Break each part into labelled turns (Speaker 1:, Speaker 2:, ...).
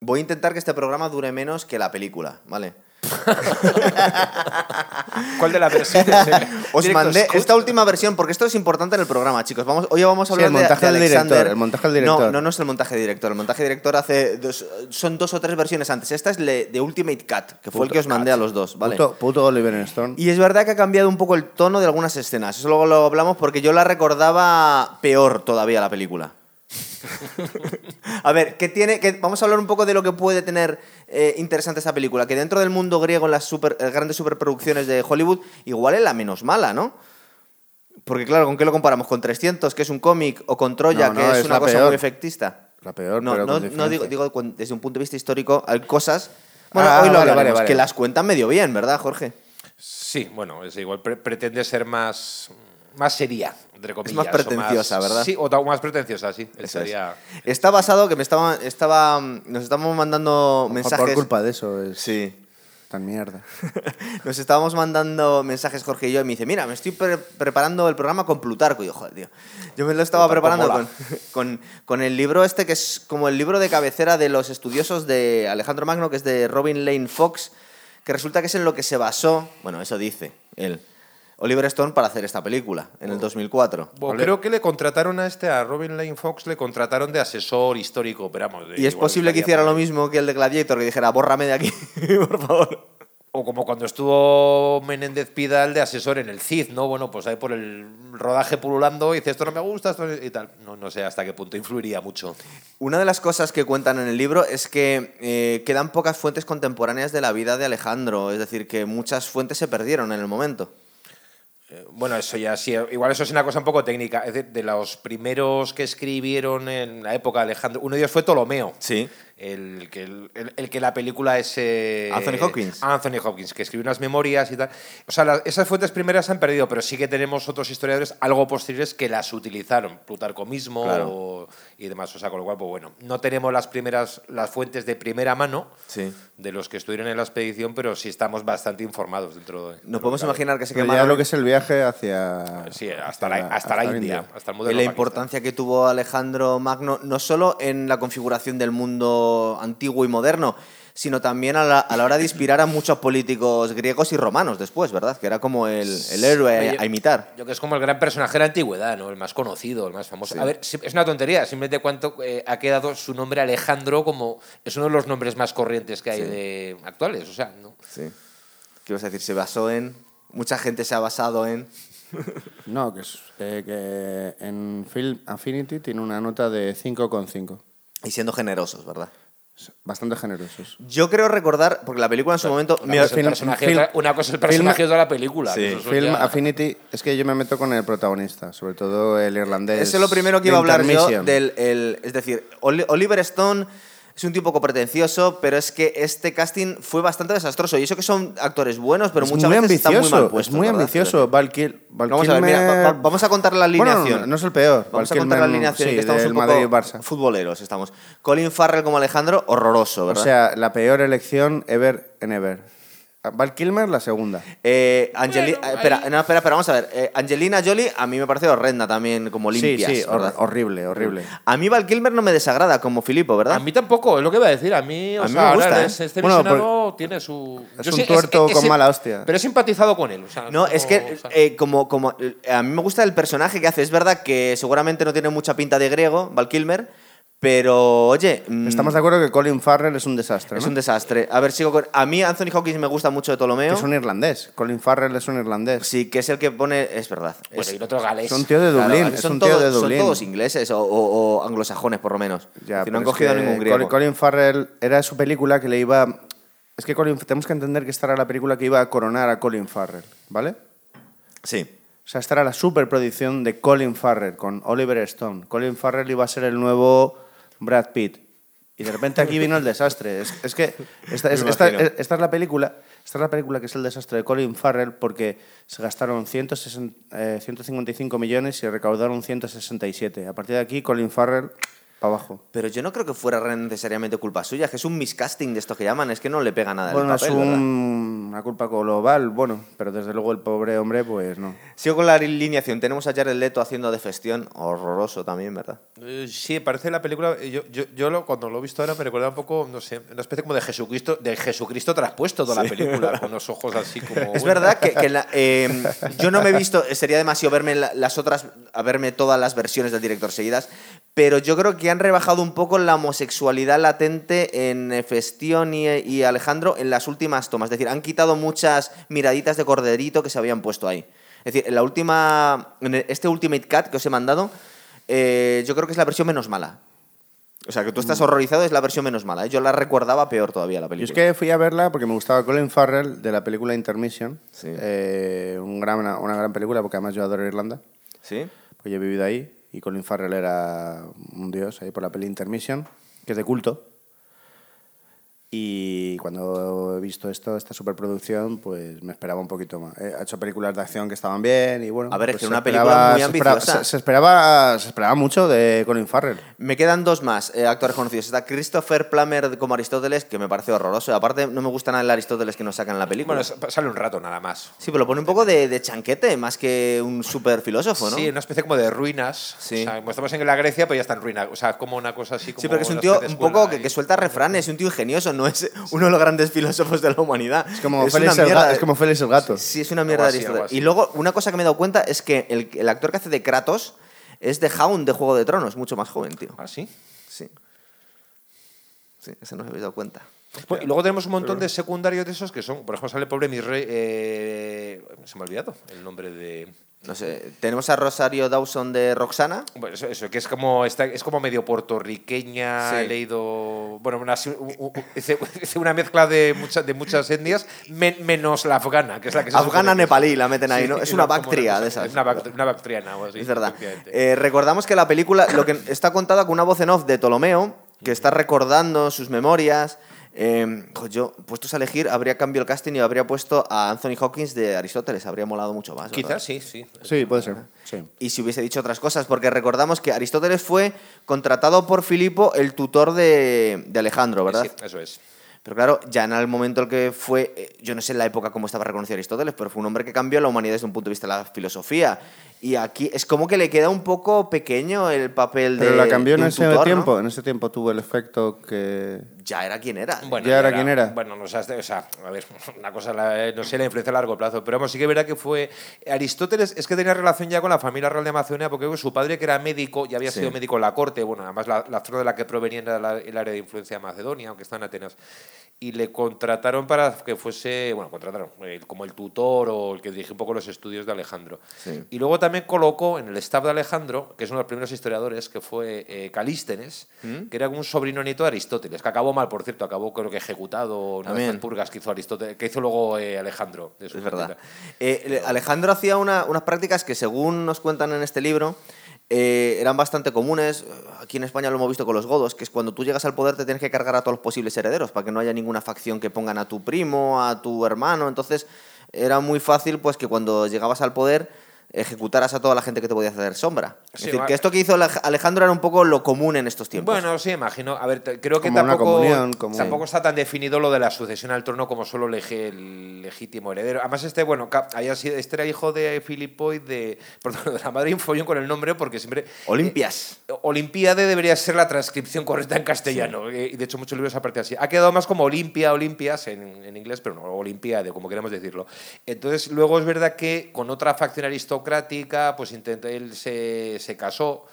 Speaker 1: Voy a intentar que este programa dure menos que la película, ¿vale?
Speaker 2: ¿Cuál de las versiones?
Speaker 1: Os mandé esta última versión, porque esto es importante en el programa, chicos. Vamos, hoy vamos a
Speaker 3: Sí,
Speaker 1: hablar
Speaker 3: el
Speaker 1: de-
Speaker 3: montaje
Speaker 1: de
Speaker 3: del
Speaker 1: Alexander.
Speaker 3: director, el montaje del
Speaker 1: No,
Speaker 3: director.
Speaker 1: no, no es el montaje director. El montaje director hace dos- son dos o tres versiones antes. Esta es le- de Ultimate Cut, que fue el que os mandé a los dos, ¿vale?
Speaker 3: Puto, puto Oliver Stone.
Speaker 1: Y es verdad que ha cambiado un poco el tono de algunas escenas. Eso luego lo hablamos porque yo la recordaba peor todavía la película. a ver, ¿qué tiene? qué- vamos a hablar un poco de lo que puede tener eh, interesante esta película. Que dentro del mundo griego, en las super- eh, grandes superproducciones de Hollywood, igual es la menos mala, ¿no? Porque claro, ¿con qué lo comparamos? ¿Con 300, que es un cómic? ¿O con Troya,
Speaker 3: No,
Speaker 1: que
Speaker 3: no,
Speaker 1: es,
Speaker 3: es
Speaker 1: una
Speaker 3: la
Speaker 1: cosa
Speaker 3: peor.
Speaker 1: muy efectista?
Speaker 3: La peor,
Speaker 1: no,
Speaker 3: pero
Speaker 1: no,
Speaker 3: con
Speaker 1: no
Speaker 3: diferencia.
Speaker 1: digo, digo con- desde un punto de vista histórico, hay cosas... Bueno,
Speaker 3: Ah,
Speaker 1: hoy lo
Speaker 3: vale, vale,
Speaker 1: hablaremos,
Speaker 3: vale.
Speaker 1: que las cuentan medio bien, ¿verdad, Jorge?
Speaker 2: Sí, bueno, es igual. pre- pretende ser más, más seria, entre comillas. o
Speaker 1: pretenciosa, ¿verdad?
Speaker 2: Sí, o da- más pretenciosa, sí.
Speaker 1: Eso es.
Speaker 2: sería-
Speaker 1: Está basado que me estaba, estaba, nos estábamos mandando
Speaker 3: Por-
Speaker 1: mensajes.
Speaker 3: Por culpa de eso es
Speaker 1: Sí.
Speaker 3: tan mierda.
Speaker 1: Nos estábamos mandando mensajes Jorge y yo y me dice, mira, me estoy pre- preparando el programa con Plutarco. Y yo, joder, tío. Yo me lo estaba
Speaker 2: Plutarco
Speaker 1: preparando con,
Speaker 2: mola.
Speaker 1: con- con el libro este que es como el libro de cabecera de los estudiosos de Alejandro Magno, que es de Robin Lane Fox, que resulta que es en lo que se basó, bueno, eso dice él, Oliver Stone para hacer esta película en el 2004.
Speaker 2: Bueno, creo que le contrataron a este, a Robin Lane Fox, le contrataron de asesor histórico, pero vamos.
Speaker 3: Este,
Speaker 1: Y es
Speaker 2: igual
Speaker 1: posible que
Speaker 2: estaría
Speaker 1: hiciera
Speaker 2: por
Speaker 1: lo
Speaker 2: ahí.
Speaker 1: mismo que el de Gladiator, que dijera, bórrame de aquí, por favor.
Speaker 2: O como cuando estuvo Menéndez Pidal de asesor en el CID, ¿no? Bueno, pues ahí por el rodaje pululando, dice esto no me gusta, esto no- y tal. No, no sé hasta qué punto influiría mucho.
Speaker 1: Una de las cosas que cuentan en el libro es que eh, quedan pocas fuentes contemporáneas de la vida de Alejandro, es decir, que muchas fuentes se perdieron en el momento.
Speaker 2: Eh, Bueno, eso ya sí, igual eso es una cosa un poco técnica. Es decir, de los primeros que escribieron en la época de Alejandro, uno de ellos fue Ptolomeo.
Speaker 1: Sí.
Speaker 2: El que, el, el- el que la película es... eh,
Speaker 1: Anthony Hopkins.
Speaker 2: Anthony Hopkins, que escribió unas memorias y tal. O sea, las- esas fuentes primeras se han perdido, pero sí que tenemos otros historiadores algo posteriores que las utilizaron, Plutarco mismo
Speaker 1: Claro.
Speaker 2: o- y demás. O sea, con lo cual, pues bueno, no tenemos las primeras, las fuentes de primera mano
Speaker 1: Sí.
Speaker 2: de los que estuvieron en la expedición, pero sí estamos bastante informados dentro de... de lo
Speaker 1: Nos podemos
Speaker 2: que cabe.
Speaker 1: imaginar que se
Speaker 3: Pero ya
Speaker 1: quemaron
Speaker 3: lo que es el viaje hacia.
Speaker 2: Sí, hasta la, hasta la India, hasta el
Speaker 1: y
Speaker 2: modelo
Speaker 1: la importancia que tuvo Alejandro Magno, no solo en la configuración del mundo antiguo y moderno, sino también a la, a la hora de inspirar a muchos políticos griegos y romanos después, ¿verdad? Que era como el, el héroe a- a imitar.
Speaker 2: Yo que es como el gran personaje de la antigüedad, ¿no? El más conocido, el más famoso. A ver, si- es una tontería, simplemente cuánto eh, ha quedado su nombre Alejandro como es uno de los nombres más corrientes que hay de actuales, o sea, ¿no?
Speaker 1: Sí. ¿Qué ibas a decir? Se basó en. Mucha gente se ha basado en.
Speaker 3: No, que, es, eh, que en Film Affinity tiene una nota de 5,5.
Speaker 1: Y siendo generosos, ¿verdad?
Speaker 3: Bastante generosos.
Speaker 1: Yo creo recordar, porque la película en su momento.
Speaker 2: Una,
Speaker 1: Mira,
Speaker 2: cosa, es el
Speaker 3: film-
Speaker 2: personaje,
Speaker 3: film-
Speaker 2: otra- una cosa es el
Speaker 3: film-
Speaker 2: personaje de la película.
Speaker 1: Sí.
Speaker 2: que eso es
Speaker 3: Film
Speaker 2: ya-
Speaker 3: Affinity, es que yo me meto con el protagonista, sobre todo el irlandés.
Speaker 1: eso es lo primero que
Speaker 3: de
Speaker 1: iba a hablar yo.
Speaker 3: Intermission.
Speaker 1: Del, el- es decir, Oli- Oliver Stone es un tipo pretencioso, pero es que este casting fue bastante desastroso. Y eso que son actores buenos, pero
Speaker 3: Es
Speaker 1: muchas
Speaker 3: muy
Speaker 1: veces están muy
Speaker 3: ambicioso,
Speaker 1: mal
Speaker 3: es
Speaker 1: puestos.
Speaker 3: muy
Speaker 1: ¿verdad?
Speaker 3: ambicioso. Val Kil- Val
Speaker 1: Vamos a ver, mira,
Speaker 3: Kilmer-
Speaker 1: va- va- vamos a contar la
Speaker 3: Bueno,
Speaker 1: alineación.
Speaker 3: no, no es el peor.
Speaker 1: Vamos
Speaker 3: Val
Speaker 1: a contar la
Speaker 3: Kilmer,
Speaker 1: alineación,
Speaker 3: sí,
Speaker 1: que estamos
Speaker 3: del
Speaker 1: un poco
Speaker 3: Madrid-Barça.
Speaker 1: futboleros. Estamos. Colin Farrell como Alejandro, horroroso,
Speaker 3: O
Speaker 1: ¿verdad?
Speaker 3: sea, la peor elección ever en ever. Ah, Val Kilmer, la segunda.
Speaker 1: Eh, Angeli-
Speaker 2: Bueno,
Speaker 1: eh, espera,
Speaker 2: ahí-
Speaker 1: no, espera, espera, vamos a ver. Eh, Angelina Jolie a mí me parece horrenda también, como limpias.
Speaker 3: sí, sí, hor-
Speaker 1: ¿verdad?
Speaker 3: horrible, horrible.
Speaker 1: A mí Val Kilmer no me desagrada, como Filipo, ¿verdad?
Speaker 2: A mí tampoco, es lo que iba a decir. A mí, o
Speaker 1: A mí
Speaker 2: sea,
Speaker 1: me
Speaker 2: ahora
Speaker 1: gusta,
Speaker 2: ves,
Speaker 1: ¿eh?
Speaker 2: este
Speaker 3: Bueno,
Speaker 2: visionado tiene su...
Speaker 3: es un tuerto con mala hostia.
Speaker 2: Pero he simpatizado con él. O sea,
Speaker 1: No, es
Speaker 2: como-
Speaker 1: que
Speaker 2: o sea,
Speaker 1: eh, como, como eh, a mí me gusta el personaje que hace. Es verdad que seguramente no tiene mucha pinta de griego, Val Kilmer, pero oye, mm,
Speaker 3: Estamos de acuerdo que Colin Farrell es un desastre.
Speaker 1: es
Speaker 3: ¿no?
Speaker 1: un desastre. A ver, sigo con... A mí Anthony Hawkins me gusta mucho de Ptolomeo.
Speaker 3: Que es un irlandés. Colin Farrell es un irlandés.
Speaker 1: Sí, que es el que pone... Es verdad.
Speaker 2: bueno,
Speaker 1: es-
Speaker 2: y el otro galés.
Speaker 3: Es un tío de
Speaker 1: Claro,
Speaker 3: Dublín.
Speaker 1: son
Speaker 3: es un tío
Speaker 1: todos-
Speaker 3: de
Speaker 1: son
Speaker 3: Dublín.
Speaker 1: todos ingleses o, o- o anglosajones, por lo menos.
Speaker 3: Ya,
Speaker 1: Es decir, no
Speaker 3: pero
Speaker 1: han
Speaker 3: es
Speaker 1: cogido a
Speaker 3: que
Speaker 1: ningún griego.
Speaker 3: Colin, Colin Farrell era su película que le iba. Es que Colin, tenemos que entender que esta era la película que iba a coronar a Colin Farrell, ¿vale?
Speaker 1: Sí.
Speaker 3: O sea, esta era la superproducción de Colin Farrell con Oliver Stone. Colin Farrell iba a ser el nuevo Brad Pitt. Y de repente aquí vino el desastre. Es, es que esta, es-
Speaker 1: Me
Speaker 3: esta-
Speaker 1: imagino.
Speaker 3: esta es la película, esta es la película que es el desastre de Colin Farrell porque se gastaron 160, eh, 155 millones y recaudaron 167. A partir de aquí, Colin Farrell para abajo.
Speaker 1: Pero yo no creo que fuera re- necesariamente culpa suya, es que es un miscasting de estos que llaman, es que no le pega nada
Speaker 3: Bueno,
Speaker 1: el papel,
Speaker 3: es
Speaker 1: ¿verdad?
Speaker 3: un- una culpa global, bueno, pero desde luego el pobre hombre, pues no.
Speaker 1: Sigo con la alineación, tenemos a Jared Leto haciendo de festión, horroroso también, ¿verdad?
Speaker 2: Eh, Sí, parece la película. eh, Yo, yo, yo lo- cuando lo he visto ahora me recuerda un poco, no sé, una especie como de Jesucristo, de Jesucristo traspuesto toda la película, con los ojos así como.
Speaker 1: Es
Speaker 2: bueno.
Speaker 1: verdad que, que la- eh, yo no me he visto, sería demasiado verme la- las otras, a verme todas las versiones del director seguidas, pero yo creo que han rebajado un poco la homosexualidad latente en Festión y, y Alejandro en las últimas tomas. Es decir, han quitado muchas miraditas de corderito que se habían puesto ahí. Es decir, en la última, en este Ultimate Cut que os he mandado, eh, yo creo que es la versión menos mala. O sea, que tú estás horrorizado, es la versión menos mala. ¿eh? Yo la recordaba peor todavía la
Speaker 3: Yo Mm. es
Speaker 1: película.
Speaker 3: que fui a verla porque me gustaba Colin Farrell de la película Intermission.
Speaker 1: Sí.
Speaker 3: Eh, un gran, una, una gran película porque además yo adoro Irlanda.
Speaker 1: ¿Sí?
Speaker 3: Pues yo he vivido ahí y Colin Farrell era un dios ahí por la peli Intermission, que es de culto. Y cuando he visto esto, esta superproducción, pues me esperaba un poquito más. Eh, Ha hecho películas de acción que estaban bien y bueno.
Speaker 1: A ver, es
Speaker 3: pues
Speaker 1: que
Speaker 3: se
Speaker 1: una película muy
Speaker 3: se esperaba-
Speaker 1: ambiciosa.
Speaker 3: se- se esperaba, se esperaba mucho de Colin Farrell.
Speaker 1: Me quedan dos más eh, actores conocidos. Está Christopher Plummer como Aristóteles, que me parece horroroso. Aparte, no me gusta nada el Aristóteles que nos sacan en la película.
Speaker 2: Bueno, sa- sale un rato nada más.
Speaker 1: sí, pero pone un poco de, de chanquete, más que un super filósofo, ¿no?
Speaker 2: Sí, una especie como de ruinas.
Speaker 1: Sí.
Speaker 2: O sea, como estamos en la Grecia, pues ya está en ruinas. O sea, como una cosa así como.
Speaker 1: Sí, porque es un
Speaker 2: las
Speaker 1: tío
Speaker 2: de
Speaker 1: un
Speaker 2: escuela
Speaker 1: poco que,
Speaker 2: y-
Speaker 1: que suelta refranes, un tío ingenioso, no es uno de los grandes filósofos de la humanidad.
Speaker 3: Es como,
Speaker 1: una
Speaker 3: Félix, el
Speaker 1: mierda
Speaker 3: ga-
Speaker 1: de-
Speaker 3: es como Félix el gato.
Speaker 1: Sí, es una mierda de
Speaker 2: así, algo
Speaker 1: Aristóteles.
Speaker 2: así.
Speaker 1: Y luego, una cosa que me he dado cuenta es que el, el actor que hace de Kratos es de Hound de Juego de Tronos, mucho más joven, tío.
Speaker 2: Ah, sí.
Speaker 1: Sí. Sí, eso no os habéis dado cuenta.
Speaker 2: Bueno, Pues, y luego tenemos un montón de secundarios de esos que son, por ejemplo, sale el pobre mi rey. eh, se me ha olvidado el nombre de.
Speaker 1: No sé, tenemos a Rosario Dawson de Roxana.
Speaker 2: Bueno, eso, eso, que es como, está, es como medio puertorriqueña,
Speaker 1: Sí.
Speaker 2: he leído. Bueno, una, así, u- u- hice- hice una mezcla de, muchas de muchas etnias, men- menos la afgana, que es la que se
Speaker 1: Afgana
Speaker 2: supone que es.
Speaker 1: nepalí la meten ahí,
Speaker 2: Sí,
Speaker 1: ¿no? Es
Speaker 2: sí,
Speaker 1: una
Speaker 2: no, como
Speaker 1: bactria
Speaker 2: cosa-
Speaker 1: de esas.
Speaker 2: Es una, bact- una bactriana o así.
Speaker 1: Es verdad.
Speaker 2: efectivamente.
Speaker 1: Eh, recordamos que la película lo que está contada con una voz en off de Ptolomeo, que está recordando sus memorias. Eh, jo, yo, puestos a elegir, habría cambiado el casting y habría puesto a Anthony Hawkins de Aristóteles. Habría molado mucho más. ¿verdad?
Speaker 2: Quizás sí, sí.
Speaker 3: Sí, puede ser. Sí.
Speaker 1: Y si hubiese dicho otras cosas, porque recordamos que Aristóteles fue contratado por Filipo, el tutor de, de Alejandro, ¿verdad?
Speaker 2: Sí, eso es.
Speaker 1: Pero claro, ya en el momento en el que fue, eh, yo no sé en la época cómo estaba reconocido Aristóteles, pero fue un hombre que cambió la humanidad desde un punto de vista de la filosofía. Y aquí es como que le queda un poco pequeño el papel de.
Speaker 3: Pero la cambió
Speaker 1: de
Speaker 3: en
Speaker 1: un
Speaker 3: ese
Speaker 1: tutor, ¿no?
Speaker 3: tiempo. En ese tiempo tuvo el efecto que.
Speaker 1: Ya era quien era.
Speaker 2: Bueno,
Speaker 3: ¿Ya era quién era?
Speaker 2: Bueno, no sé, o sea, a ver, una cosa, la- eh, no sé, la influencia a largo plazo, pero vamos, sí que es verdad que fue. Aristóteles es que tenía relación ya con la familia real de Macedonia, porque su padre, que era médico, ya había
Speaker 1: Sí.
Speaker 2: sido médico en la corte, bueno, además la, la zona de la que provenía era la- el área de influencia de Macedonia, aunque está en Atenas. Y le contrataron para que fuese, bueno, contrataron eh, como el tutor o el que dirige un poco los estudios de Alejandro.
Speaker 1: Sí.
Speaker 2: Y luego también colocó en el staff de Alejandro, que es uno de los primeros historiadores, que fue eh, Calístenes,
Speaker 1: ¿Mm?
Speaker 2: que era un sobrino nieto de Aristóteles, que acabó mal, por cierto, acabó creo que ejecutado en una de
Speaker 1: También.
Speaker 2: estas purgas que hizo Aristóteles, que hizo luego eh, Alejandro. de su
Speaker 1: Es verdad.
Speaker 2: práctica.
Speaker 1: Eh, le- Alejandro hacía una- unas prácticas que, según nos cuentan en este libro, eh, eran bastante comunes. Aquí en España lo hemos visto con los godos, que es cuando tú llegas al poder te tienes que cargar a todos los posibles herederos para que no haya ninguna facción que pongan a tu primo, a tu hermano. Entonces, era muy fácil pues que cuando llegabas al poder ejecutaras a toda la gente que te podía hacer sombra. Es
Speaker 2: Sí,
Speaker 1: decir,
Speaker 2: va-
Speaker 1: que esto que hizo Alej- Alejandro era un poco lo común en estos tiempos.
Speaker 2: Bueno, sí, imagino. A ver, te- creo que
Speaker 3: Como una
Speaker 2: tampoco,
Speaker 3: comunión, como-
Speaker 2: tampoco está tan definido lo de la sucesión al trono como solo lege- el legítimo heredero. Además, este, bueno, ca- había sido, este era hijo de Filipo y de, perdón, de la madre Infollón con el nombre, porque siempre.
Speaker 1: Olimpias.
Speaker 2: Olimpiade debería ser la transcripción correcta en castellano. eh, Y de hecho, muchos libros aparte así. Ha quedado más como Olimpia, Olimpias en, en inglés, pero no, Olimpiade, como queremos decirlo. Entonces, luego es verdad que con otra facción aristocrática, pues intentó, él se, se casó.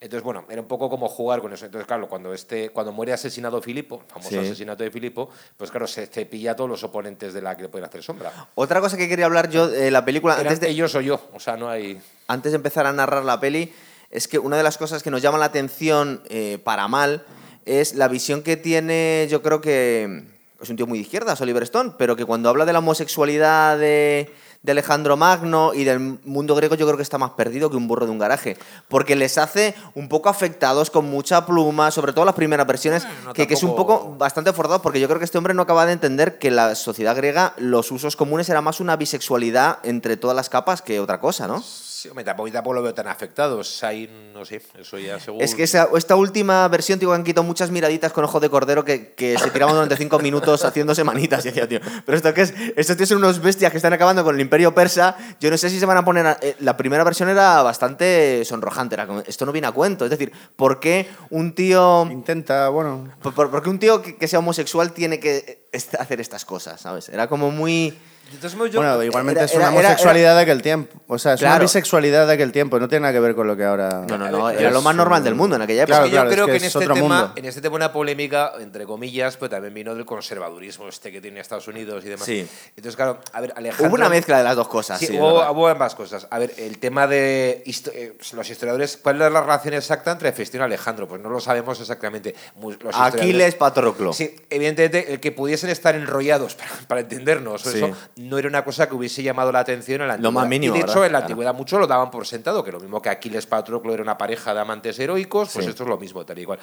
Speaker 2: Entonces, bueno, era un poco como jugar con eso. Entonces, claro, cuando, este, cuando muere asesinado Filipo, el famoso
Speaker 1: Sí.
Speaker 2: asesinato de Filipo, pues claro, se cepilla a todos los oponentes de la que le pueden hacer sombra.
Speaker 1: Otra cosa que quería hablar yo de la película...
Speaker 2: Eran
Speaker 1: antes de,
Speaker 2: ellos o yo, o sea, no hay...
Speaker 1: antes de empezar a narrar la peli, es que una de las cosas que nos llama la atención eh, para mal es la visión que tiene, yo creo que es un tío muy de izquierdas, Oliver Stone, pero que cuando habla de la homosexualidad de, de Alejandro Magno y del mundo griego, yo creo que está más perdido que un burro de un garaje, porque les hace un poco afectados con mucha pluma, sobre todo las primeras versiones,
Speaker 2: Bueno,
Speaker 1: que, que es un
Speaker 2: tampoco-
Speaker 1: poco bastante forzado, porque yo creo que este hombre no acaba de entender que la sociedad griega, los usos comunes era más una bisexualidad entre todas las capas que otra cosa, ¿no?
Speaker 2: Sí, hombre, tampoco, tampoco lo veo tan afectado. Sain, no sé, eso ya seguro.
Speaker 1: Es que esa- esta última versión, tío, que han quitado muchas miraditas con ojo de cordero que, que se tiraban durante cinco minutos haciéndose manitas. Y decía, tío, pero esto que es, estos tíos son unos bestias que están acabando con el imperio persa. Yo no sé si se van a poner. a- eh, la primera versión era bastante sonrojante. Era como, esto no viene a cuento. Es decir, ¿por qué un tío.
Speaker 3: Intenta, bueno.
Speaker 1: por- por- por qué un tío que, que sea homosexual tiene que eh, est- hacer estas cosas, ¿sabes? Era como muy.
Speaker 2: Entonces, yo-
Speaker 3: bueno, igualmente
Speaker 1: era-
Speaker 3: es una
Speaker 1: era- era-
Speaker 3: homosexualidad de aquel tiempo. O sea, es una
Speaker 1: Claro.
Speaker 3: bisexualidad de aquel tiempo. No tiene nada que ver con lo que ahora.
Speaker 1: No, no, no.
Speaker 2: eh,
Speaker 1: Era lo más
Speaker 3: es,
Speaker 1: normal
Speaker 3: eh,
Speaker 1: del mundo en aquella época.
Speaker 3: Claro,
Speaker 2: Es que yo
Speaker 3: claro, es
Speaker 2: creo
Speaker 3: que
Speaker 2: que,
Speaker 3: es
Speaker 2: en, este
Speaker 3: otro mundo.
Speaker 2: tema, en este tema una polémica, entre comillas, pues también vino del conservadurismo este que tiene Estados Unidos y demás.
Speaker 1: Sí.
Speaker 2: Entonces, claro, a ver, Alejandro...
Speaker 1: Hubo una mezcla de las dos cosas.
Speaker 2: Sí,
Speaker 1: sí, de
Speaker 2: hubo,
Speaker 1: verdad.
Speaker 2: hubo ambas cosas. A ver, el tema de histo- eh, los historiadores, ¿cuál es la relación exacta entre Festión y Alejandro? Pues no lo sabemos exactamente. Mu- los historiadores-
Speaker 1: Aquiles Patroclo.
Speaker 2: Sí, evidentemente, el que pudiesen estar enrollados para, para entendernos, o
Speaker 1: Sí.
Speaker 2: eso no era una cosa que hubiese llamado la atención en la
Speaker 1: Lo
Speaker 2: antigüedad.
Speaker 1: más mínimo,
Speaker 2: y de hecho,
Speaker 1: ¿verdad?
Speaker 2: en la
Speaker 1: Claro.
Speaker 2: antigüedad mucho lo daban por sentado, que lo mismo que Aquiles Patroclo era una pareja de amantes heroicos, pues
Speaker 1: Sí.
Speaker 2: esto es lo mismo, tal y cual.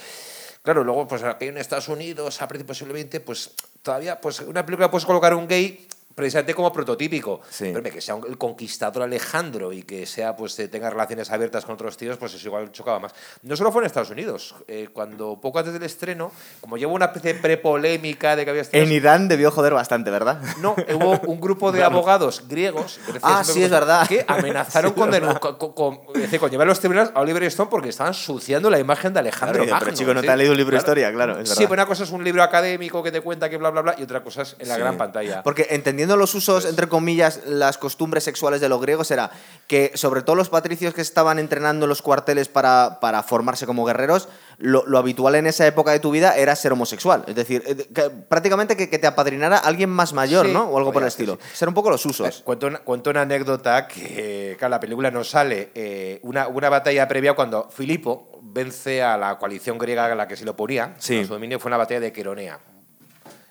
Speaker 2: Claro, luego, pues aquí en Estados Unidos, a principios del siglo XX, pues todavía, pues una película puedes colocar un gay precisamente como prototípico.
Speaker 1: Sí.
Speaker 2: Pero, hombre, que sea un- el conquistador Alejandro y que sea, pues eh, tenga relaciones abiertas con otros tíos, pues eso igual chocaba más. No solo fue en Estados Unidos, eh, cuando poco antes del estreno, como llevo una especie de prepolémica de que había
Speaker 1: En
Speaker 2: estrenos-
Speaker 1: Irán debió joder bastante, ¿verdad?
Speaker 2: no, hubo un grupo de abogados griegos Grecia
Speaker 1: Ah,
Speaker 2: siempre
Speaker 1: sí, es
Speaker 2: conoce-
Speaker 1: verdad.
Speaker 2: que amenazaron
Speaker 1: Sí,
Speaker 2: con,
Speaker 1: es
Speaker 2: denu-
Speaker 1: verdad.
Speaker 2: con, con- es decir, con llevar a los tribunales a Oliver Stone porque estaban suciando la imagen de
Speaker 1: Claro,
Speaker 2: Alejandro.
Speaker 1: y de, pero
Speaker 2: Magno",
Speaker 1: chico, no
Speaker 2: ¿sí?
Speaker 1: te has leído un libro de historia, claro, es
Speaker 2: Sí,
Speaker 1: verdad.
Speaker 2: pero una cosa es un libro académico que te cuenta que bla, bla, bla, y otra cosa es en la
Speaker 1: Sí.
Speaker 2: gran pantalla.
Speaker 1: Porque entendiendo los usos,
Speaker 2: Pues-
Speaker 1: entre comillas, las costumbres sexuales de los griegos, era que sobre todo los patricios que estaban entrenando en los cuarteles para, para formarse como guerreros, lo, lo habitual en esa época de tu vida era ser homosexual. Es decir, eh, que- prácticamente que, que te apadrinara alguien más mayor,
Speaker 2: Sí,
Speaker 1: ¿no? O algo por
Speaker 2: podía
Speaker 1: el
Speaker 2: ser,
Speaker 1: estilo. Ser un poco los usos.
Speaker 2: Eh, Cuento una, cuento una anécdota que, claro, la película no sale. eh, una, una batalla previa cuando Filipo vence a la coalición griega a la que se lo ponía,
Speaker 1: Sí.
Speaker 2: a su dominio, fue una batalla de Queronea.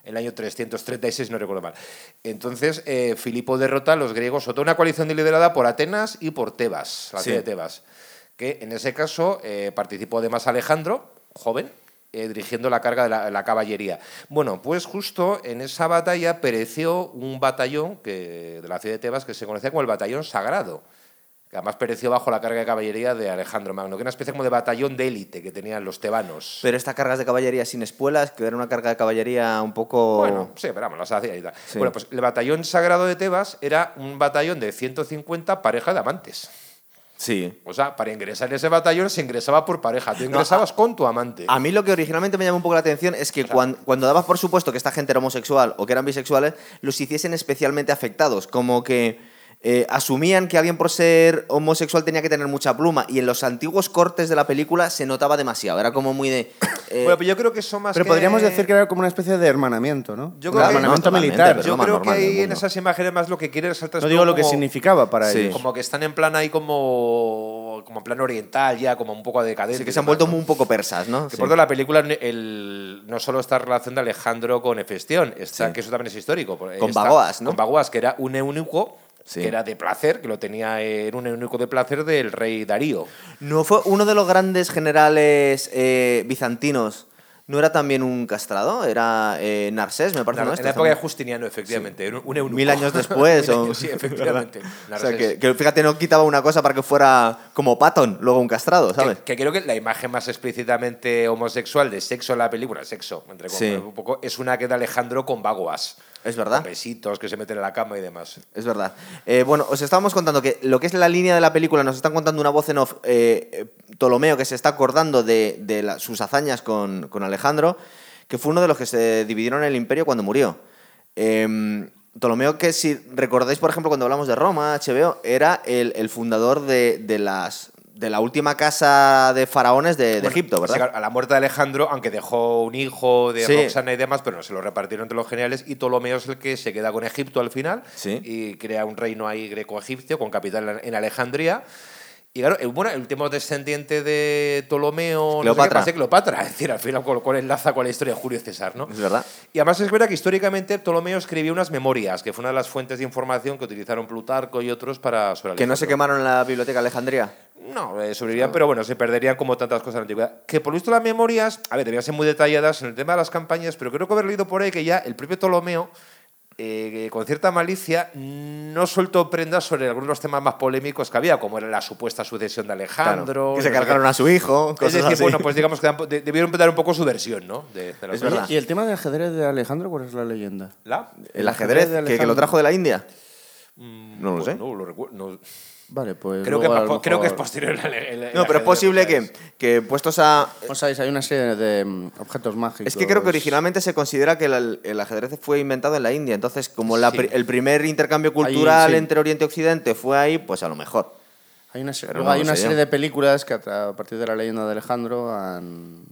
Speaker 2: En el año 336, no recuerdo mal. Entonces, eh, Filipo derrota a los griegos, sobre todo una coalición liderada por Atenas y por Tebas, la
Speaker 1: Sí.
Speaker 2: ciudad de Tebas, que en ese caso eh, participó además Alejandro, joven, eh, dirigiendo la carga de la, la caballería. Bueno, pues justo en esa batalla pereció un batallón que, de la ciudad de Tebas que se conocía como el Batallón Sagrado, que además pereció bajo la carga de caballería de Alejandro Magno, que era una especie como de batallón de élite que tenían los tebanos.
Speaker 1: Pero estas cargas de caballería sin espuelas, que era una carga de caballería un poco...
Speaker 2: Bueno, sí, pero vamos, las hacía y tal.
Speaker 1: Sí.
Speaker 2: Bueno, pues el batallón sagrado de Tebas era un batallón de 150 parejas de amantes.
Speaker 1: sí.
Speaker 2: O sea, para ingresar en ese batallón se ingresaba por pareja. Tú ingresabas con tu amante.
Speaker 1: A mí lo que originalmente me llamó un poco la atención es que cuan- cuando, dabas por supuesto que esta gente era homosexual o que eran bisexuales, los hiciesen especialmente afectados, como que eh, asumían que alguien por ser homosexual tenía que tener mucha pluma y en los antiguos cortes de la película se notaba demasiado, era como muy de... eh,
Speaker 2: bueno, pero yo creo que eso más
Speaker 3: Pero
Speaker 2: que-
Speaker 3: podríamos decir que era como una especie de hermanamiento, ¿no?
Speaker 2: Yo creo
Speaker 3: Un
Speaker 2: que-
Speaker 3: hermanamiento
Speaker 1: No, totalmente,
Speaker 3: militar.
Speaker 1: pero- es
Speaker 2: Yo
Speaker 1: lo más
Speaker 2: creo que
Speaker 1: normal del
Speaker 2: ahí en
Speaker 1: mundo.
Speaker 2: esas imágenes más lo que quiere resaltar es
Speaker 3: No digo lo que
Speaker 2: como-
Speaker 3: significaba para
Speaker 1: Sí.
Speaker 3: ellos.
Speaker 2: Como que están en plan ahí como, como en plan oriental ya, como un poco decadente.
Speaker 1: sí, que se han vuelto
Speaker 2: ¿no?
Speaker 1: muy un poco persas, ¿no?
Speaker 2: Que
Speaker 1: Sí.
Speaker 2: por cierto, la película el- no solo está relación de Alejandro con Hefestión, está,
Speaker 1: Sí.
Speaker 2: que eso también es histórico. Con
Speaker 1: Bagoas, ¿no?
Speaker 2: Con Bagoas, que era un eunuco
Speaker 1: Sí.
Speaker 2: que era de placer, que lo tenía, eh, era un eunuco de placer del rey Darío.
Speaker 1: ¿No fue uno de los grandes generales eh, bizantinos? ¿No era también un castrado? Era eh, Narsés, me parece.
Speaker 2: en
Speaker 1: ¿no?
Speaker 2: la
Speaker 1: Este
Speaker 2: época de
Speaker 1: también.
Speaker 2: Justiniano, efectivamente. era Un eunuco.
Speaker 1: Mil años después.
Speaker 2: Mil
Speaker 1: o-
Speaker 2: años, sí, efectivamente.
Speaker 1: o sea,
Speaker 2: Narsés.
Speaker 1: que, que fíjate, no quitaba una cosa para que fuera como Patton, luego un castrado, ¿sabes?
Speaker 2: Que, que creo que la imagen más explícitamente homosexual de sexo en la película, sexo, entre comillas,
Speaker 1: Sí.
Speaker 2: un poco, es una que da Alejandro con Bagoas.
Speaker 1: Es verdad.
Speaker 2: Con Besitos que se meten en la cama y demás.
Speaker 1: Es verdad. Eh, bueno, os estábamos contando que lo que es la línea de la película, nos están contando una voz en off, eh, eh, Ptolomeo, que se está acordando de, de la- sus hazañas con, con Alejandro, que fue uno de los que se dividieron el imperio cuando murió. Em, Ptolomeo, que si recordáis, por ejemplo, cuando hablamos de Roma, HBO, era el, el fundador de, de las, de la última casa de faraones de, de
Speaker 2: Bueno,
Speaker 1: Egipto, ¿verdad?
Speaker 2: sí, claro, a la muerte de Alejandro, aunque dejó un hijo de
Speaker 1: Sí.
Speaker 2: Roxana y demás, pero no se lo repartieron entre los generales. Y Ptolomeo es el que se queda con Egipto al final
Speaker 1: Sí.
Speaker 2: y crea un reino ahí greco-egipcio con capital en Alejandría. Y claro, el, bueno, el último descendiente de Ptolomeo no sé qué,
Speaker 1: Cleopatra.
Speaker 2: va a ser Cleopatra. Es decir, al final, con lo cual enlaza con la historia de Julio César, ¿no?
Speaker 1: Es verdad.
Speaker 2: Y además es verdad que históricamente Ptolomeo escribió unas memorias, que fue una de las fuentes de información que utilizaron Plutarco y otros para sobre
Speaker 1: Que no se
Speaker 2: Alejandro.
Speaker 1: quemaron en la biblioteca de Alejandría.
Speaker 2: No, eh, sobrevivían, pero bueno, se perderían como tantas cosas en la antigüedad. Que por lo visto las memorias, a ver, debían ser muy detalladas en el tema de las campañas, pero creo que haber leído por ahí que ya el propio Ptolomeo eh, con cierta malicia, no soltó prendas sobre algunos temas más polémicos que había, como era la supuesta sucesión de
Speaker 1: Claro,
Speaker 2: Alejandro.
Speaker 1: que se
Speaker 2: no sé
Speaker 1: cargaron
Speaker 2: qué.
Speaker 1: a su hijo. Cosas
Speaker 2: Es decir,
Speaker 1: así.
Speaker 2: bueno, pues digamos que dan- de- debieron dar un poco su versión, ¿no? De- de las
Speaker 1: Es
Speaker 2: cosas.
Speaker 1: verdad.
Speaker 3: ¿Y el tema del ajedrez de Alejandro, cuál es la leyenda?
Speaker 2: ¿La?
Speaker 1: El ajedrez,
Speaker 3: ajedrez de
Speaker 1: que, que lo
Speaker 3: Alejandro.
Speaker 1: trajo de la India. No lo
Speaker 2: Pues
Speaker 1: sé.
Speaker 2: No lo recuerdo. no.
Speaker 3: Vale, pues.
Speaker 2: Creo, que,
Speaker 3: luego a
Speaker 2: pa-
Speaker 3: lo
Speaker 2: creo que es
Speaker 3: mejor-
Speaker 2: posterior. el- el- el
Speaker 1: No, pero es
Speaker 2: ajedrez,
Speaker 1: posible
Speaker 2: ¿sabes?
Speaker 1: que, que puestos a.
Speaker 3: Os sabéis, hay una serie de mm, objetos mágicos.
Speaker 1: Es que creo que originalmente se considera que el, el ajedrez fue inventado en la India. Entonces, como la
Speaker 2: Sí.
Speaker 1: pri- el primer intercambio cultural
Speaker 3: sí.
Speaker 1: entre Oriente y Occidente fue ahí, pues a lo mejor.
Speaker 3: Hay una, se-
Speaker 1: Pero
Speaker 3: luego
Speaker 1: no
Speaker 3: hay
Speaker 1: lo
Speaker 3: una
Speaker 1: sé
Speaker 3: serie
Speaker 1: yo.
Speaker 3: de películas que a, tra- a partir de la leyenda de Alejandro han.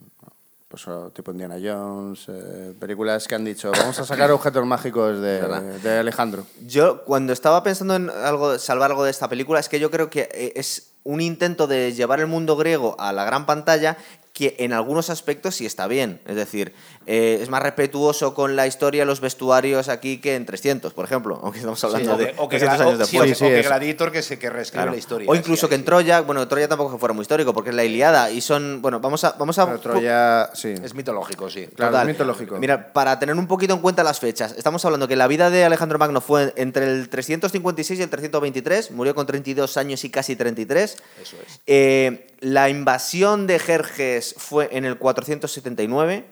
Speaker 3: Pues o tipo Indiana Jones, eh, películas que han dicho, vamos a sacar objetos mágicos de,
Speaker 1: verdad.
Speaker 3: de Alejandro.
Speaker 1: Yo, cuando estaba pensando en algo, salvar algo de esta película, es que yo creo que eh, es un intento de llevar el mundo griego a la gran pantalla que en algunos aspectos sí está bien. Es decir, eh, es más respetuoso con la historia, los vestuarios aquí que en 300, por ejemplo, aunque estamos hablando
Speaker 2: o
Speaker 1: de
Speaker 2: que, o que
Speaker 1: 300
Speaker 2: Gra-
Speaker 1: años
Speaker 2: o- sí, o
Speaker 1: después.
Speaker 2: que-
Speaker 3: Sí,
Speaker 2: o
Speaker 3: sí,
Speaker 2: que
Speaker 3: es.
Speaker 2: Gladiator que, se, que reescribe
Speaker 1: Claro.
Speaker 2: la historia.
Speaker 1: o
Speaker 2: sí,
Speaker 1: incluso
Speaker 2: ahí
Speaker 1: que en
Speaker 2: sí.
Speaker 1: Troya, bueno, Troya tampoco es que fuera muy histórico, porque es la Iliada, y son, bueno, vamos a... Vamos a
Speaker 2: Ah,
Speaker 3: Pero
Speaker 2: pues,
Speaker 3: Troya, sí.
Speaker 2: Es mitológico, sí.
Speaker 3: Claro,
Speaker 1: Total.
Speaker 3: es mitológico.
Speaker 1: Mira, para tener un poquito en cuenta las fechas, estamos hablando que la vida de Alejandro Magno fue entre el 356 y el 323, murió con 32 años y casi 33.
Speaker 2: Eso es.
Speaker 1: Eh, la invasión de Jerjes fue en el 479,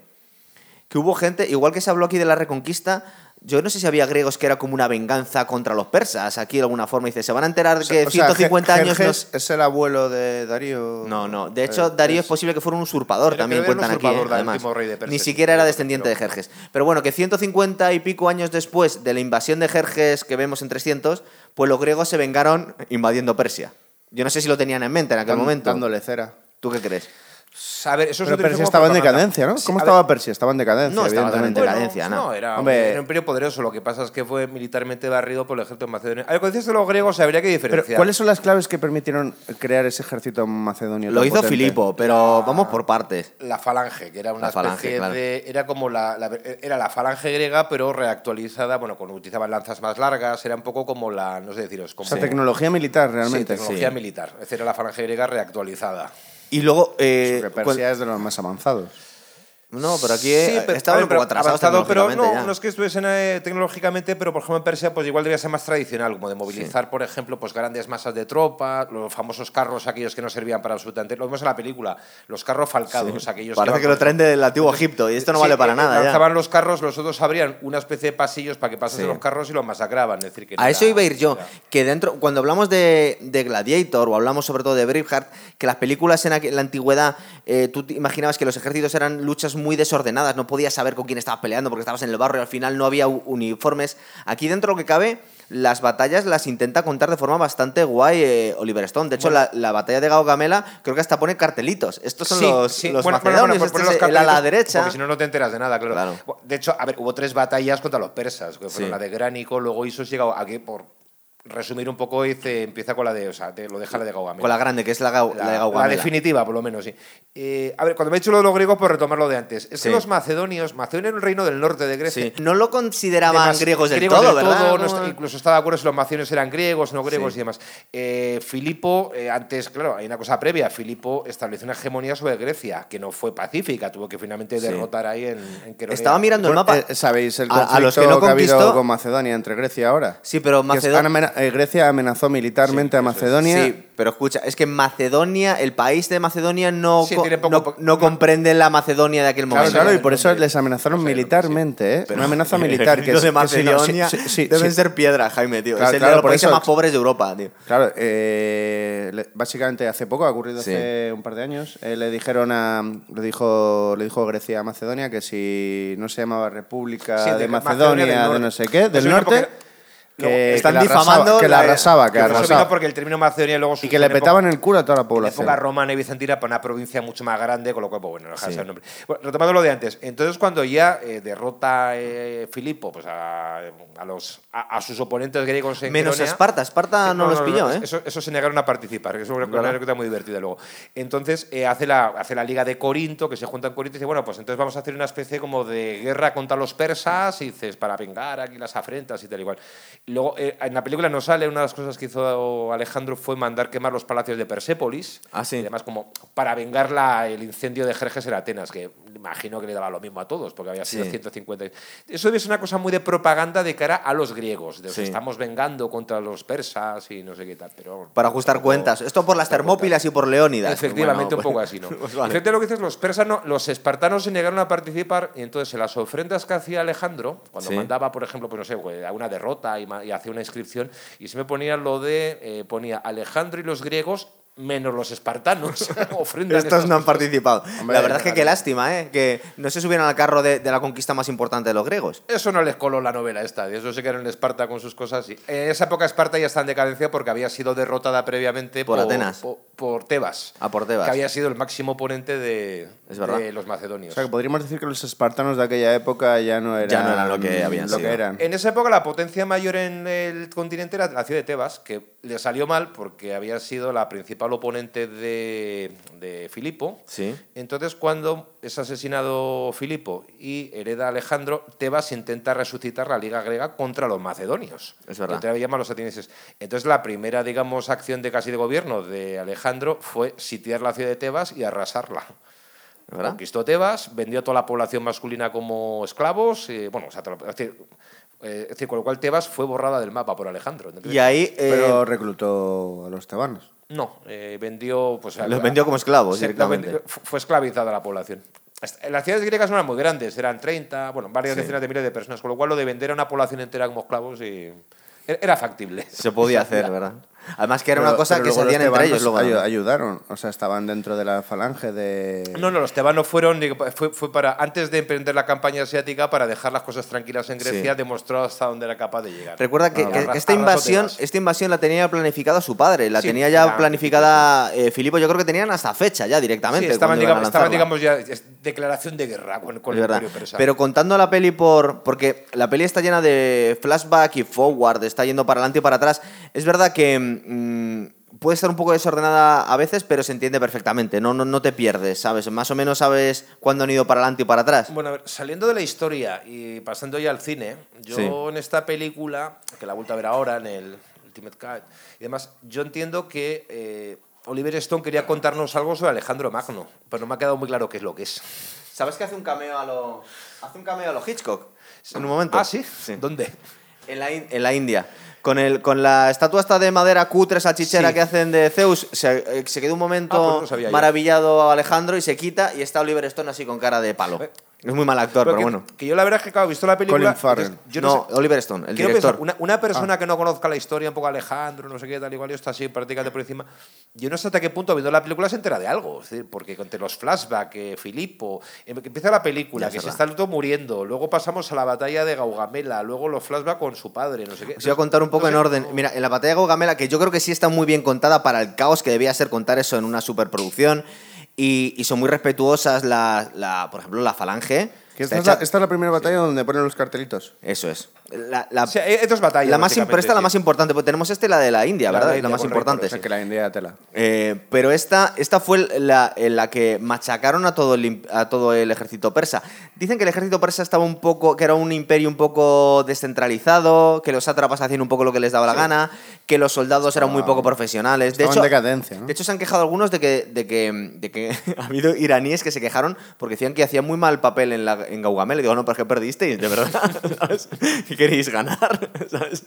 Speaker 1: que hubo gente, igual que se habló aquí de la Reconquista, yo no sé si había griegos que era como una venganza contra los persas, aquí de alguna forma dice, se van a enterar de que
Speaker 3: O sea,
Speaker 1: 150
Speaker 3: Ge-
Speaker 1: años...
Speaker 3: Jerjes
Speaker 1: nos-
Speaker 3: Es el abuelo de Darío.
Speaker 1: no, no. De hecho, Darío es posible que fuera un usurpador,
Speaker 2: Pero
Speaker 1: también
Speaker 2: creo Eh, que era un
Speaker 1: cuentan aquí.
Speaker 2: usurpador
Speaker 1: ¿eh?
Speaker 2: del
Speaker 1: Además,
Speaker 2: último rey de Persia,
Speaker 1: ni
Speaker 2: sí,
Speaker 1: siquiera era
Speaker 2: creo.
Speaker 1: descendiente de Jerjes. Pero bueno, que 150 y pico años después de la invasión de Jerjes que vemos en 300, pues los griegos se vengaron invadiendo Persia. Yo no sé si lo tenían en mente en aquel
Speaker 3: Dan-
Speaker 1: momento.
Speaker 3: Dándole cera.
Speaker 1: ¿Tú qué crees?
Speaker 2: A ver, eso se
Speaker 3: Pero
Speaker 2: utilizó
Speaker 3: Persia
Speaker 2: como
Speaker 3: estaba en
Speaker 2: propaganda.
Speaker 3: decadencia, ¿no?
Speaker 2: Sí,
Speaker 3: ¿Cómo
Speaker 2: a
Speaker 3: estaba
Speaker 2: ver,
Speaker 3: Persia? Estaba en decadencia,
Speaker 1: No, estaba
Speaker 3: evidentemente.
Speaker 1: en decadencia, ¿no?
Speaker 2: era
Speaker 3: Hombre.
Speaker 2: un imperio poderoso. Lo que pasa es que fue militarmente barrido por el ejército macedonio. A ver, cuando dices de los griegos, habría que
Speaker 3: Pero,
Speaker 2: diferenciar.
Speaker 3: ¿cuáles son las claves que permitieron crear ese ejército macedonio?
Speaker 1: Lo
Speaker 3: tan
Speaker 1: hizo
Speaker 3: potente?
Speaker 1: Filipo, pero vamos por partes.
Speaker 2: la falange, que era una
Speaker 1: La falange,
Speaker 2: especie
Speaker 1: claro.
Speaker 2: de. Era como la, la- Era la falange griega, pero reactualizada. Bueno, cuando utilizaban lanzas más largas, era un poco como la. No sé deciros.
Speaker 3: O
Speaker 2: Como,
Speaker 3: sea, tecnología militar
Speaker 2: Sí,
Speaker 3: realmente.
Speaker 2: tecnología
Speaker 1: sí.
Speaker 2: militar. Es decir, era la falange griega reactualizada.
Speaker 1: Y luego. eh,
Speaker 3: Porque
Speaker 1: cuan-
Speaker 3: Persia es de los más avanzados.
Speaker 1: No, pero aquí
Speaker 2: Sí,
Speaker 1: eh,
Speaker 2: pero-
Speaker 1: estaban
Speaker 2: a ver,
Speaker 1: un poco
Speaker 2: pero
Speaker 1: atrasados
Speaker 2: avanzado, pero no,
Speaker 1: tecnológicamente ya.
Speaker 2: no es que estuviesen eh, tecnológicamente, pero por ejemplo en Persia pues igual debía ser más tradicional, como de movilizar, por ejemplo, pues grandes masas de tropa, los famosos carros aquellos que no servían para absolutamente, lo vemos en la película, los carros falcados, aquellos
Speaker 1: Parece
Speaker 2: van,
Speaker 1: que lo
Speaker 2: por
Speaker 1: traen del antiguo Egipto y esto no
Speaker 2: Sí,
Speaker 1: vale para
Speaker 2: eh,
Speaker 1: nada. ya.
Speaker 2: Lanzaban los carros, los otros abrían una especie de pasillos para que pasasen
Speaker 1: Sí.
Speaker 2: los carros y los masacraban. Es decir, que no
Speaker 1: A
Speaker 2: era-
Speaker 1: eso iba a ir yo,
Speaker 2: era-
Speaker 1: que dentro, cuando hablamos de, de Gladiator o hablamos sobre todo de Braveheart, que las películas en aqu- la antigüedad, eh, tú te imaginabas que los ejércitos eran luchas muy desordenadas, no podías saber con quién estabas peleando porque estabas en el barrio y al final no había u- uniformes. Aquí dentro lo que cabe, las batallas las intenta contar de forma bastante guay eh, Oliver Stone. De hecho, la, la batalla de Gaugamela creo que hasta pone cartelitos. Estos son
Speaker 2: Sí,
Speaker 1: los,
Speaker 2: sí.
Speaker 1: los
Speaker 2: Bueno, bueno,
Speaker 1: macedonios,
Speaker 2: bueno, pues por
Speaker 1: este
Speaker 2: poner
Speaker 1: es
Speaker 2: los
Speaker 1: el ala
Speaker 2: cartelitos,
Speaker 1: derecha.
Speaker 2: Porque si no, no te enteras de nada, claro.
Speaker 1: Claro.
Speaker 2: Bueno, De hecho, a ver, hubo tres batallas contra los persas. Que fueron
Speaker 1: Sí.
Speaker 2: la de Gránico, luego Isos llegó a que, por resumir un poco, dice, empieza con la de, o sea, te lo deja la de Gaugamela.
Speaker 1: Con la grande, que es la, Gau- la de Gaugamela.
Speaker 2: definitiva, por lo menos, sí. Eh, a ver, cuando me he dicho lo de los griegos, por retomar lo de antes. Es
Speaker 1: Sí.
Speaker 2: que los macedonios, Macedonia era un reino del norte de Grecia,
Speaker 1: Sí. No lo consideraban
Speaker 2: demás-
Speaker 1: griegos del todo, ¿verdad?
Speaker 2: todo, no
Speaker 1: No,
Speaker 2: está-
Speaker 1: eh.
Speaker 2: incluso estaba de acuerdo si los macedonios eran griegos, no griegos
Speaker 1: Sí.
Speaker 2: y demás. Eh, Filipo, eh, antes, claro, hay una cosa previa. Filipo estableció una hegemonía sobre Grecia, que no fue pacífica, tuvo que finalmente
Speaker 1: Sí.
Speaker 2: derrotar ahí en, en Queronea.
Speaker 1: Estaba mirando el
Speaker 3: Bueno,
Speaker 1: mapa.
Speaker 3: eh, ¿Sabéis el
Speaker 1: A-
Speaker 3: conflicto
Speaker 1: a los que no
Speaker 3: ha habido
Speaker 1: conquistó-
Speaker 3: con Macedonia entre Grecia ahora?
Speaker 1: Sí, pero
Speaker 3: Que
Speaker 1: Macedonia.
Speaker 3: están amena- eh, Grecia amenazó militarmente a Macedonia.
Speaker 1: Sí, pero escucha, es que Macedonia, el país de Macedonia no,
Speaker 2: Sí,
Speaker 1: co-
Speaker 2: tiene poco-
Speaker 1: no,
Speaker 2: poco-
Speaker 1: no comprende la Macedonia de aquel
Speaker 3: Claro,
Speaker 1: momento.
Speaker 3: claro, y por
Speaker 2: no
Speaker 3: eso
Speaker 2: sé,
Speaker 3: les amenazaron
Speaker 2: no sé,
Speaker 3: militarmente, ¿eh? Una amenaza militar. que
Speaker 1: Los
Speaker 3: si-
Speaker 1: de
Speaker 3: que si no- sí,
Speaker 1: Macedonia
Speaker 3: sí, sí,
Speaker 1: deben
Speaker 3: sí.
Speaker 1: ser piedra, Jaime, tío.
Speaker 3: Claro,
Speaker 1: es el
Speaker 3: claro,
Speaker 1: de los
Speaker 3: por
Speaker 1: países
Speaker 3: eso-
Speaker 1: más pobres de Europa, tío.
Speaker 3: Claro, eh, le- básicamente hace poco, ha ocurrido
Speaker 1: Sí.
Speaker 3: hace un par de años, eh, le dijeron a, le dijo, le dijo Grecia a Macedonia que si no se llamaba República
Speaker 2: Sí,
Speaker 3: de,
Speaker 2: de Macedonia
Speaker 3: Macedonia,
Speaker 2: del
Speaker 3: de
Speaker 2: norte.
Speaker 3: no sé qué, del
Speaker 2: Eso era
Speaker 3: norte,
Speaker 2: porque-
Speaker 3: que,
Speaker 2: Luego,
Speaker 3: que
Speaker 1: están
Speaker 3: la arrasaba-
Speaker 1: difamando
Speaker 3: que la
Speaker 1: la-
Speaker 3: arrasaba, que
Speaker 2: Que
Speaker 3: la
Speaker 2: por eso vino
Speaker 3: arrasaba.
Speaker 2: porque el término Macedonia luego
Speaker 3: y que le petaban el culo a toda
Speaker 2: la
Speaker 3: la
Speaker 2: época
Speaker 3: población.
Speaker 2: romana y bizantina para una provincia mucho más grande, con lo cual, pues, bueno, no deja de ser un nombre. Bueno, retomando lo de antes, entonces cuando ya eh, derrota eh, Filipo pues, a, a los, a, a sus oponentes griegos en
Speaker 1: Menos
Speaker 2: Queronea-
Speaker 1: Esparta. Esparta
Speaker 2: Sí,
Speaker 1: no, los pilló, ¿eh?
Speaker 2: Eso, eso se negaron a participar, que es una una anécdota muy divertida luego. Entonces eh, hace, la, hace la Liga de Corinto, que se junta en Corinto y dice, bueno, pues entonces vamos a hacer una especie como de guerra contra los persas, y dices, para vengar aquí las afrentas y tal igual. Luego, eh, en la película no sale, una de las cosas que hizo Alejandro fue mandar quemar los palacios de Persépolis,
Speaker 1: Ah, sí.
Speaker 2: y además como para vengar la- el incendio de Jerjes en Atenas, que imagino que le daba lo mismo a todos, porque había sido
Speaker 1: Sí.
Speaker 2: 150. Eso debe ser una cosa muy de propaganda de cara a los griegos, de os
Speaker 1: Sí.
Speaker 2: estamos vengando contra los persas y no sé qué tal. Pero,
Speaker 1: Para ajustar cuentas. Esto por las Termópilas y por Leónidas.
Speaker 2: Efectivamente,
Speaker 1: Bueno,
Speaker 2: un poco
Speaker 1: pues-
Speaker 2: así, ¿no?
Speaker 1: pues vale.
Speaker 2: Fíjate lo que dices, los persanos, los espartanos se negaron a participar y entonces en las ofrendas que hacía Alejandro, cuando
Speaker 1: Sí.
Speaker 2: mandaba, por ejemplo, pues no sé, güey, a una derrota y, ma- y hacía una inscripción, y se me ponía lo de, eh, ponía Alejandro y los griegos menos los espartanos. Ofrendan
Speaker 1: Estos
Speaker 2: estas
Speaker 1: no han
Speaker 2: cosas.
Speaker 1: participado.
Speaker 3: Hombre,
Speaker 1: la verdad es que
Speaker 3: claro.
Speaker 1: qué lástima, ¿eh? Que no se subieron al carro de, de la conquista más importante de los griegos.
Speaker 2: Eso no les coló la novela esta, de eso se quedaron en Esparta con sus cosas. y- En esa época Esparta ya está en decadencia porque había sido derrotada previamente
Speaker 1: Por Atenas.
Speaker 2: Por, por Tebas.
Speaker 1: A por Tebas.
Speaker 2: Que había sido el máximo oponente de,
Speaker 1: Es verdad.
Speaker 2: de los macedonios.
Speaker 3: O sea, que podríamos decir que los espartanos de aquella época ya no eran,
Speaker 1: Ya no eran mm, lo que habían
Speaker 3: lo que
Speaker 1: sido.
Speaker 3: eran.
Speaker 2: En esa época la potencia mayor en el continente era la ciudad de Tebas, que le salió mal porque había sido la principal oponente de, de Filipo.
Speaker 1: Sí.
Speaker 2: Entonces, cuando es asesinado Filipo y hereda Alejandro, Tebas intenta resucitar la Liga Griega contra los macedonios.
Speaker 1: Es verdad.
Speaker 2: Que todavía llaman los atenienses. Entonces, la primera, digamos, acción de casi de gobierno de Alejandro fue sitiar la ciudad de Tebas y arrasarla.
Speaker 1: ¿Verdad?
Speaker 2: Conquistó Tebas, vendió a toda la población masculina como esclavos. eh, bueno, o sea, te lo- es decir, eh, es decir, con lo cual Tebas fue borrada del mapa por Alejandro. ¿entendés?
Speaker 1: Y ahí. eh,
Speaker 3: Pero reclutó a los tebanos.
Speaker 2: No, eh, vendió. Pues, a-
Speaker 1: Los vendió como esclavos
Speaker 2: se-
Speaker 1: directamente.
Speaker 2: no, vendió- fu- fue esclavizada la población. Hasta- Las ciudades griegas no eran muy grandes, eran 30, bueno, varias
Speaker 1: Sí.
Speaker 2: decenas de miles de personas, con lo cual lo de vender a una población entera como esclavos y- era- era factible.
Speaker 1: se podía hacer, ¿verdad? Además que era una
Speaker 3: Pero-
Speaker 1: cosa
Speaker 3: pero
Speaker 1: que se
Speaker 3: luego los
Speaker 1: hacían entre ellos.
Speaker 3: tebanos
Speaker 1: luego,
Speaker 3: ayu-
Speaker 1: ¿no?
Speaker 3: ayudaron, o sea, estaban dentro de la falange de...
Speaker 2: No, no, los tebanos fueron, fue, fue para, antes de emprender la campaña asiática, para dejar las cosas tranquilas en Grecia,
Speaker 1: Sí.
Speaker 2: demostró hasta dónde era capaz de llegar.
Speaker 1: Recuerda que,
Speaker 2: Ah,
Speaker 1: que-
Speaker 2: arras-
Speaker 1: que esta,
Speaker 2: arrasó
Speaker 1: invasión,
Speaker 2: Tebas.
Speaker 1: esta invasión la tenía planificada su padre, la
Speaker 2: Sí,
Speaker 1: tenía ya
Speaker 2: era-
Speaker 1: planificada eh, Filipo, yo creo que tenían hasta fecha ya directamente.
Speaker 2: Sí, estaban,
Speaker 1: cuando iban a
Speaker 2: digamos, estaban,
Speaker 1: lanzarla.
Speaker 2: digamos, ya es declaración de guerra con, con
Speaker 1: Es
Speaker 2: el
Speaker 1: verdad.
Speaker 2: imperio persa.
Speaker 1: Pero contando la peli por. Porque la peli está llena de flashback y forward, está yendo para adelante y para atrás. Es verdad que. mm, puede estar un poco desordenada a veces, pero se entiende perfectamente. No, no, no te pierdes, ¿sabes? Más o menos sabes cuándo han ido para adelante y para atrás.
Speaker 2: Bueno, a ver, saliendo de la historia y pasando ya al cine, yo
Speaker 1: Sí.
Speaker 2: en esta película, que la he vuelto a ver ahora en el Ultimate Cut y demás, yo entiendo que eh, Oliver Stone quería contarnos algo sobre Alejandro Magno, pero no me ha quedado muy claro qué es lo que es.
Speaker 1: ¿Sabes que hace un cameo a lo. Hace un cameo a lo Hitchcock? En un momento.
Speaker 2: Ah, ¿sí? ¿Dónde?
Speaker 1: En la, in- en la India. Con, el, con la estatua esta de madera cutre, salchichera
Speaker 2: Sí.
Speaker 1: que hacen de Zeus, se, eh, se queda un momento
Speaker 2: Ah, pues no lo sabía yo.
Speaker 1: maravillado Alejandro y se quita y está Oliver Stone así con cara de palo.
Speaker 2: Eh.
Speaker 1: Es muy mal actor, pero,
Speaker 2: que,
Speaker 1: bueno.
Speaker 2: que yo la verdad es que, claro, he visto la película...
Speaker 3: Colin Farrell.
Speaker 2: entonces,
Speaker 1: Yo
Speaker 2: Yo
Speaker 1: no,
Speaker 2: sé-
Speaker 1: Oliver Stone, el
Speaker 2: Quiero
Speaker 1: director. Ah.
Speaker 2: pensar, una, una persona que no conozca la historia, un poco Alejandro, no sé qué, tal igual, y está así prácticamente por encima. Yo no sé hasta qué punto, viendo la película, se entera de algo. es decir, porque entre los flashbacks, eh, Filipo, eh, que empieza la película,
Speaker 1: Ya,
Speaker 2: que
Speaker 1: es
Speaker 2: se
Speaker 1: verdad.
Speaker 2: está todo muriendo, luego pasamos a la batalla de Gaugamela, luego los flashbacks con su padre, no sé qué.
Speaker 1: Os voy a contar un poco en
Speaker 2: Entonces,
Speaker 1: orden. Mira, en la batalla de Gaugamela, que yo creo que sí está muy bien contada para el caos que debía ser contar eso en una superproducción, y, y son muy respetuosas, la, la- por ejemplo, la falange.
Speaker 3: Que
Speaker 1: Está
Speaker 3: esta, es la,
Speaker 1: hecha-
Speaker 3: esta es la primera batalla donde ponen los cartelitos.
Speaker 1: Eso es. La, la-
Speaker 2: O sea, eh, esto es batalla.
Speaker 1: La más, im- pero
Speaker 2: básicamente,
Speaker 1: esta es la
Speaker 2: sí.
Speaker 1: más importante, porque tenemos esta y la de la India,
Speaker 2: La de
Speaker 1: ¿verdad? Es
Speaker 2: la
Speaker 1: la
Speaker 2: India,
Speaker 1: más
Speaker 2: correcto,
Speaker 1: importante.
Speaker 3: O sea,
Speaker 2: sí.
Speaker 3: que la India tela.
Speaker 1: Eh, pero esta, esta fue la, en la que machacaron a todo, el, im- a todo el ejército persa. Dicen que el ejército persa estaba un poco, que era un imperio un poco descentralizado, que los sátrapas hacían un poco lo que les daba la gana, que los soldados eran muy poco profesionales. De
Speaker 3: estaba
Speaker 1: hecho,
Speaker 3: en decadencia, ¿no?
Speaker 1: de hecho, se han quejado algunos de que, de que, de que ha habido iraníes que se quejaron porque decían que hacían muy mal papel en, la, en Gaugamela. Y digo, "Ah, no, ¿por qué perdisteis? De verdad, ¿sabes? ¿Qué queréis ganar? ¿Sabes?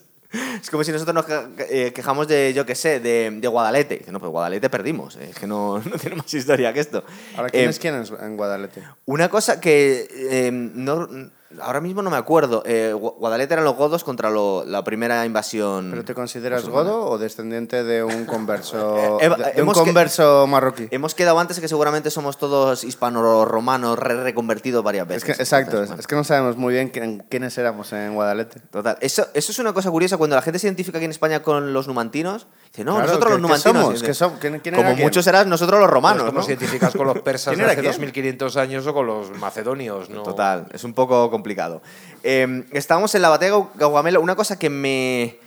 Speaker 1: Es como si nosotros nos que- eh, quejamos de, yo qué sé, de, de Guadalete. Y Dice, no, pues Guadalete perdimos. eh, Es que no, no tiene más historia que esto.
Speaker 3: Ahora, ¿quién
Speaker 1: Eh,
Speaker 3: es quién en, en Guadalete?
Speaker 1: Una cosa que eh, no, ahora mismo no me acuerdo. Eh, Gua- Guadalete eran los godos contra lo- la primera invasión.
Speaker 3: ¿Pero te consideras godo o descendiente de un converso,
Speaker 1: Pues Eh, Eva,
Speaker 3: de, de un
Speaker 1: hemos que-
Speaker 3: converso marroquí?
Speaker 1: Hemos quedado antes que seguramente somos todos hispano-romanos re- reconvertidos varias
Speaker 3: Es
Speaker 1: veces.
Speaker 3: que, exacto,
Speaker 1: Entonces,
Speaker 3: es,
Speaker 1: bueno.
Speaker 3: es que no sabemos muy bien quién- quiénes éramos en Guadalete.
Speaker 1: Total. Eso, eso es una cosa curiosa. Cuando la gente se identifica aquí en España con los numantinos, dice, no,
Speaker 3: Claro,
Speaker 1: nosotros
Speaker 3: ¿qué-
Speaker 1: los
Speaker 3: qué
Speaker 1: numantinos.
Speaker 3: somos?
Speaker 1: Dice,
Speaker 3: ¿Qué som- quién- quién era
Speaker 1: Como
Speaker 3: quién?
Speaker 1: muchos serás nosotros los
Speaker 2: Pues,
Speaker 1: romanos.
Speaker 2: ¿Cómo
Speaker 1: ¿no?
Speaker 2: se identificas con los persas
Speaker 3: ¿Quién
Speaker 2: de
Speaker 3: era
Speaker 2: hace
Speaker 3: quién?
Speaker 2: 2500 años o con los macedonios? No.
Speaker 1: Pues Total, es un poco complicado. Eh, estábamos en la batalla de Gau- Gaugamela. Una cosa que me,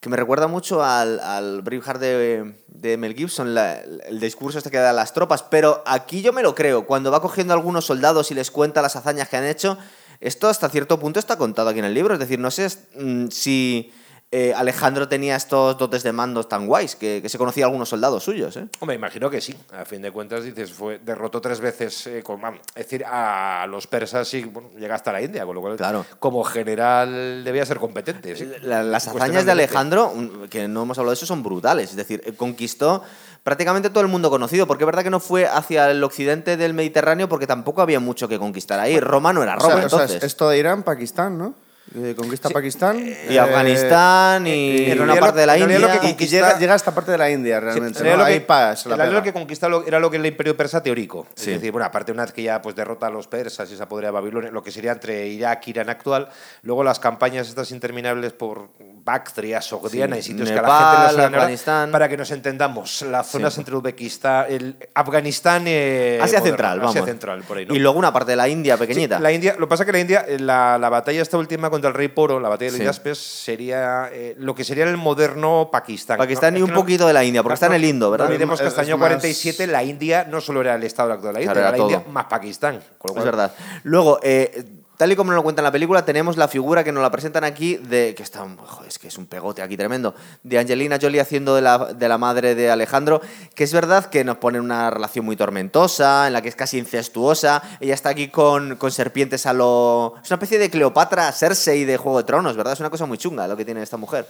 Speaker 1: que me recuerda mucho al, al Braveheart de, de Mel Gibson, la- el discurso este que da a las tropas. Pero aquí yo me lo creo. Cuando va cogiendo a algunos soldados y les cuenta las hazañas que han hecho, esto hasta cierto punto está contado aquí en el libro. Es decir, no sé mm, si eh, Alejandro tenía estos dotes de mandos tan guays que, que se conocía a algunos soldados suyos. ¿eh?
Speaker 2: Hombre, imagino que sí. A fin de cuentas, dices, fue derrotó tres veces, eh, con, vamos, es decir, a los persas y bueno, llega hasta la India, con lo cual,
Speaker 1: Claro. Eh,
Speaker 2: como general, debía ser competente. sí.
Speaker 1: La- las hazañas de
Speaker 2: Cuestionablemente.
Speaker 1: Alejandro, un- que no hemos hablado de eso, son brutales. Es decir, eh, conquistó prácticamente todo el mundo conocido, porque es verdad que no fue hacia el occidente del Mediterráneo porque tampoco había mucho que conquistar ahí. Roma no era
Speaker 3: O
Speaker 1: Roma,
Speaker 3: sea, o sea,
Speaker 1: entonces.
Speaker 3: es, es todo Irán, Pakistán, ¿no? Eh, conquista Pakistán.
Speaker 1: y
Speaker 3: eh,
Speaker 1: Afganistán y,
Speaker 2: eh,
Speaker 1: era
Speaker 2: en
Speaker 1: una
Speaker 2: realidad
Speaker 1: parte de la
Speaker 2: lo- en
Speaker 1: India.
Speaker 2: realidad lo
Speaker 3: Y,
Speaker 2: que
Speaker 3: y
Speaker 2: conquista-
Speaker 3: llega, llega hasta parte de la India, realmente.
Speaker 2: Sí, en realidad
Speaker 3: ¿no?
Speaker 2: lo
Speaker 3: Ahí
Speaker 2: que-
Speaker 3: pa, se la
Speaker 2: en realidad
Speaker 3: pega.
Speaker 2: lo que conquista lo- era lo que el imperio persa teórico.
Speaker 1: Sí.
Speaker 2: Es decir, bueno, aparte una vez que ya pues, derrota a los persas y se apodera de Babilonia, lo que sería entre Irak y Irán actual, luego las campañas estas interminables por Bactria, Sogdiana
Speaker 1: Sí.
Speaker 2: y sitios que a la
Speaker 1: Nepal,
Speaker 2: gente no suena nada,
Speaker 1: Afganistán.
Speaker 2: para que nos entendamos, las zonas entre Uzbekistán, el Afganistán... eh,
Speaker 1: Asia
Speaker 2: moderno,
Speaker 1: Central, vamos.
Speaker 2: Asia Central, por ahí, ¿no?
Speaker 1: Y luego una parte de la India pequeñita.
Speaker 2: Sí, la India, lo que pasa es que la India, eh, la, la batalla esta última contra el rey Poro, la batalla de los
Speaker 1: Sí.
Speaker 2: Yaspes, sería eh, lo que sería el moderno Pakistán.
Speaker 1: Pakistán
Speaker 2: No,
Speaker 1: y
Speaker 2: es
Speaker 1: un
Speaker 2: que no-
Speaker 1: poquito de la India, porque está en el Indo, ¿verdad?
Speaker 2: No olvidemos que
Speaker 3: Es-
Speaker 2: hasta el
Speaker 3: es
Speaker 2: año
Speaker 3: más-
Speaker 2: 47 la India no solo era el estado actual de la India,
Speaker 1: Claro,
Speaker 2: era,
Speaker 1: era
Speaker 2: la India
Speaker 1: todo.
Speaker 2: más Pakistán. con lo
Speaker 1: Es
Speaker 2: cual-
Speaker 1: verdad. Luego, eh, tal y como nos lo cuenta en la película, tenemos la figura que nos la presentan aquí de. que está. joder, es que es un pegote aquí tremendo. De Angelina Jolie haciendo de la, de la madre de Alejandro. Que es verdad que nos ponen una relación muy tormentosa, en la que es casi incestuosa. Ella está aquí con, con serpientes a lo. Es una especie de Cleopatra, Cersei de Juego de Tronos, ¿verdad? Es una cosa muy chunga lo que tiene esta mujer.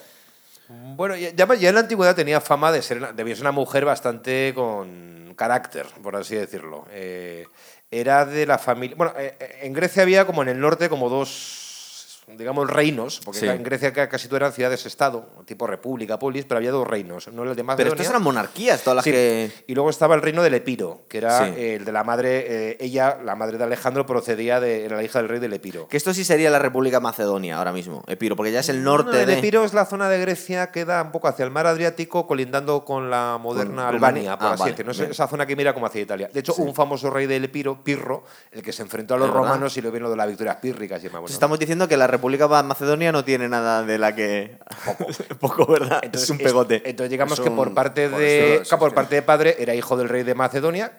Speaker 2: Bueno, ya, ya- ya en la antigüedad tenía fama de ser una, debía ser una mujer bastante con carácter, por así decirlo. Eh, era de la familia. Bueno, eh, eh, en Grecia había como en el norte como dos, digamos, reinos, porque
Speaker 1: Sí.
Speaker 2: en Grecia ca- casi todas eran ciudades-estado, tipo república, polis, pero había dos reinos. No era el de
Speaker 1: Pero
Speaker 2: Macedonia.
Speaker 1: estas eran monarquías, todas las
Speaker 2: Sí.
Speaker 1: que.
Speaker 2: Y luego estaba el reino del Epiro, que era
Speaker 1: Sí.
Speaker 2: eh, el de la madre, eh, ella, la madre de Alejandro, procedía de era la hija del rey del Epiro.
Speaker 1: Que esto sí sería la República Macedonia ahora mismo, Epiro, porque ya es el norte
Speaker 2: Bueno, el
Speaker 1: de.
Speaker 2: Epiro es la zona de Grecia que da un poco hacia el mar Adriático, colindando con la moderna
Speaker 1: Con
Speaker 2: Albania,
Speaker 1: Rumania.
Speaker 2: por
Speaker 1: Ah,
Speaker 2: así
Speaker 1: vale,
Speaker 2: decirlo. Es
Speaker 1: bien.
Speaker 2: esa zona que mira como hacia Italia. De hecho, un famoso rey del Epiro, Pirro, el que se enfrentó a los
Speaker 1: Es verdad.
Speaker 2: romanos y lo vino de las victorias pírricas y demás. Bueno,
Speaker 1: Pues estamos diciendo que la República Ma- Macedonia no tiene nada de la que. Poco, ¿verdad? es un
Speaker 2: es-
Speaker 1: pegote.
Speaker 2: entonces digamos
Speaker 3: Es
Speaker 2: que
Speaker 3: un-
Speaker 2: por parte
Speaker 3: por
Speaker 2: de
Speaker 3: eso- eso
Speaker 2: que por
Speaker 3: es que-
Speaker 2: parte de padre era hijo del rey de Macedonia,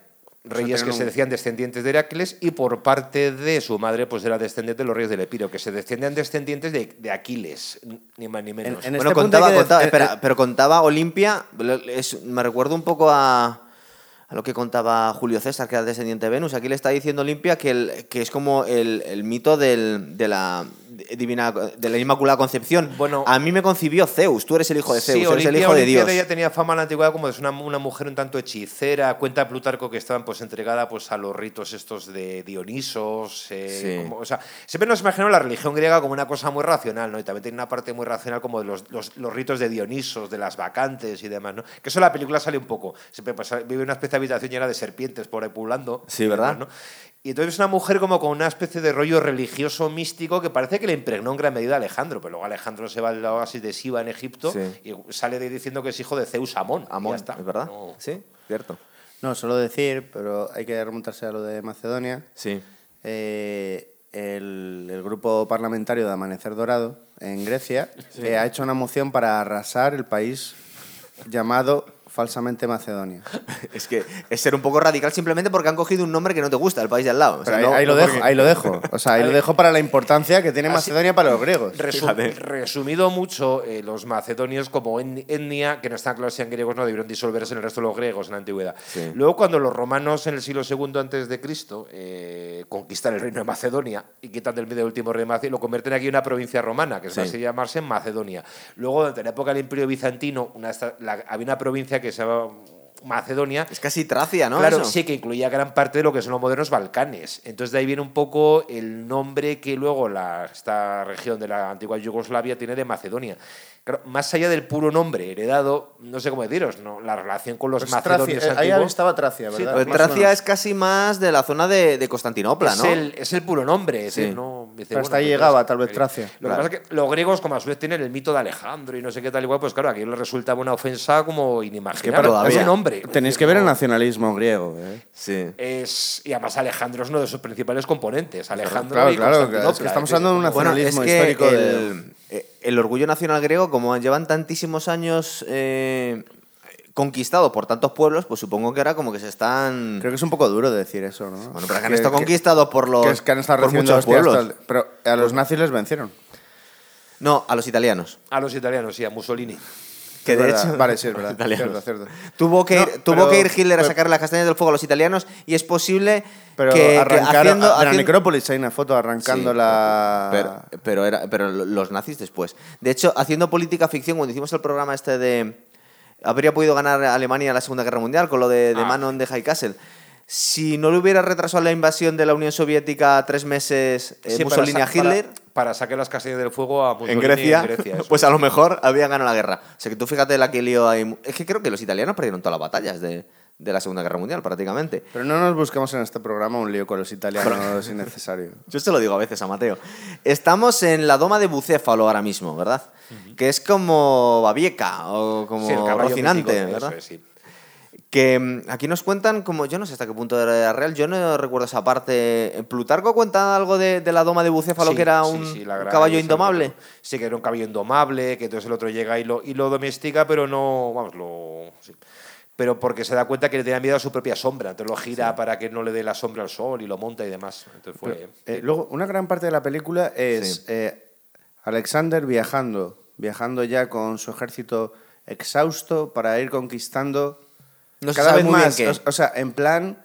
Speaker 2: reyes
Speaker 3: tienen
Speaker 2: que se
Speaker 3: un-
Speaker 2: decían descendientes de Heracles y por parte de su madre pues era descendiente de los reyes del Epiro, que se descendían descendientes de, de Aquiles, ni más ni menos.
Speaker 3: en
Speaker 1: bueno,
Speaker 3: este punto
Speaker 1: contaba,
Speaker 3: hay que def-
Speaker 1: contaba-
Speaker 3: eh,
Speaker 1: espera,
Speaker 3: eh,
Speaker 1: pero contaba Olimpia, lo- es- me recuerdo un poco a, a lo que contaba Julio César, que era descendiente de Venus. Aquí le está diciendo Olimpia que, el- que es como el, el mito del- de la divina de la Inmaculada Concepción.
Speaker 2: Bueno-
Speaker 1: a mí me concibió Zeus, tú eres el hijo de Zeus, eres el
Speaker 2: Olimpia-
Speaker 1: hijo de
Speaker 2: Olimpia
Speaker 1: Dios.
Speaker 2: ella tenía fama en la antigüedad como de ser una, una mujer un tanto hechicera. Cuenta Plutarco que estaban pues entregada pues a los ritos estos de Dionisos. eh,
Speaker 1: Sí.
Speaker 2: como- o sea, siempre nos imaginamos la religión griega como una cosa muy racional, ¿no? Y también tiene una parte muy racional como de los, los- los ritos de Dionisos, de las vacantes y demás, ¿no? Que eso en la película sale un poco. Siempre pues, vive en una especie de habitación llena de serpientes por ahí pululando.
Speaker 1: Sí,
Speaker 2: y
Speaker 1: ¿verdad?
Speaker 2: ¿no? Y entonces es una mujer como con una especie de rollo religioso místico que parece que le impregnó en gran medida a Alejandro, pero luego Alejandro se va al oasis de Siba en Egipto
Speaker 1: Sí.
Speaker 2: y sale de ahí diciendo que es hijo de Zeus Amón. y
Speaker 1: Amón,
Speaker 2: ya está.
Speaker 1: ¿es verdad?
Speaker 2: No.
Speaker 1: Sí, cierto.
Speaker 3: No, solo decir, pero hay que remontarse a lo de Macedonia.
Speaker 1: Sí.
Speaker 3: Eh, el, el grupo parlamentario de Amanecer Dorado en Grecia eh, ha hecho una moción para arrasar el país llamado falsamente Macedonia.
Speaker 1: Es que es ser un poco radical simplemente porque han cogido un nombre que no te gusta, el país de al lado. O sea,
Speaker 3: Pero ahí,
Speaker 1: no-
Speaker 3: ahí lo
Speaker 1: no
Speaker 3: dejo,
Speaker 1: porque-
Speaker 3: ahí lo dejo. O sea, ahí lo dejo para la importancia que tiene Macedonia para los griegos.
Speaker 2: Resu-
Speaker 1: Fíjate.
Speaker 2: resumido mucho, eh, los macedonios como en- etnia, que no están claros si eran griegos, no debieron disolverse en el resto de los griegos en la antigüedad.
Speaker 1: Sí.
Speaker 2: Luego, cuando los romanos en el siglo II antes de Cristo eh, conquistan el reino de Macedonia y quitan del medio el último rey de Macedonia, lo convierten aquí en una provincia romana, que se
Speaker 1: Sí.
Speaker 2: va a llamarse Macedonia. Luego, durante la época del Imperio Bizantino, una de estas- la- había una provincia que se llamaba Macedonia,
Speaker 1: Es casi Tracia, ¿no?
Speaker 2: Claro,
Speaker 1: Eso.
Speaker 2: sí, que incluía gran parte de lo que son los modernos Balcanes. Entonces de ahí viene un poco el nombre que luego la, esta región de la antigua Yugoslavia tiene de Macedonia. Claro, más allá del puro nombre heredado, no sé cómo deciros, ¿no? la relación con los
Speaker 3: Pues
Speaker 2: macedonios
Speaker 3: Tracia, ahí
Speaker 2: antiguos
Speaker 3: estaba Tracia, ¿verdad?
Speaker 1: Lo de
Speaker 3: Más o
Speaker 1: eh, pues Tracia
Speaker 3: menos.
Speaker 1: es casi más de la zona de, de Constantinopla,
Speaker 2: es,
Speaker 1: ¿no?
Speaker 2: el, es el puro nombre. es
Speaker 1: Sí.
Speaker 2: decir, no, dice,
Speaker 3: Pero hasta ahí
Speaker 2: pues,
Speaker 3: llegaba,
Speaker 2: entonces,
Speaker 3: tal vez,
Speaker 2: eh,
Speaker 3: Tracia.
Speaker 2: Lo
Speaker 1: Claro.
Speaker 2: que pasa es que los griegos, como a su vez, tienen el mito de Alejandro y no sé qué tal igual, pues claro, aquí les resultaba una ofensa como inimaginable.
Speaker 1: para-
Speaker 2: ese
Speaker 1: todavía.
Speaker 2: nombre.
Speaker 3: Tenéis que ver el nacionalismo griego. ¿eh?
Speaker 1: Sí.
Speaker 2: es y además Alejandro es uno de sus principales componentes. Alejandro
Speaker 3: Claro,
Speaker 2: y
Speaker 3: claro,
Speaker 2: Constantinopla,
Speaker 3: es que estamos
Speaker 2: es decir,
Speaker 3: hablando de un
Speaker 1: Bueno, es
Speaker 3: nacionalismo
Speaker 1: que
Speaker 3: histórico de-
Speaker 1: el, eh, el orgullo nacional griego, como llevan tantísimos años eh, conquistado por tantos pueblos, pues supongo que ahora como que se están...
Speaker 3: Creo que es un poco duro decir eso, ¿no?
Speaker 1: Bueno, pero que han estado conquistados por los...
Speaker 3: que es que han estado
Speaker 1: por
Speaker 3: recibiendo
Speaker 1: muchos
Speaker 3: hostias
Speaker 1: pueblos.
Speaker 3: tal- Pero a los nazis les vencieron.
Speaker 1: No, a los italianos.
Speaker 2: A los italianos, y a Mussolini. Eh,
Speaker 1: Que
Speaker 3: Es
Speaker 1: de
Speaker 3: verdad.
Speaker 1: hecho.
Speaker 3: Vale, sí, es verdad.
Speaker 1: Italianos.
Speaker 3: Cierto, cierto.
Speaker 1: Tuvo, que
Speaker 3: No,
Speaker 1: ir, tuvo
Speaker 3: pero-
Speaker 1: que ir Hitler a
Speaker 3: pero-
Speaker 1: sacar las castañas del fuego a los italianos y es posible
Speaker 3: Pero
Speaker 1: que, que
Speaker 3: arrancaron
Speaker 1: haciendo-
Speaker 3: de la
Speaker 1: haciendo- Ah.
Speaker 3: necrópolis hay una foto arrancando
Speaker 1: Sí,
Speaker 3: la...
Speaker 1: Pero, pero era, pero los nazis después. De hecho, haciendo política ficción, cuando hicimos el programa este de. Habría podido ganar Alemania la Segunda Guerra Mundial con lo de, de
Speaker 2: Ah.
Speaker 1: Manon de High Castle. Si no le hubiera retrasado la invasión de la Unión Soviética tres meses eh,
Speaker 2: Sí, para
Speaker 1: Mussolini a
Speaker 2: sa- para-
Speaker 1: Hitler
Speaker 2: Para, sacar las castañas del fuego a Mussolini
Speaker 1: en Grecia,
Speaker 2: eso.
Speaker 1: pues a lo mejor había ganado la guerra. O sea que tú fíjate la que lío ahí. Es que creo que los italianos perdieron todas las batallas de, de la Segunda Guerra Mundial prácticamente.
Speaker 3: Pero no nos buscamos en este programa un lío con los italianos innecesario.
Speaker 1: Yo se lo digo a veces a Mateo. Estamos en la doma de Bucéfalo ahora mismo, ¿verdad? Que es como Babieca o como
Speaker 2: Sí, el caballo
Speaker 1: Rocinante,
Speaker 2: mítico, eso
Speaker 1: ¿verdad?
Speaker 2: es, sí.
Speaker 1: Que mm, aquí nos cuentan como, yo no sé hasta qué punto era real, yo no recuerdo esa parte. ¿Plutarco cuenta algo de, de la doma de Bucéfalo
Speaker 2: Sí,
Speaker 1: que era
Speaker 2: sí,
Speaker 1: un
Speaker 2: sí, la gran-
Speaker 1: caballo
Speaker 2: esa
Speaker 1: indomable?
Speaker 2: época. Sí, que era un caballo indomable, que entonces el otro llega y lo, y lo domestica, pero no, vamos, lo... sí. Pero porque se da cuenta que le tenía miedo a su propia sombra, entonces lo gira para que no le dé la sombra al sol y lo monta y demás. Entonces fue...
Speaker 3: Eh, luego, una gran parte de la película es
Speaker 1: Sí.
Speaker 3: eh, Alexander viajando, viajando ya con su ejército exhausto para ir conquistando
Speaker 1: No se
Speaker 3: cada
Speaker 1: sabe
Speaker 3: vez
Speaker 1: muy bien
Speaker 3: más.
Speaker 1: qué.
Speaker 3: O, o sea, en plan,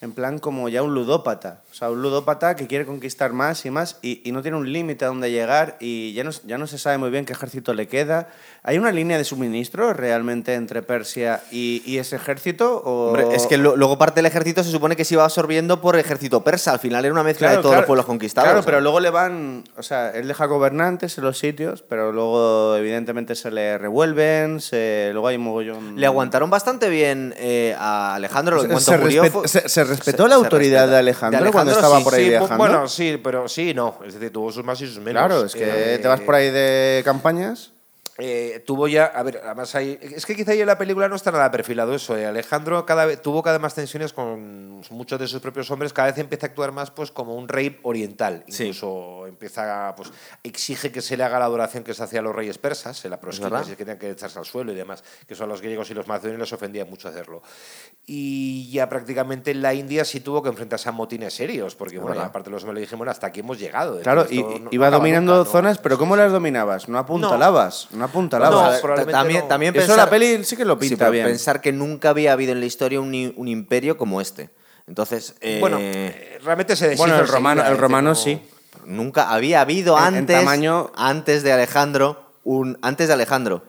Speaker 3: en plan como ya un ludópata. O sea, un ludópata que quiere conquistar más y más y, y no tiene un límite a dónde llegar y ya no, ya no se sabe muy bien qué ejército le queda. ¿Hay una línea de suministro realmente entre Persia y, y ese ejército? O...
Speaker 1: Hombre, es que lo- luego parte del ejército se supone que se iba absorbiendo por ejército persa. Al final era una mezcla de todos los pueblos conquistados.
Speaker 3: Claro,
Speaker 1: o sea.
Speaker 3: pero luego le van. O sea, él deja gobernantes en los sitios, pero luego, evidentemente, se le revuelven. Se, luego hay mogollón.
Speaker 1: Le aguantaron bastante bien eh, a Alejandro en
Speaker 3: Se-
Speaker 1: cuanto
Speaker 3: se
Speaker 1: murió.
Speaker 3: respet-
Speaker 1: fue-
Speaker 3: se- se respetó la autoridad
Speaker 1: respeta.
Speaker 3: de Alejandro cuando estaba
Speaker 1: sí,
Speaker 3: por ahí
Speaker 1: sí,
Speaker 2: bu-
Speaker 3: viajando.
Speaker 2: Bueno, sí, pero sí, y no. Es decir, tuvo sus más y sus menos.
Speaker 3: Claro, es que
Speaker 2: Eh,
Speaker 3: te vas por ahí de campañas.
Speaker 2: eh, tuvo ya, a ver, además hay, es que quizá ahí en la película no está nada perfilado eso. eh. Alejandro cada vez tuvo cada vez más tensiones con muchos de sus propios hombres, cada vez empieza a actuar más pues como un rey oriental,
Speaker 1: Sí.
Speaker 2: incluso empieza a, pues exige que se le haga la adoración que se hacía a los reyes persas, se la proscribe,
Speaker 1: verdad.
Speaker 2: se tenían que echarse al suelo y demás, que son los griegos y los macedonios les ofendía mucho hacerlo. Y ya prácticamente en la India sí tuvo que enfrentarse a motines serios, porque bueno,
Speaker 1: verdad.
Speaker 2: ya aparte de los hombres le dijimos, bueno, hasta aquí hemos llegado.
Speaker 3: Claro,
Speaker 2: Esto
Speaker 3: y,
Speaker 2: no- no
Speaker 3: iba
Speaker 2: acaba
Speaker 3: dominando
Speaker 2: nunca, ¿no?
Speaker 3: zonas, pero ¿cómo las dominabas? No apuntalabas, no
Speaker 1: No,
Speaker 3: apuntalabas.
Speaker 2: No, probablemente
Speaker 1: también,
Speaker 2: no.
Speaker 1: también
Speaker 3: Eso
Speaker 1: pensar-
Speaker 3: la peli sí que lo pinta
Speaker 1: Sí, pero
Speaker 3: bien.
Speaker 1: Pensar que nunca había habido en la historia un, i- un imperio como este. Entonces, eh,
Speaker 2: Bueno, eh, realmente se deshizo
Speaker 3: bueno, el
Speaker 2: enseguida,
Speaker 3: romano,
Speaker 2: es
Speaker 3: el
Speaker 2: decir,
Speaker 3: romano
Speaker 2: no-
Speaker 3: sí.
Speaker 1: nunca había habido
Speaker 3: En- en
Speaker 1: antes,
Speaker 3: tamaño-
Speaker 1: antes de Alejandro, un antes de Alejandro.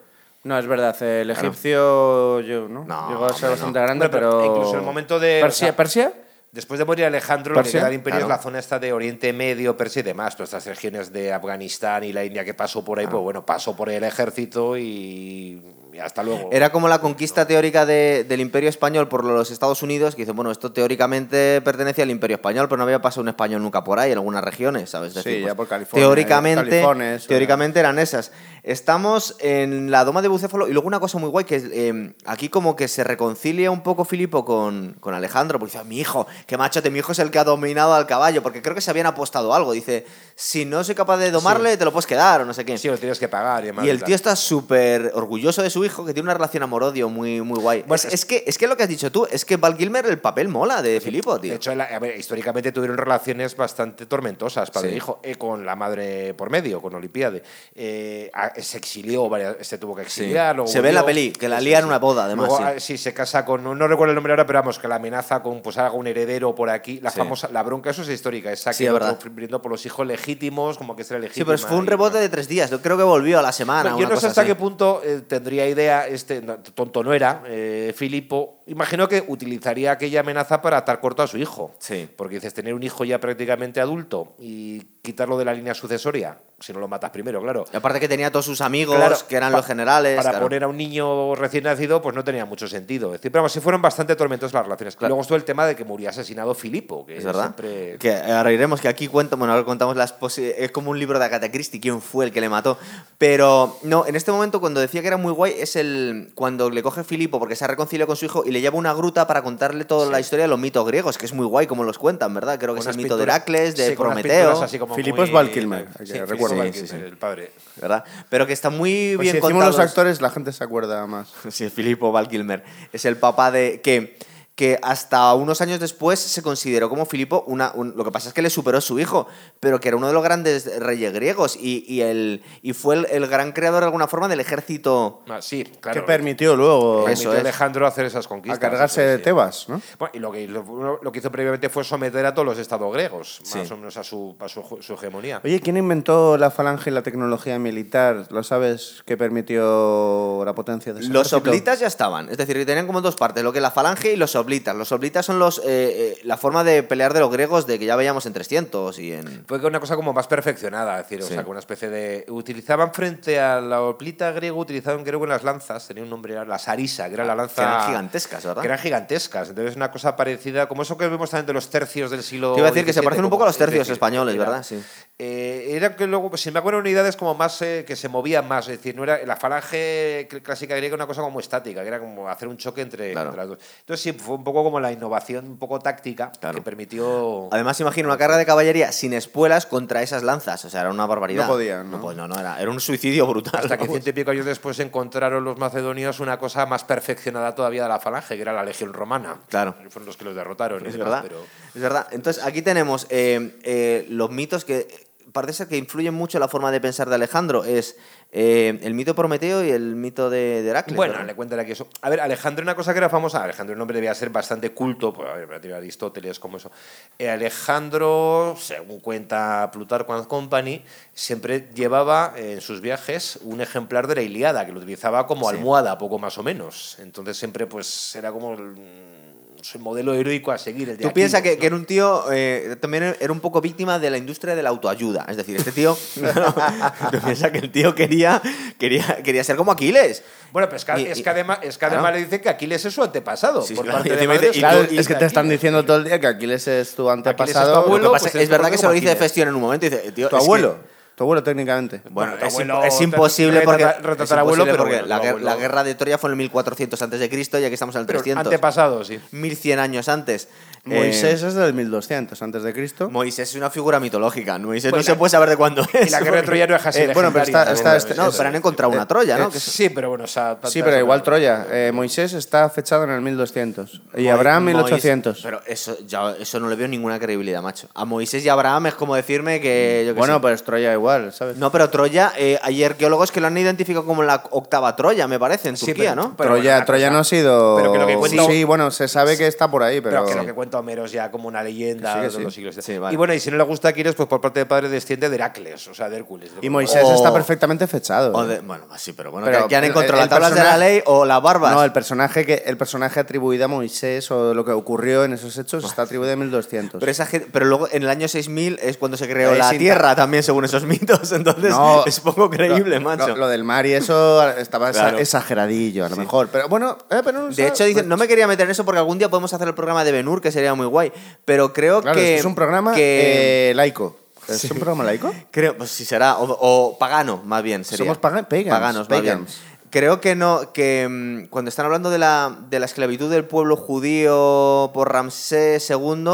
Speaker 3: No, es verdad, el egipcio yo, ¿no?
Speaker 1: No,
Speaker 3: llegó a ser
Speaker 1: hombre,
Speaker 3: bastante
Speaker 1: no.
Speaker 3: grande,
Speaker 2: Hombre, pero
Speaker 3: pero.
Speaker 2: incluso en el momento de-
Speaker 3: Persia,
Speaker 2: o sea,
Speaker 3: Persia.
Speaker 2: Después de morir Alejandro, lo que
Speaker 3: Persia,
Speaker 2: queda del imperio
Speaker 1: claro.
Speaker 2: es la zona esta de Oriente Medio, Persia y demás. Todas estas regiones de Afganistán y la India que pasó por ahí, pues bueno, pasó por ahí el ejército y, y hasta luego.
Speaker 1: Era como la conquista teórica de- del Imperio Español por los Estados Unidos, que dice, bueno, esto teóricamente pertenece al Imperio Español, pero no había pasado un español nunca por ahí, en algunas regiones, ¿sabes? Es pues,
Speaker 3: Sí, ya por California,
Speaker 1: Teóricamente,
Speaker 3: California, eso,
Speaker 1: teóricamente eran esas. Estamos en la Doma de Bucéfalo y luego una cosa muy guay, que es, eh, aquí como que se reconcilia un poco Filipo con, con Alejandro, porque dice, "Ah, mi hijo, qué machote, mi hijo es el que ha dominado al caballo, porque creo que se habían apostado algo, dice, si no soy capaz de domarle, te lo puedes quedar o no sé qué.
Speaker 2: Sí, lo tienes que pagar y demás.
Speaker 1: Y el
Speaker 2: tal.
Speaker 1: tío está súper orgulloso de su hijo, que tiene una relación amor-odio muy, muy guay.
Speaker 2: Bueno,
Speaker 1: es, es que, es que lo que has dicho tú, es que Val Kilmer el papel mola de Filipo, tío.
Speaker 2: De hecho, la- a ver, históricamente tuvieron relaciones bastante tormentosas, padre
Speaker 1: Sí.
Speaker 2: e hijo, eh, con la madre por medio, con Olimpiade. Eh, a- se exilió, varias- se tuvo que exiliar.
Speaker 1: Sí.
Speaker 2: luego
Speaker 1: Se ve en la
Speaker 2: volvió.
Speaker 1: peli, que la lía en una boda, además,
Speaker 2: Luego,
Speaker 1: sí.
Speaker 2: ah, sí, se casa con, no, no recuerdo el nombre ahora, pero vamos, que la amenaza con pues haga un heredero por aquí. La
Speaker 1: Sí.
Speaker 2: famosa, la bronca, eso es histórica, esa
Speaker 1: Sí,
Speaker 2: que
Speaker 1: es
Speaker 2: lo
Speaker 1: verdad.
Speaker 2: fue brindo por los hijos legítimos, como que será
Speaker 1: sí,
Speaker 2: legítimo.
Speaker 1: pero fue un rebote de tres días. Yo creo que volvió a la semana.
Speaker 2: Yo
Speaker 1: una
Speaker 2: no sé
Speaker 1: cosa
Speaker 2: hasta
Speaker 1: así.
Speaker 2: qué punto eh, tendría idea, este no, tonto no era, eh, Filipo. Imagino que utilizaría aquella amenaza para atar corto a su hijo.
Speaker 1: Sí.
Speaker 2: Porque dices, tener un hijo ya prácticamente adulto y quitarlo de la línea sucesoria, si no lo matas primero, claro.
Speaker 1: Y aparte que tenía todos sus amigos,
Speaker 2: Claro,
Speaker 1: que eran
Speaker 2: pa-
Speaker 1: los generales.
Speaker 2: Para
Speaker 1: claro.
Speaker 2: poner a un niño recién nacido, pues no tenía mucho sentido. Es decir, pero vamos, sí fueron bastante tormentosas las relaciones. Y
Speaker 1: Claro.
Speaker 2: Luego estuvo el tema de que murió asesinado Filipo, que
Speaker 1: Es verdad.
Speaker 2: Eh, siempre-
Speaker 1: Que ahora iremos, que aquí cuento, bueno, ahora contamos las posi- Es como un libro de Agatha Christie, quién fue el que le mató. Pero no, en este momento cuando decía que era muy guay es el cuando le coge Filipo porque se ha reconciliado con su hijo y le lleva una gruta para contarle toda la historia de los mitos griegos, que es muy guay como los cuentan, ¿verdad? Creo que es el
Speaker 2: unas
Speaker 1: mito de
Speaker 2: pinturas-
Speaker 1: Heracles, de
Speaker 2: sí, con unas
Speaker 1: Prometeo,
Speaker 2: pinturas así como
Speaker 3: Filipo es
Speaker 2: muy-
Speaker 3: Val Kilmer, que
Speaker 2: Sí, Filipo
Speaker 3: recuerdo.
Speaker 2: Val
Speaker 1: Sí, sí,
Speaker 2: Kilmer,
Speaker 1: sí.
Speaker 2: el padre.
Speaker 1: ¿verdad? Pero que está muy
Speaker 3: Pues si
Speaker 1: bien
Speaker 3: decimos
Speaker 1: contados.
Speaker 3: los actores, la gente se acuerda más.
Speaker 1: Sí, Filipo Val Kilmer. Es el papá de. que que hasta unos años después se consideró como Filipo una, un- lo que pasa es que le superó su hijo, pero que era uno de los grandes reyes griegos y, y el, y fue el, el gran creador de alguna forma del ejército.
Speaker 2: Ah, sí,
Speaker 3: que
Speaker 2: claro.
Speaker 3: permitió luego
Speaker 1: Eso
Speaker 2: permitió
Speaker 1: es.
Speaker 2: a Alejandro hacer esas conquistas.
Speaker 3: a cargarse
Speaker 2: eso
Speaker 3: de
Speaker 2: sí.
Speaker 3: Tebas, ¿no?
Speaker 2: Bueno, y lo que, lo, lo que hizo previamente fue someter a todos los estados griegos, más o menos a su, a su, su hegemonía.
Speaker 3: Oye, ¿quién inventó la falange y la tecnología militar? ¿Lo sabes? ¿Qué permitió la potencia de ese
Speaker 1: Los
Speaker 3: ejército?
Speaker 1: oblitas ya estaban, es decir, que tenían como dos partes, lo que es la falange y los oblitas. Los oblitas son los eh, eh, la forma de pelear de los griegos de que ya veíamos en 300 y en...
Speaker 2: Fue que una cosa como más perfeccionada, es decir, o
Speaker 1: Sí.
Speaker 2: sea, como una especie de... Utilizaban frente a la oplita griega, utilizaban creo que las lanzas, tenía un nombre, era la sarisa, que era la lanza...
Speaker 1: Ah, Que eran gigantescas, ¿verdad?
Speaker 2: Que eran gigantescas, entonces una cosa parecida, como eso que vemos también de los tercios del siglo
Speaker 1: Te iba a decir que se
Speaker 2: XVII,
Speaker 1: parecen un
Speaker 2: como-
Speaker 1: poco a los
Speaker 2: es
Speaker 1: tercios
Speaker 2: decir,
Speaker 1: españoles,
Speaker 2: era-
Speaker 1: ¿verdad? Sí.
Speaker 2: Eh, era que luego, si me acuerdo, unidades como más eh, que se movían más. Es decir, no era la falange cl- clásica griega era una cosa como estática, que era como hacer un choque entre,
Speaker 1: Claro.
Speaker 2: entre las dos. Entonces, sí, fue un poco como la innovación un poco táctica
Speaker 1: Claro.
Speaker 2: que permitió.
Speaker 1: Además, imagina una carga de caballería sin espuelas contra esas lanzas. O sea, era una barbaridad.
Speaker 3: No podían, ¿no?
Speaker 1: pues no, no, era, era un suicidio brutal.
Speaker 2: Hasta que
Speaker 1: vamos.
Speaker 2: ciento y pico años después encontraron los macedonios una cosa más perfeccionada todavía de la falange, que era la legión romana.
Speaker 1: Claro.
Speaker 2: Fueron los que los derrotaron. y
Speaker 1: Es
Speaker 2: demás,
Speaker 1: verdad.
Speaker 2: pero-
Speaker 1: Es verdad. Entonces, aquí tenemos eh, eh, los mitos que parece ser que influyen mucho en la forma de pensar de Alejandro. Es eh, el mito Prometeo y el mito de, de Heracles.
Speaker 2: Bueno,
Speaker 1: ¿verdad?
Speaker 2: le cuentan aquí eso. A ver, Alejandro, una cosa que era famosa. Alejandro, un hombre debía ser bastante culto, pues, a ver, para tirar Aristóteles, como eso. Eh, Alejandro, según cuenta Plutarco and Company, siempre llevaba eh, en sus viajes un ejemplar de la Iliada, que lo utilizaba como
Speaker 1: Sí.
Speaker 2: almohada, poco más o menos. Entonces siempre, pues, era como el, mm, su modelo heroico a seguir. el de
Speaker 1: Tú piensas
Speaker 2: Aquiles,
Speaker 1: que, que era
Speaker 2: ¿no?
Speaker 1: un tío, eh, también era un poco víctima de la industria de la autoayuda. Es decir, este tío, tú piensas que el tío quería, quería, quería ser como Aquiles.
Speaker 2: Bueno, pero es que,
Speaker 1: Y-
Speaker 2: es
Speaker 1: y-
Speaker 2: que además, es que además
Speaker 1: claro.
Speaker 2: le dicen que Aquiles es su antepasado.
Speaker 1: Sí,
Speaker 2: por
Speaker 1: claro,
Speaker 2: parte
Speaker 1: y
Speaker 2: de
Speaker 1: encima
Speaker 2: madre,
Speaker 1: dice, y
Speaker 2: claro,
Speaker 1: tú-
Speaker 2: es
Speaker 1: y
Speaker 3: es que te están diciendo todo el día que Aquiles es tu antepasado.
Speaker 2: es tu abuelo,
Speaker 1: Lo que
Speaker 2: pues
Speaker 1: pasa-
Speaker 2: es
Speaker 1: es verdad que
Speaker 2: como
Speaker 1: se lo dice
Speaker 2: Aquiles.
Speaker 1: Festión en un momento. y Dice, "Eh, tío,
Speaker 3: tu
Speaker 1: es que-
Speaker 3: abuelo. Tu abuelo técnicamente.
Speaker 1: Bueno,
Speaker 2: Bueno,
Speaker 1: es,
Speaker 2: abuelo,
Speaker 1: impo- es
Speaker 2: retra-
Speaker 1: imposible porque
Speaker 2: retra-
Speaker 1: es
Speaker 2: retatarabuelo,
Speaker 1: imposible
Speaker 2: pero
Speaker 1: porque
Speaker 2: bueno,
Speaker 1: la,
Speaker 2: tu
Speaker 1: guer-
Speaker 2: abuelo.
Speaker 1: la guerra de Troya fue en el 1400 antes de Cristo y aquí estamos en el
Speaker 2: pero
Speaker 1: 300.
Speaker 2: Antepasado, sí.
Speaker 1: 1100 años antes. Eh,
Speaker 3: Moisés es del 1200 antes de Cristo.
Speaker 1: Moisés es una figura mitológica. Moisés
Speaker 2: Pues
Speaker 1: no se
Speaker 2: la-
Speaker 1: puede saber de cuándo es.
Speaker 2: Y la guerra de Troya no es así.
Speaker 3: Eh, bueno, pero
Speaker 2: legendaria,
Speaker 3: está-
Speaker 2: ¿no?
Speaker 3: está-
Speaker 1: este- No, pero han encontrado una Troya, ¿no? Que es-
Speaker 2: Eh, Sí, pero bueno, o sea,
Speaker 3: Sí,
Speaker 2: eso
Speaker 3: pero igual
Speaker 2: no-
Speaker 3: Troya. Eh, Moisés está fechado en el 1200 y Abraham
Speaker 1: Mois-
Speaker 3: 1800.
Speaker 1: Pero eso, ya, eso no le veo ninguna credibilidad, macho. A Moisés y Abraham es como decirme que. yo qué
Speaker 3: bueno,
Speaker 1: sé.
Speaker 3: pues Troya igual, ¿sabes?
Speaker 1: No, pero Troya, eh, hay arqueólogos que lo han identificado como la octava Troya, me parece, en
Speaker 2: Sí,
Speaker 1: Turquía,
Speaker 2: pero-
Speaker 1: ¿no?
Speaker 2: pero
Speaker 3: Troya,
Speaker 2: bueno, la
Speaker 3: Troya
Speaker 2: cosa-
Speaker 3: no ha sido.
Speaker 2: pero que lo que cuenta-
Speaker 3: Sí, bueno, se sabe que está por ahí, pero.
Speaker 2: Pero que lo que cuenta Homero es ya como una leyenda
Speaker 3: Que sí, que
Speaker 2: de los
Speaker 3: sí.
Speaker 2: siglos.
Speaker 1: Sí, vale.
Speaker 2: Y bueno, y si no le gusta a Aquiles, pues por parte de padre desciende de Heracles, o sea, de Hércules.
Speaker 3: Y Moisés
Speaker 1: O-
Speaker 3: está perfectamente fechado. eh.
Speaker 1: O de- bueno, pues sí, pero bueno,
Speaker 3: Pero
Speaker 1: que, que han
Speaker 3: el-
Speaker 1: encontrado
Speaker 3: el
Speaker 1: las tablas de la
Speaker 3: personaje-
Speaker 1: ley o las barbas.
Speaker 3: No, el personaje que el personaje atribuido a Moisés o lo que ocurrió en esos hechos está atribuido en 1200.
Speaker 1: Pero, esa gente- pero luego en el año 6000 es cuando se creó
Speaker 3: Es
Speaker 1: la
Speaker 3: inta-
Speaker 1: Tierra también, según esos mitos. Entonces
Speaker 3: No,
Speaker 1: es poco creíble,
Speaker 3: lo-
Speaker 1: macho.
Speaker 3: Lo, lo del mar y eso estaba esa-
Speaker 1: Claro.
Speaker 3: exageradillo, a lo mejor. Pero bueno, eh, pero no sé,
Speaker 1: de hecho, dicen, no me quería meter en eso porque algún día podemos hacer el programa de Benur, que sería muy guay. Pero creo
Speaker 3: claro,
Speaker 1: que.
Speaker 3: esto es un programa
Speaker 1: que
Speaker 3: eh, laico. ¿Es un programa laico?
Speaker 1: Creo, pues sí será, o, o pagano más bien sería.
Speaker 3: Somos paga- pagans,
Speaker 1: Paganos, más bien.
Speaker 3: pagans.
Speaker 1: Creo que no, que mm, cuando están hablando de la, de la esclavitud del pueblo judío por Ramsés II,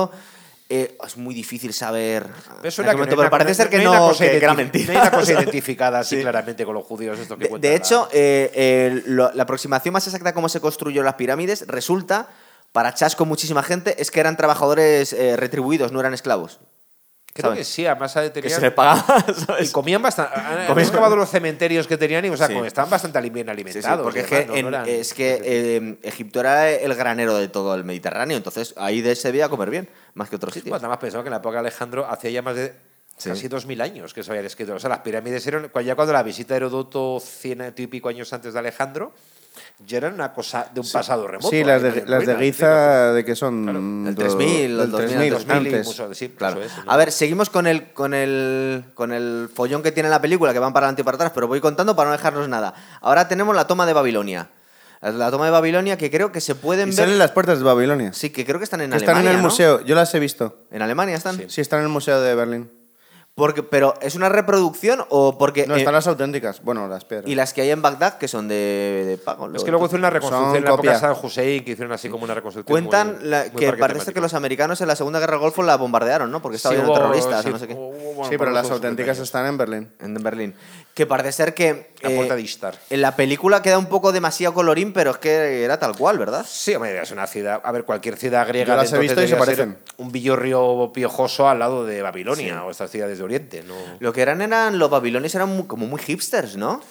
Speaker 1: eh, es muy difícil saber.
Speaker 2: Es
Speaker 1: en aquel momento, pero parece ser que no, que, que era mentira.
Speaker 2: No hay una
Speaker 1: O sea,
Speaker 2: cosa identificada así
Speaker 1: Sí.
Speaker 2: claramente con los judíos, esto que
Speaker 1: de,
Speaker 2: cuenta
Speaker 1: de
Speaker 2: la-
Speaker 1: hecho, eh, eh, lo- la aproximación más exacta a cómo se construyeron las pirámides resulta, para chasco muchísima gente, es que eran trabajadores eh, retribuidos, no eran esclavos.
Speaker 2: Creo
Speaker 1: ¿sabes?
Speaker 2: que sí, además ha de
Speaker 1: Que
Speaker 2: tener-
Speaker 1: se les pagaba,
Speaker 2: Y
Speaker 1: ¿sabes?
Speaker 2: comían bastante. Han
Speaker 1: Comían-
Speaker 2: excavado los cementerios que tenían y, o sea,
Speaker 1: Sí.
Speaker 2: como estaban bastante ali- bien
Speaker 1: Sí, sí,
Speaker 2: alimentados.
Speaker 1: porque
Speaker 2: y
Speaker 1: es que,
Speaker 2: demás, no- no
Speaker 1: en-
Speaker 2: eran-
Speaker 1: es que, eh, Egipto era el granero de todo el Mediterráneo, entonces ahí de se veía comer bien, más que otros
Speaker 2: Bueno,
Speaker 1: sitios.
Speaker 2: nada más pensaba que en la época de Alejandro hacía ya más de
Speaker 1: Sí.
Speaker 2: casi 2000 años que se habían escrito. O sea, las pirámides eran, cu- ya cuando la visita de Herodoto, cien y pico años antes de Alejandro, ya eran una cosa de un pasado remoto.
Speaker 3: Sí, las
Speaker 1: eh,
Speaker 2: ahí
Speaker 3: de,
Speaker 2: en
Speaker 3: las de
Speaker 2: ruinas,
Speaker 3: Giza, ¿de que son?
Speaker 2: Claro.
Speaker 1: El
Speaker 3: Do-
Speaker 1: 3000,
Speaker 3: del
Speaker 1: el 2000,
Speaker 3: 3000
Speaker 2: sí, 2000 y
Speaker 3: antes.
Speaker 2: mucho- sí,
Speaker 1: Claro.
Speaker 2: eso es, ¿no?
Speaker 1: A ver, seguimos con el, con, el, con el follón que tiene la película, que van para adelante y para atrás, pero voy contando para no dejarnos nada. Ahora tenemos la toma de Babilonia. La toma de Babilonia que creo que se pueden
Speaker 3: Y
Speaker 1: ver...
Speaker 3: salen las puertas de Babilonia.
Speaker 1: Sí, que creo que están en
Speaker 3: que
Speaker 1: Alemania.
Speaker 3: están en el
Speaker 1: ¿no?
Speaker 3: museo. Yo las he visto.
Speaker 1: En Alemania están.
Speaker 3: Sí, están en el museo de Berlín.
Speaker 1: Porque, pero, ¿es una reproducción o porque.?
Speaker 3: No,
Speaker 1: eh,
Speaker 3: están las auténticas. Bueno, las piedras.
Speaker 1: y las que hay en Bagdad, que son de, de pago.
Speaker 2: Es que luego hicieron una reconstrucción
Speaker 3: Son
Speaker 2: en la época
Speaker 3: copia.
Speaker 2: de San José que hicieron así como una reconstrucción.
Speaker 1: Cuentan
Speaker 2: muy-
Speaker 1: la-
Speaker 2: muy
Speaker 1: que
Speaker 2: parque
Speaker 1: parece
Speaker 2: temático.
Speaker 1: que los americanos en la Segunda Guerra del Golfo la bombardearon, ¿no? Porque estaban
Speaker 2: Sí,
Speaker 1: lleno de
Speaker 2: hubo-
Speaker 1: terroristas o
Speaker 2: sí,
Speaker 1: no sé qué.
Speaker 2: hubo- hubo- bueno,
Speaker 3: sí, pero
Speaker 2: no
Speaker 3: las
Speaker 2: recuerdo sus
Speaker 3: auténticas
Speaker 2: detalles.
Speaker 3: están en Berlín.
Speaker 1: En Berlín. Que parece ser que. eh,
Speaker 2: La puerta de Ishtar.
Speaker 1: En la película queda un poco demasiado colorín, pero es que era tal cual, ¿verdad?
Speaker 2: Sí, hombre, es una ciudad. A ver, cualquier ciudad griega.
Speaker 3: Yo las
Speaker 2: de
Speaker 3: he
Speaker 2: entonces
Speaker 3: visto y se
Speaker 2: debía ser
Speaker 3: parecen.
Speaker 2: Un villorrio piojoso al lado de Babilonia o estas ciudades de Oriente. ¿no?
Speaker 1: Lo que eran eran los babilonios eran muy- como muy hipsters, ¿no?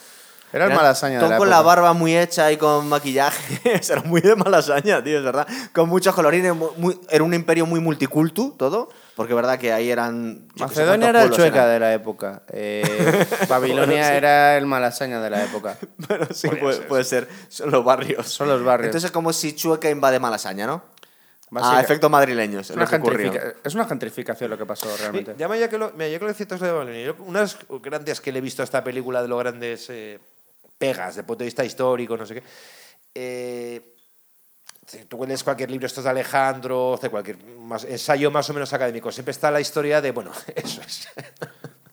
Speaker 3: Era el
Speaker 1: Eran
Speaker 3: malasaña de
Speaker 1: todo
Speaker 3: la
Speaker 1: con
Speaker 3: época.
Speaker 1: la barba muy hecha y con maquillaje. O sea, era muy de malasaña, tío, es verdad. Con muchos colorines. mu- muy- era un imperio muy multicultu todo. Porque es verdad que ahí eran. yo qué sé cuántos
Speaker 3: Macedonia era el
Speaker 1: pueblos
Speaker 3: chueca
Speaker 1: eran.
Speaker 3: de la época. Eh, Babilonia era el malasaña de la época.
Speaker 1: Bueno, sí, puede, puede ser. Son los barrios.
Speaker 3: Son los barrios.
Speaker 1: Entonces ah, es como si Chueca invade Malasaña, ¿no?
Speaker 3: Básica-
Speaker 1: A efectos madrileños.
Speaker 3: Es
Speaker 1: es
Speaker 3: una,
Speaker 1: lo que ocurrió.
Speaker 3: gentrifica- es una gentrificación lo que pasó
Speaker 2: Sí,
Speaker 3: realmente.
Speaker 2: Ya me ya que lo, mira, ya que lo decía esto de Babilonia, yo unas grandes que le he visto a esta película de los grandes eh, pegas, de punto de vista histórico, no sé qué. eh, si tú lees cualquier libro, estos de Alejandro, de cualquier más- ensayo más o menos académico, siempre está la historia de, bueno, eso es.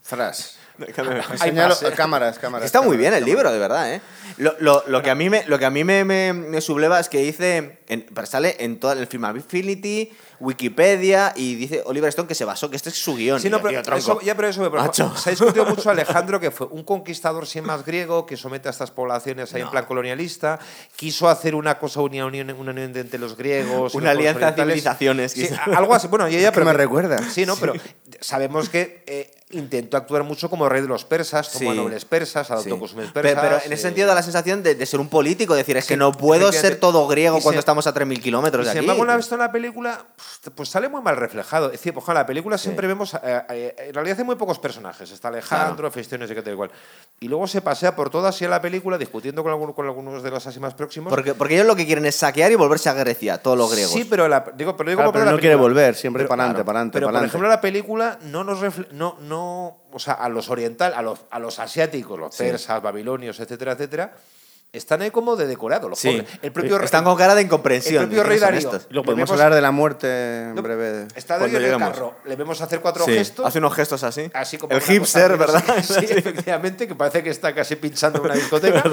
Speaker 3: Fras.
Speaker 2: Hay
Speaker 3: Señalo-
Speaker 2: más, ¿eh?
Speaker 3: cámaras, cámaras.
Speaker 1: Está muy
Speaker 3: cámaras,
Speaker 1: bien el
Speaker 3: cámaras.
Speaker 1: libro, de verdad, ¿eh? Lo, lo- lo que a mí me, lo que a mí me, me- me subleva es que dice. en- pero sale en todo el film Affinity, Wikipedia y dice Oliver Stone que se basó, que este es su guión.
Speaker 2: Sí,
Speaker 1: Y
Speaker 2: no,
Speaker 1: yo,
Speaker 2: pero
Speaker 1: tío, tronco.
Speaker 2: eso, ya, pero eso me preocupa.
Speaker 1: Macho.
Speaker 2: Se ha discutido mucho Alejandro, que fue un conquistador sin más griego, que somete a estas poblaciones ahí en plan colonialista, quiso hacer una cosa, una unión, una unión de entre los griegos. y
Speaker 1: Una
Speaker 2: los
Speaker 1: alianza de
Speaker 2: orientales.
Speaker 1: civilizaciones,
Speaker 2: Sí,
Speaker 1: quizá.
Speaker 2: a- algo así. Bueno, ya,
Speaker 3: Es
Speaker 2: ya,
Speaker 3: que
Speaker 2: pero.
Speaker 3: me recuerda.
Speaker 2: Sí, no, pero sabemos que eh, intentó actuar mucho como rey de los persas, tomó a
Speaker 1: Sí.
Speaker 2: nobles persas, adoptó
Speaker 1: Sí.
Speaker 2: costumbres
Speaker 1: Pe-
Speaker 2: persas.
Speaker 1: Pero, en ese
Speaker 2: eh,
Speaker 1: sentido da la sensación de, de ser un político, decir, es
Speaker 2: Sí,
Speaker 1: que no puedo
Speaker 2: efectivamente.
Speaker 1: ser todo griego
Speaker 2: Y
Speaker 1: cuando
Speaker 2: se-
Speaker 1: estamos a 3.000 kilómetros de
Speaker 2: y
Speaker 1: aquí.
Speaker 2: sin embargo, una vez visto en la película, pf, pues sale muy mal reflejado. Es decir, pues, claro, en la película siempre vemos. eh, eh, en realidad hay muy pocos personajes. Está Alejandro, Festiones y qué tal y cual. Y luego se pasea por toda así la película discutiendo con, algún- con algunos de los así más próximos.
Speaker 1: Porque, porque ellos lo que quieren es saquear y volverse a Grecia, todos los griegos.
Speaker 2: Sí, pero la, digo, pero digo
Speaker 3: Claro,
Speaker 2: por
Speaker 3: pero
Speaker 2: la
Speaker 3: no quiere
Speaker 2: película.
Speaker 3: volver, siempre
Speaker 2: Pero,
Speaker 3: pa'lante, pa'lante,
Speaker 2: Pero por
Speaker 3: pa'lante.
Speaker 2: ejemplo la película no nos refle- no no, o sea, a los oriental, a los a los asiáticos, los persas, babilonios, etcétera, etcétera, están ahí como de decorado los
Speaker 1: Sí.
Speaker 2: pobres. El propio
Speaker 1: Eh, Están con cara de incomprensión.
Speaker 2: el propio rey
Speaker 1: ¿Quiénes son
Speaker 2: Darío.
Speaker 1: estos?
Speaker 3: Luego
Speaker 2: Le
Speaker 3: podemos
Speaker 2: vemos-
Speaker 3: hablar de la muerte en
Speaker 2: No,
Speaker 3: breve.
Speaker 2: Está
Speaker 1: cuando
Speaker 2: Darío en el
Speaker 1: lleguemos.
Speaker 2: carro. Le vemos hacer cuatro
Speaker 1: Sí,
Speaker 2: gestos.
Speaker 1: Hace unos gestos así.
Speaker 2: Así como
Speaker 1: el
Speaker 2: una cosa
Speaker 1: hipster,
Speaker 2: menos-
Speaker 1: ¿verdad?
Speaker 2: Sí, efectivamente, que parece que está casi pinchando en una discoteca.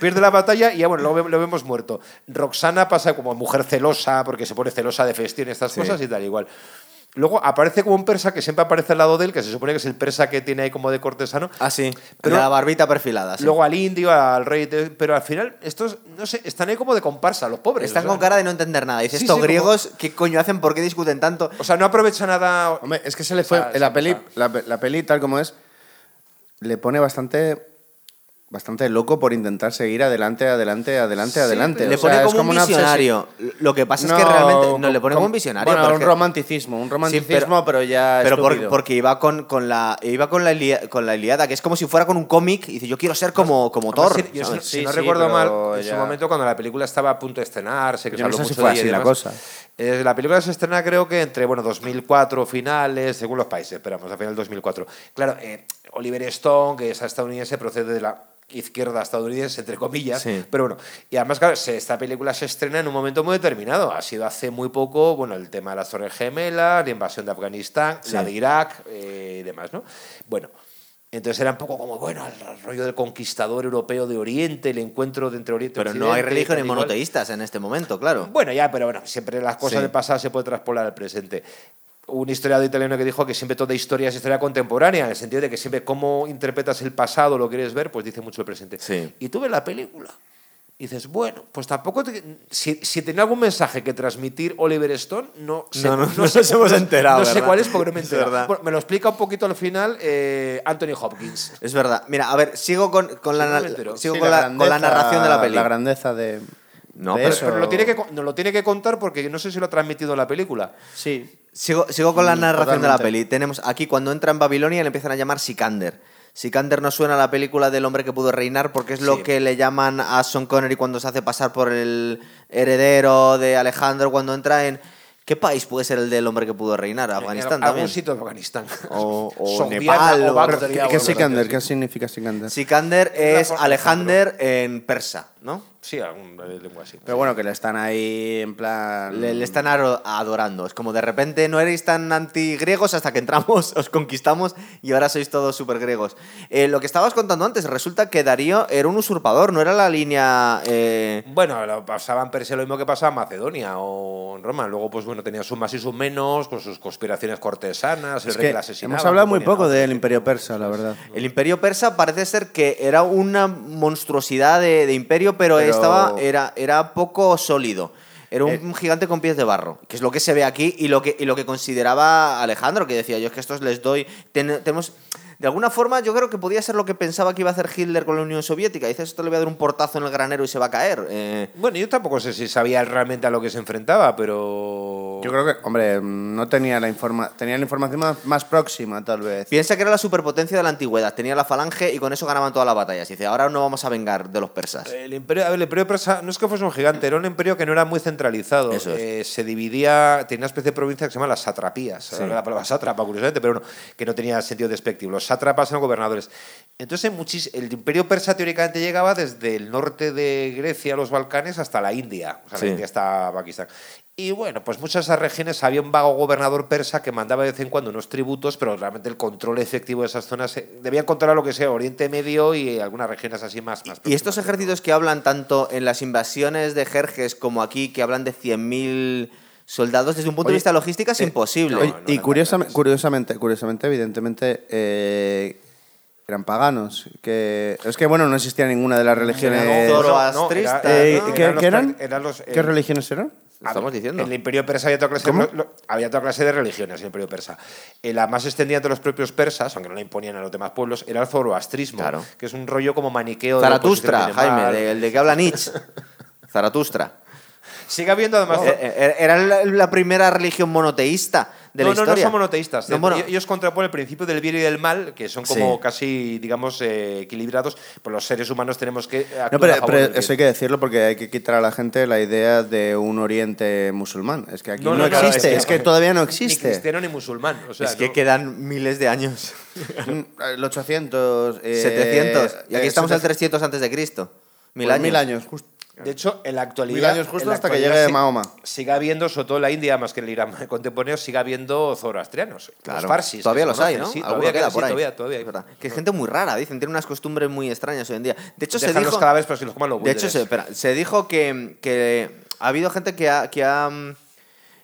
Speaker 2: Pierde la batalla y ya, bueno, lo, ve- lo vemos muerto. Roxana pasa como mujer celosa, porque se pone celosa de festín, estas
Speaker 1: Sí.
Speaker 2: cosas y tal, igual. Luego aparece como un persa que siempre aparece al lado de él, que se supone que es el persa que tiene ahí como de cortesano.
Speaker 1: Así.
Speaker 2: Pero-
Speaker 1: la barbita perfilada. Ah, sí.
Speaker 2: Luego al indio, al rey. de- pero al final, estos, no sé, están ahí como de comparsa, los pobres.
Speaker 1: Están
Speaker 2: o sea.
Speaker 1: con cara de no entender nada. Dice,
Speaker 2: Sí,
Speaker 1: estos
Speaker 2: sí, como-
Speaker 1: griegos, ¿qué coño hacen? ¿Por qué discuten tanto?
Speaker 2: O sea, no aprovecha nada.
Speaker 3: Hombre, es que se le fue.
Speaker 2: Ah, sí,
Speaker 3: la, peli,
Speaker 2: ah.
Speaker 3: la, pe- la peli, tal como es, le pone bastante. Bastante loco por intentar seguir adelante, adelante, adelante, adelante.
Speaker 1: Le
Speaker 3: O sea,
Speaker 1: pone
Speaker 3: es
Speaker 1: como, un
Speaker 3: una obsesión.
Speaker 1: visionario. Lo que pasa es que realmente. No, le pone como un visionario.
Speaker 3: Bueno, un
Speaker 1: porque-
Speaker 3: romanticismo, un
Speaker 1: Sí,
Speaker 3: romanticismo,
Speaker 1: pero-
Speaker 3: pero, ya.
Speaker 1: Pero por-
Speaker 3: estúpido.
Speaker 1: porque iba con, con la iba con la, Ilia- con la Iliada, que es como si fuera con un cómic y dice, yo quiero ser como, como Thor.
Speaker 2: Además, si- yo si no-
Speaker 1: ¿sabes?
Speaker 2: si
Speaker 3: Sí,
Speaker 2: no
Speaker 3: sí,
Speaker 2: recuerdo
Speaker 3: pero
Speaker 2: mal, en
Speaker 3: ya-
Speaker 2: su momento cuando la película estaba a punto de estrenarse, que
Speaker 3: Yo
Speaker 2: se
Speaker 3: no
Speaker 2: habló
Speaker 3: sé si
Speaker 2: mucho
Speaker 3: fue
Speaker 2: de ella y
Speaker 3: así la
Speaker 2: demás,
Speaker 3: cosa.
Speaker 2: eh, la película se estrena creo que entre bueno 2004 finales, según los países, esperamos, a final del 2004. Claro, eh, Oliver Stone, que es estadounidense, procede de la izquierda estadounidense, entre comillas,
Speaker 1: Sí.
Speaker 2: pero bueno, y además, claro, se- esta película se estrena en un momento muy determinado, ha sido hace muy poco, bueno, el tema de las Torres Gemelas, la invasión de Afganistán, la
Speaker 1: Sí.
Speaker 2: de Irak eh, y demás, ¿no? Bueno, entonces era un poco como, bueno, el, el rollo del conquistador europeo de Oriente, el encuentro de entre Oriente y
Speaker 1: Pero no hay
Speaker 2: Occidente,
Speaker 1: religiones
Speaker 2: tal y cual.
Speaker 1: monoteístas en este momento, claro.
Speaker 2: Bueno, ya, pero bueno, siempre las cosas
Speaker 1: Sí.
Speaker 2: del pasado se pueden traspolar al presente. Un historiador italiano que dijo que siempre toda historia es historia contemporánea, en el sentido de que siempre cómo interpretas el pasado, lo quieres ver, pues dice mucho el presente.
Speaker 1: Sí.
Speaker 2: Y tú ves la película y dices, bueno, pues tampoco... te- si, si tenía algún mensaje que transmitir Oliver Stone, no sé,
Speaker 1: No, no, no nos hemos enterado,
Speaker 2: No sé
Speaker 1: ¿verdad?
Speaker 2: cuál es, porque no me he
Speaker 1: Es
Speaker 2: enterado.
Speaker 1: verdad.
Speaker 2: Bueno, me lo explica un poquito al final eh, Anthony Hopkins.
Speaker 1: Es verdad. Mira, a ver, sigo con, con la,
Speaker 2: Sí,
Speaker 1: na-
Speaker 2: no me entero.
Speaker 1: sigo
Speaker 3: Sí,
Speaker 1: con, la, con la
Speaker 3: grandeza-
Speaker 1: narración de la peli.
Speaker 3: La grandeza de.
Speaker 1: No,
Speaker 3: de
Speaker 1: pero-
Speaker 3: eso.
Speaker 2: Pero lo tiene que, con- nos lo tiene que contar porque yo no sé si lo ha transmitido en la película.
Speaker 3: Sí.
Speaker 1: Sigo, sigo con la
Speaker 3: Mm,
Speaker 1: narración de la
Speaker 3: totalmente.
Speaker 1: peli. Tenemos aquí cuando entra en Babilonia le empiezan a llamar Sikander. Sikander no suena a la película del hombre que pudo reinar porque es lo
Speaker 2: Sí.
Speaker 1: que le llaman a Sean Connery cuando se hace pasar por el heredero de Alejandro cuando entra en... ¿Qué país puede ser el del hombre que pudo reinar? Afganistán
Speaker 2: En algún
Speaker 1: también.
Speaker 2: sitio de Afganistán.
Speaker 1: O- o
Speaker 2: Sogdiana,
Speaker 1: Nepal, o-
Speaker 2: Bagdad,
Speaker 1: Pero,
Speaker 2: diría, o
Speaker 3: ¿Qué es Sikander?
Speaker 2: algo
Speaker 3: ¿Qué significa Sikander?
Speaker 1: Sikander
Speaker 2: Es una
Speaker 1: es
Speaker 2: forma de
Speaker 1: Alejandro en persa, ¿no?
Speaker 2: Sí, alguna lengua así.
Speaker 3: Pero bueno, que le están ahí en plan.
Speaker 1: Le, le están aro- adorando. Es como de repente no erais tan antigriegos hasta que entramos, os conquistamos y ahora sois todos súper griegos. lo que estabas contando antes, resulta que Darío era un usurpador, no era la línea. eh,
Speaker 2: Bueno, lo pasaba en Persia lo mismo que pasaba en Macedonia o en Roma. Luego, pues bueno, tenía sus más y sus menos, con sus conspiraciones cortesanas, el
Speaker 3: Es
Speaker 2: rey
Speaker 3: que
Speaker 2: que la asesinaba.
Speaker 3: hemos hablado
Speaker 2: que
Speaker 3: muy
Speaker 2: ponía
Speaker 3: poco
Speaker 2: la-
Speaker 3: del Imperio Persa, la verdad.
Speaker 1: El imperio persa parece ser que era una monstruosidad de, de imperio, pero,
Speaker 3: Pero-
Speaker 1: estaba, era, era poco sólido. Era un gigante con pies de barro, que es lo que se ve aquí y lo que, y lo que consideraba Alejandro, que decía yo es que estos les doy... ten- tenemos, de alguna forma yo creo que podía ser lo que pensaba que iba a hacer Hitler con la Unión Soviética. Dice, esto le voy a dar un portazo en el granero y se va a caer. Eh,
Speaker 2: Bueno, yo tampoco sé si sabía realmente a lo que se enfrentaba, pero.
Speaker 3: Yo creo que, hombre, no tenía la, informa tenía la información más, más próxima, tal vez.
Speaker 1: piensa que era la superpotencia de la antigüedad, tenía la falange y con eso ganaban todas las batallas. Dice, ahora no vamos a vengar de los persas.
Speaker 2: El imperio, a ver, el imperio persa no es que fuese un gigante, era un imperio que no era muy centralizado.
Speaker 1: Eso es.
Speaker 2: Eh, se dividía, tenía una especie de provincia que se llama las satrapías. La palabra sátrapa, curiosamente, pero no, que no tenía sentido despectivo. Los sátrapas eran gobernadores. Entonces, muchis- el imperio persa teóricamente llegaba desde el norte de Grecia, los Balcanes, hasta la India. O sea,
Speaker 1: Sí.
Speaker 2: la India hasta Pakistán. Y bueno, pues muchas de esas regiones había un vago gobernador persa que mandaba de vez en cuando unos tributos, pero realmente el control efectivo de esas zonas eh, debían controlar lo que sea Oriente Medio y algunas regiones así más. más
Speaker 1: Y estos
Speaker 2: próximas, pero-
Speaker 1: ejércitos que hablan tanto en las invasiones de Jerjes como aquí, que hablan de 100.000 soldados, desde un punto de
Speaker 3: Oye, eh,
Speaker 1: vista logística es imposible.
Speaker 3: Oye,
Speaker 2: no
Speaker 3: y
Speaker 2: eran
Speaker 3: curiosam-
Speaker 2: tan
Speaker 3: curiosamente, curiosamente, evidentemente, eh, eran paganos. Que, es que, bueno, no existía ninguna de las religiones.
Speaker 1: Zoro-
Speaker 2: Zoroastrista,
Speaker 3: Eh,
Speaker 2: ¿no?
Speaker 3: ¿qué,
Speaker 2: Eran los
Speaker 3: qué eran?
Speaker 2: pra- eran los, eh,
Speaker 3: ¿Qué religiones eran?
Speaker 1: Lo estamos diciendo.
Speaker 2: En el imperio persa había toda clase,
Speaker 3: ¿Cómo?
Speaker 2: De, lo- había toda clase de religiones en el imperio persa. Eh, la más extendida entre los propios persas, aunque no la imponían a los demás pueblos, era el zoroastrismo,
Speaker 1: Claro.
Speaker 2: que es un rollo como maniqueo. de la
Speaker 1: Zaratustra,
Speaker 2: oposición
Speaker 1: Jaime,
Speaker 2: animal.
Speaker 1: de- el de que habla Nietzsche. Zaratustra.
Speaker 2: Sigue habiendo además...
Speaker 1: Eh, eh, Era la- la primera religión monoteísta de
Speaker 2: no,
Speaker 1: la
Speaker 2: no,
Speaker 1: historia.
Speaker 2: no son monoteístas.
Speaker 1: No,
Speaker 2: Eh,
Speaker 1: bueno,
Speaker 2: Ellos contraponen el principio del bien y del mal, que son como
Speaker 1: Sí.
Speaker 2: casi, digamos, eh, equilibrados. Pues los seres humanos tenemos que actuar
Speaker 3: No,
Speaker 2: a
Speaker 3: pero,
Speaker 2: favor
Speaker 3: pero
Speaker 2: del bien.
Speaker 3: eso hay que decirlo porque hay que quitar a la gente la idea de un oriente musulmán. Es que aquí
Speaker 2: No, no,
Speaker 3: no,
Speaker 2: no,
Speaker 3: existe,
Speaker 2: es que-
Speaker 3: es, que, todavía no
Speaker 2: Ni
Speaker 3: existe.
Speaker 2: cristiano ni musulmán. o sea,
Speaker 1: es que
Speaker 2: no-
Speaker 1: quedan miles de años.
Speaker 3: Mm, El 800, eh,
Speaker 1: 700. Y aquí
Speaker 3: eh,
Speaker 1: estamos al
Speaker 3: 700,
Speaker 1: 300 antes de Cristo. Mil
Speaker 3: pues,
Speaker 1: años.
Speaker 3: Mil años, justo.
Speaker 2: De hecho, en la actualidad.
Speaker 3: Mil años justo
Speaker 2: en la
Speaker 3: hasta que
Speaker 2: actualidad
Speaker 3: llegue
Speaker 2: si-
Speaker 3: Mahoma.
Speaker 2: Sigue habiendo, sobre todo en la India, más que en el Irán contemporáneo, sigue habiendo zoroastrianos.
Speaker 1: Claro.
Speaker 2: Los farsis.
Speaker 1: Todavía
Speaker 2: que se
Speaker 1: los hay,
Speaker 2: conocen,
Speaker 1: ¿no?
Speaker 2: Sí,
Speaker 1: Alguno
Speaker 2: todavía
Speaker 1: queda
Speaker 2: queda,
Speaker 1: por
Speaker 2: sí,
Speaker 1: ahí.
Speaker 2: Todavía, todavía.
Speaker 1: Es verdad. Que es gente muy rara, dicen. Tiene unas costumbres muy extrañas hoy en día. De hecho,
Speaker 2: Dejan
Speaker 1: se dijo...
Speaker 2: los cadáveres para que los coman los
Speaker 1: De hecho,
Speaker 2: búlgares.
Speaker 1: se, espera, se dijo que, que ha habido gente que ha, que ha, mm,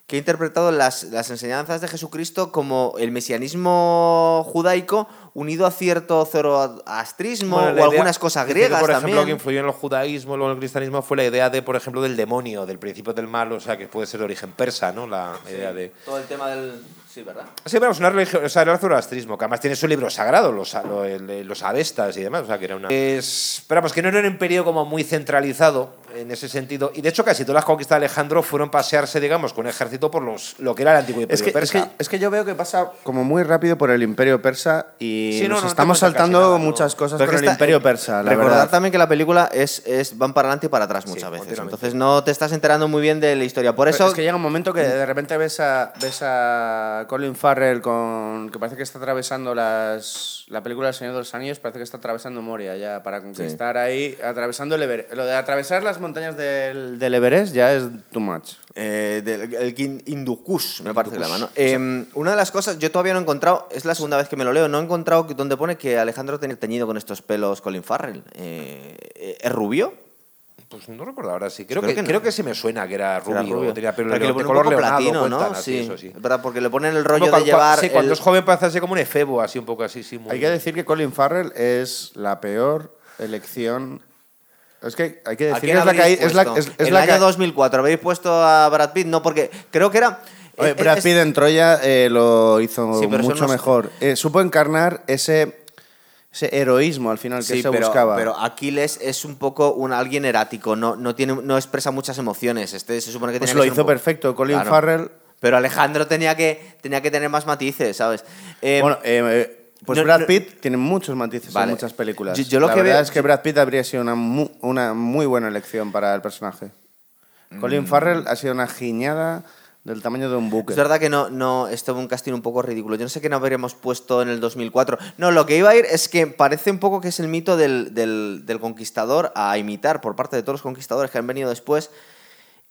Speaker 1: que ha interpretado las, las enseñanzas de Jesucristo como el mesianismo judaico unido a cierto zoroastrismo
Speaker 2: Bueno, la
Speaker 1: o
Speaker 2: idea-
Speaker 1: algunas cosas
Speaker 2: dicen que,
Speaker 1: griegas
Speaker 2: Por ejemplo,
Speaker 1: también.
Speaker 2: lo que influyó en el judaísmo, luego en el cristianismo, fue la idea de, por ejemplo, del demonio, del principio del mal, o sea, que puede ser de origen persa, ¿no? La idea de.
Speaker 1: Todo el tema del... Sí, ¿verdad?
Speaker 2: Sí, vamos, una religión, o sea, era el zoroastrismo, que además tiene su libro sagrado, los, lo- el- los avestas y demás, o sea, que era una... Es, pero vamos, que no era un imperio como muy centralizado en ese sentido, y de hecho casi todas las conquistas de Alejandro fueron pasearse, digamos, con un ejército por los, lo que era el antiguo imperio
Speaker 3: Es que, es,
Speaker 2: persa.
Speaker 3: que, es que yo veo que pasa como muy rápido por el imperio persa y
Speaker 2: Sí, no, no,
Speaker 3: nos
Speaker 2: no te
Speaker 3: estamos
Speaker 2: cuenta casi
Speaker 3: saltando
Speaker 2: nada, no.
Speaker 3: muchas cosas
Speaker 1: Pero
Speaker 3: con
Speaker 1: es que
Speaker 3: el
Speaker 1: está- eh,
Speaker 3: imperio persa, la
Speaker 1: Recordad
Speaker 3: verdad.
Speaker 1: también que la película es, es van para adelante y para atrás muchas veces.
Speaker 2: continuamente.
Speaker 1: Entonces no te estás enterando muy bien de la historia. Por
Speaker 3: Pero
Speaker 1: eso
Speaker 3: es que llega un momento que de repente ves a, ves a Colin Farrell con que parece que está atravesando las, la película del Señor de los Anillos, parece que está atravesando Moria ya para conquistar ahí, atravesando el Everest. Lo de atravesar las montañas del, del Everest ya es too much.
Speaker 1: Eh, del, el Kin- Hindukush, me parece que la mano. Em, una de las cosas, yo todavía no he encontrado, es la segunda vez que me lo leo, no he encontrado que- dónde pone que Alejandro tenía teñido con estos pelos Colin Farrell. Eh, eh, ¿Es rubio?
Speaker 2: Pues no recuerdo ahora, sí. Creo,
Speaker 1: Creo
Speaker 2: que,
Speaker 1: que no.
Speaker 2: creo que sí me suena que era rubio,
Speaker 1: Era rubio.
Speaker 2: tenía pelo
Speaker 1: Pero que
Speaker 2: de
Speaker 1: le ponen un
Speaker 2: color
Speaker 1: poco
Speaker 2: leonado,
Speaker 1: platino,
Speaker 2: cuentan,
Speaker 1: ¿no?
Speaker 2: así,
Speaker 1: Sí,
Speaker 2: eso sí.
Speaker 1: Es verdad, porque le ponen el
Speaker 2: Como
Speaker 1: rollo de
Speaker 2: cuando-
Speaker 1: llevar.
Speaker 2: sí, cuando
Speaker 1: el-
Speaker 2: es joven parece así como un efebo, así un poco así, sí. muy-
Speaker 3: Hay que decir que Colin Farrell es la peor elección. Es que hay que
Speaker 1: ¿A
Speaker 3: decir que
Speaker 1: quién
Speaker 3: es la que hay-
Speaker 1: habréis
Speaker 3: es la-
Speaker 1: puesto?
Speaker 3: es- es
Speaker 1: el
Speaker 3: la
Speaker 1: año
Speaker 3: que-
Speaker 1: 2004 habéis puesto a Brad Pitt, no, porque creo que era. e-
Speaker 3: Oye,
Speaker 1: es-
Speaker 3: Brad
Speaker 1: Eh, es-
Speaker 3: Pitt en Troya eh, lo hizo
Speaker 1: Sí, pero eso
Speaker 3: mucho
Speaker 1: no es-
Speaker 3: mejor. Eh, supo encarnar ese, ese heroísmo al final que
Speaker 1: Sí,
Speaker 3: se
Speaker 1: pero,
Speaker 3: buscaba.
Speaker 1: pero Aquiles es un poco un alguien erático, no, no, tiene, no expresa muchas emociones. Este se supone que
Speaker 3: Pues
Speaker 1: tenía
Speaker 3: lo
Speaker 1: que ser un
Speaker 3: hizo
Speaker 1: po-
Speaker 3: perfecto. Colin
Speaker 1: Claro.
Speaker 3: Farrell.
Speaker 1: Pero Alejandro tenía que, tenía que tener más matices, ¿sabes? Eh,
Speaker 3: bueno, eh, eh, pues
Speaker 1: no-
Speaker 3: Brad
Speaker 1: no-
Speaker 3: Pitt tiene muchos matices
Speaker 1: Vale.
Speaker 3: en muchas películas.
Speaker 1: Yo- yo lo
Speaker 3: la
Speaker 1: que
Speaker 3: verdad
Speaker 1: veo-
Speaker 3: es que Brad Pitt habría sido una, mu- una muy buena elección para el personaje. Colin Farrell ha sido una giñada Del tamaño de un
Speaker 1: Mm.
Speaker 3: buque.
Speaker 1: Es verdad que no, no, este un casting un poco ridículo. Yo no sé qué no habríamos puesto en el 2004. No, lo que iba a ir es que parece un poco que es el mito del, del- del conquistador a imitar por parte de todos los conquistadores que han venido después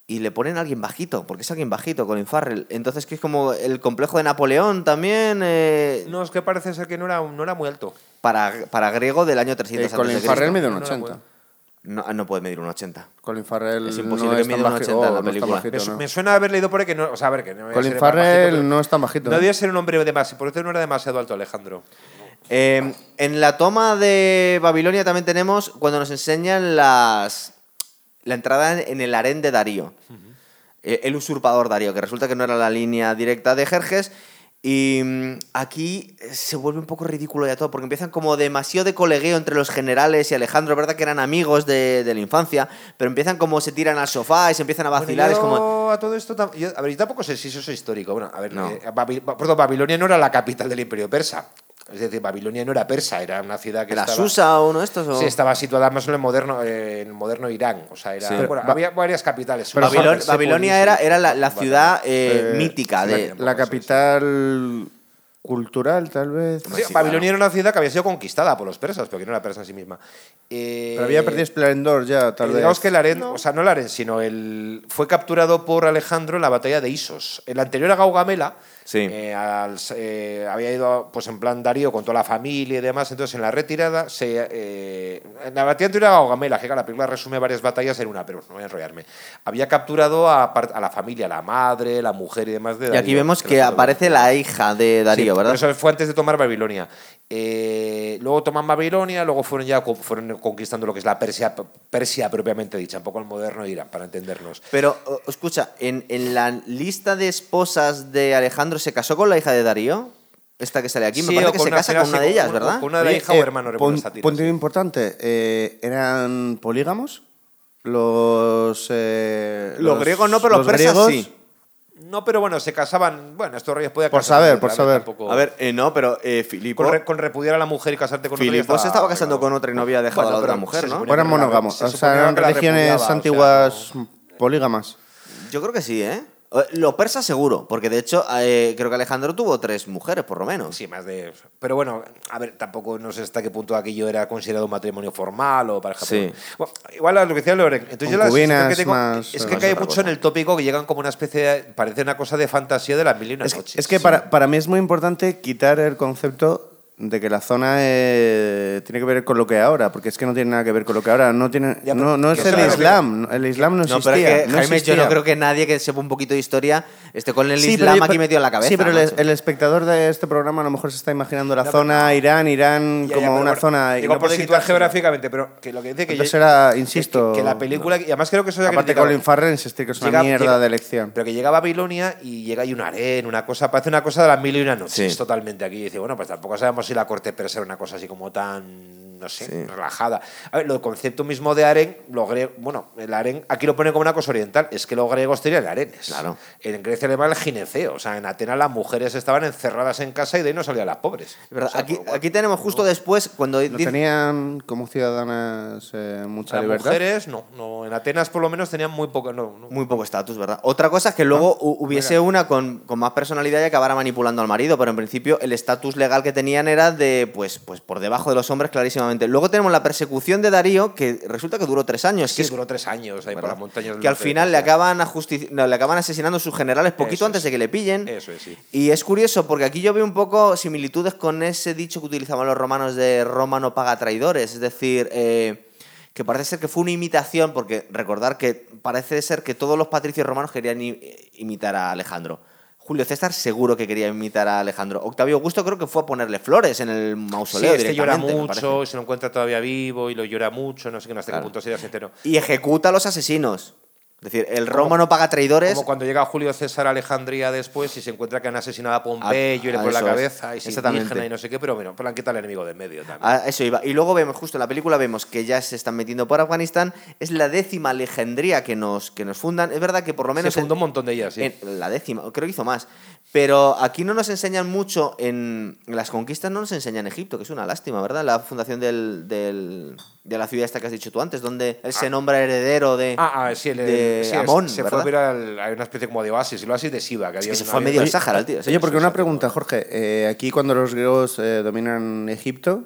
Speaker 1: y le ponen a alguien bajito, porque es alguien bajito, Colin Farrell. Entonces, que es como el complejo de Napoleón también, eh,
Speaker 2: No, es que parece ser que no era, no era muy alto.
Speaker 1: para, para griego del año
Speaker 3: Eh,
Speaker 1: 300 antes
Speaker 3: Colin
Speaker 1: de Cristo.
Speaker 3: Farrell mide
Speaker 2: No
Speaker 3: un
Speaker 2: la
Speaker 3: 80.
Speaker 1: No, no puede medir un 80.
Speaker 3: Colin Farrell
Speaker 1: Es imposible
Speaker 3: no
Speaker 1: que
Speaker 3: es tan
Speaker 1: mida un
Speaker 3: baji-
Speaker 1: 80 en la
Speaker 3: oh, no es tan
Speaker 1: película.
Speaker 2: Me,
Speaker 3: bajito,
Speaker 2: su-
Speaker 3: ¿no?
Speaker 2: me suena haber leído por ahí que no. O sea, a ver, que no. voy a
Speaker 3: Colin
Speaker 2: ser tan bajito,
Speaker 3: Farrell
Speaker 2: pero-
Speaker 3: no es tan bajito. ¿eh?
Speaker 2: No
Speaker 3: ¿no?
Speaker 2: debía ser un hombre de más, y por eso no era demasiado alto, Alejandro.
Speaker 1: Eh, en la toma de Babilonia también tenemos cuando nos enseñan las la entrada en el harén de Darío. Eh, El usurpador Darío, que resulta que no era la línea directa de Jerjes. Y mm, aquí eh, se vuelve un poco ridículo ya todo, porque empiezan como demasiado de colegueo entre los generales y Alejandro, ¿verdad? Que eran amigos de, de la infancia, pero empiezan como se tiran al sofá y se empiezan a vacilar.
Speaker 2: Bueno,
Speaker 1: es
Speaker 2: yo
Speaker 1: como.
Speaker 2: a todo esto tam- yo- a ver, yo tampoco sé si eso es histórico. Bueno, a ver,
Speaker 1: No.
Speaker 2: eh, Babi- Ba- perdón, Babilonia no era la capital del imperio persa. Es decir, Babilonia no era persa, era una ciudad que
Speaker 1: ¿Era
Speaker 2: estaba...
Speaker 1: Susa o uno de estos? o-
Speaker 2: Sí, estaba situada más o menos en el moderno, eh, en el moderno Irán. O sea, era,
Speaker 1: Sí.
Speaker 2: bueno,
Speaker 3: Ba-
Speaker 2: había varias capitales.
Speaker 3: Pero
Speaker 2: Susa,
Speaker 1: Babilon-
Speaker 2: Persépolis,
Speaker 1: Babilonia era, era la, la
Speaker 2: Babilonia.
Speaker 1: ciudad eh,
Speaker 3: Eh,
Speaker 1: mítica
Speaker 2: la-
Speaker 1: de,
Speaker 3: La capital cultural, tal vez.
Speaker 2: Sí,
Speaker 1: sí,
Speaker 2: Babilonia era una ciudad que había sido conquistada por los persas, pero que no era persa en sí misma. Eh,
Speaker 3: Pero había perdido esplendor ya, tal
Speaker 2: Eh,
Speaker 3: vez.
Speaker 2: Digamos que el Aren, o sea, no el Aren, sino el. Fue capturado por Alejandro en la batalla de Isos. El anterior a Gaugamela.
Speaker 1: Sí.
Speaker 2: eh, al- eh, había ido, pues en plan Darío con toda la familia y demás. Entonces, en la retirada, se, eh, en la batalla anterior a Gaugamela, que claro, la película resume varias batallas en una, pero no voy a enrollarme. Había capturado a, par- a la familia, la madre, la mujer y demás
Speaker 1: Y
Speaker 2: de
Speaker 1: aquí
Speaker 2: Darío,
Speaker 1: vemos
Speaker 2: la
Speaker 1: que
Speaker 2: tuvo.
Speaker 1: aparece la hija de Darío,
Speaker 2: Sí,
Speaker 1: ¿verdad?
Speaker 2: pero Eso fue antes de tomar Babilonia. Eh, luego toman Babilonia, luego fueron ya co- fueron conquistando lo que es la Persia, Persia propiamente dicha, un poco el moderno Irán, para entendernos.
Speaker 1: Pero, o- escucha, en, en la lista de esposas de Alejandro, ¿se casó con la hija de Darío? Esta que sale aquí,
Speaker 2: Sí,
Speaker 1: me parece
Speaker 2: o
Speaker 1: que
Speaker 2: con
Speaker 1: se
Speaker 2: una
Speaker 1: casa
Speaker 2: señora
Speaker 1: con una
Speaker 2: así,
Speaker 1: de ellas,
Speaker 2: con-
Speaker 1: ¿verdad?
Speaker 2: con una de
Speaker 3: Oye,
Speaker 2: hija o
Speaker 3: eh,
Speaker 2: hermano,
Speaker 3: pon-
Speaker 2: recuerdo esa tira,
Speaker 3: Punto
Speaker 2: sí.
Speaker 3: importante. eh, ¿Eran polígamos? Los. eh,
Speaker 1: Los griegos no, pero los persas sí.
Speaker 2: No, pero bueno, se casaban. Bueno, estos reyes podían
Speaker 3: Por
Speaker 2: casarse,
Speaker 3: saber,
Speaker 2: pero
Speaker 3: por
Speaker 2: la
Speaker 3: saber.
Speaker 2: tampoco-
Speaker 1: eh, no, pero eh, Filipo...
Speaker 2: Con, re- con repudiar a la mujer y casarte con otra. ya
Speaker 1: Filipo se
Speaker 2: está
Speaker 1: estaba casando
Speaker 2: arreglado.
Speaker 1: con otra y no había dejado a la otra
Speaker 2: pero
Speaker 1: mujer,
Speaker 2: se
Speaker 1: ¿no?
Speaker 2: suponía
Speaker 3: ¿O eran
Speaker 2: que la-
Speaker 3: monógamos?
Speaker 2: se
Speaker 3: O
Speaker 2: suponía
Speaker 3: sea, eran
Speaker 2: que la repudiaba,
Speaker 3: religiones
Speaker 2: o sea,
Speaker 3: antiguas
Speaker 2: no-
Speaker 3: polígamas.
Speaker 1: Yo creo que sí, ¿eh? Eh, Los persas seguro, porque de hecho eh, creo que Alejandro tuvo tres mujeres, por lo menos.
Speaker 2: Sí, más de. Pero bueno, a ver, tampoco no sé hasta qué punto aquello era considerado un matrimonio formal o pareja.
Speaker 1: Sí.
Speaker 2: Bueno, igual a lo que decía Loren. Entonces yo la
Speaker 3: Concubinas
Speaker 2: sensación que tengo es
Speaker 3: más, eh,
Speaker 2: que
Speaker 3: más
Speaker 2: cae
Speaker 1: otra
Speaker 2: mucho
Speaker 1: cosa.
Speaker 2: en el tópico que llegan como una especie. de- parece una cosa de fantasía de las mil y una
Speaker 3: Es,
Speaker 2: noches.
Speaker 3: es que para, para mí es muy importante quitar el concepto de que la zona eh, tiene que ver con lo que hay ahora, porque es que no tiene nada que ver con lo que hay ahora. No, tiene,
Speaker 2: Ya, pero-
Speaker 3: no, no es
Speaker 2: que
Speaker 3: el
Speaker 2: claro,
Speaker 3: Islam. El Islam no
Speaker 1: No,
Speaker 3: existía.
Speaker 1: pero es que, Jaime,
Speaker 3: no
Speaker 1: yo
Speaker 3: existía.
Speaker 1: no creo que nadie que sepa un poquito de historia esté con el
Speaker 3: Sí, pero
Speaker 1: Islam
Speaker 3: yo-
Speaker 1: aquí metido en la cabeza.
Speaker 3: Sí, pero el,
Speaker 1: macho.
Speaker 3: el espectador de este programa a lo mejor se está imaginando la
Speaker 2: No, pero-
Speaker 3: zona Irán,
Speaker 2: Ya,
Speaker 3: Irán
Speaker 2: ya,
Speaker 3: como
Speaker 2: pero
Speaker 3: una
Speaker 2: bueno,
Speaker 3: zona. y
Speaker 2: Digo,
Speaker 3: no
Speaker 2: por
Speaker 3: puede
Speaker 2: situar
Speaker 3: quitarse.
Speaker 2: geográficamente, pero que lo que dice que.
Speaker 3: Entonces
Speaker 2: yo-
Speaker 3: era,
Speaker 2: que-
Speaker 3: insisto,
Speaker 2: Que, la película. Y además creo que eso es
Speaker 3: Aparte, Colin Farrell insistir que es una
Speaker 2: Llega-
Speaker 3: mierda
Speaker 2: llega-
Speaker 3: de elección.
Speaker 2: Pero que llega a Babilonia y llega ahí una arena, una cosa, parece una cosa de las mil y una noches,
Speaker 1: Sí.
Speaker 2: totalmente aquí. Y dice, bueno, pues tampoco sabemos si la corte persa era una cosa así como tan, no sé,
Speaker 1: Sí.
Speaker 2: relajada. A ver, lo del concepto mismo de aren, lo gre- bueno, el aren aquí lo pone como una cosa oriental, es que los griegos tenían arenes.
Speaker 1: Claro.
Speaker 2: En Grecia le llamaban el gineceo, o sea, en Atenas las mujeres estaban encerradas en casa y de ahí no salían las pobres.
Speaker 1: Es verdad,
Speaker 2: O sea,
Speaker 1: aquí,
Speaker 2: pues, bueno,
Speaker 1: aquí tenemos justo después cuando
Speaker 3: No
Speaker 1: dice-
Speaker 3: tenían como ciudadanas eh,
Speaker 1: ¿Ah,
Speaker 3: mucha
Speaker 2: las
Speaker 3: libertad.
Speaker 2: mujeres, no, no, en Atenas por lo menos tenían muy poco, no, no.
Speaker 1: muy poco estatus, ¿verdad? Otra cosa es que luego hu- hubiese una con, con más personalidad y acabara manipulando al marido, pero en principio el estatus legal que tenían era de, pues, pues por debajo de los hombres clarísimamente. Luego tenemos la persecución de Darío, que resulta que duró tres años.
Speaker 2: Sí,
Speaker 1: que es-
Speaker 2: duró tres años ahí por
Speaker 1: ¿verdad?
Speaker 2: las montañas. del
Speaker 1: Que al
Speaker 2: norte de
Speaker 1: final le
Speaker 2: Grecia.
Speaker 1: acaban, ajusti- no, le acaban asesinando sus generales poquito
Speaker 2: Eso
Speaker 1: antes
Speaker 2: es.
Speaker 1: de que le pillen.
Speaker 2: Eso es, sí.
Speaker 1: Y es curioso porque aquí yo veo un poco similitudes con ese dicho que utilizaban los romanos de Roma no paga traidores. Es decir, eh, que parece ser que fue una imitación, porque recordar que parece ser que todos los patricios romanos querían i- eh, imitar a Alejandro. Julio César seguro que quería imitar a Alejandro. Octavio Augusto creo que fue a ponerle flores en el
Speaker 2: Sí,
Speaker 1: mausoleo.
Speaker 2: es que llora
Speaker 1: directamente, me
Speaker 2: mucho, y se lo encuentra todavía vivo y lo llora mucho, no sé qué, no sé qué
Speaker 1: Claro.
Speaker 2: punto sería sincero.
Speaker 1: parece. Y ejecuta a los asesinos. Es decir, el
Speaker 2: Como-
Speaker 1: Roma no paga traidores.
Speaker 2: Como cuando llega Julio César a Alejandría después y se encuentra que han asesinado a Pompeyo y le
Speaker 1: a
Speaker 2: ponen la
Speaker 1: Ah, eso es.
Speaker 2: cabeza y se
Speaker 1: Exactamente. Ah,
Speaker 2: indígena y no sé qué, pero bueno, plan, quita al enemigo de en medio también.
Speaker 1: A eso iba. Y luego vemos, justo en la película vemos que ya se están metiendo por Afganistán. Es la décima legendría que nos, que nos fundan. Es verdad que por lo menos...
Speaker 2: se
Speaker 1: en-
Speaker 2: fundó un montón de ellas, sí.
Speaker 1: en la décima, creo que hizo más. Pero aquí no nos enseñan mucho, en en las conquistas no nos enseñan Egipto, que es una lástima, ¿verdad? La fundación del, del- de la ciudad esta que has dicho tú antes, donde él se nombra heredero de...
Speaker 2: Ah, ah, sí, el,
Speaker 1: de- de
Speaker 2: Sí,
Speaker 1: Amón,
Speaker 2: se
Speaker 1: ¿verdad?
Speaker 2: fue a ver hay una especie como de oasis, el oasis de Siva. Que,
Speaker 1: Es
Speaker 2: había
Speaker 1: que se
Speaker 2: una-
Speaker 1: fue a medio
Speaker 2: había-
Speaker 1: Sáhara el tío. sí.
Speaker 3: Oye, porque una pregunta, Jorge. Eh, aquí cuando los griegos eh, dominan Egipto,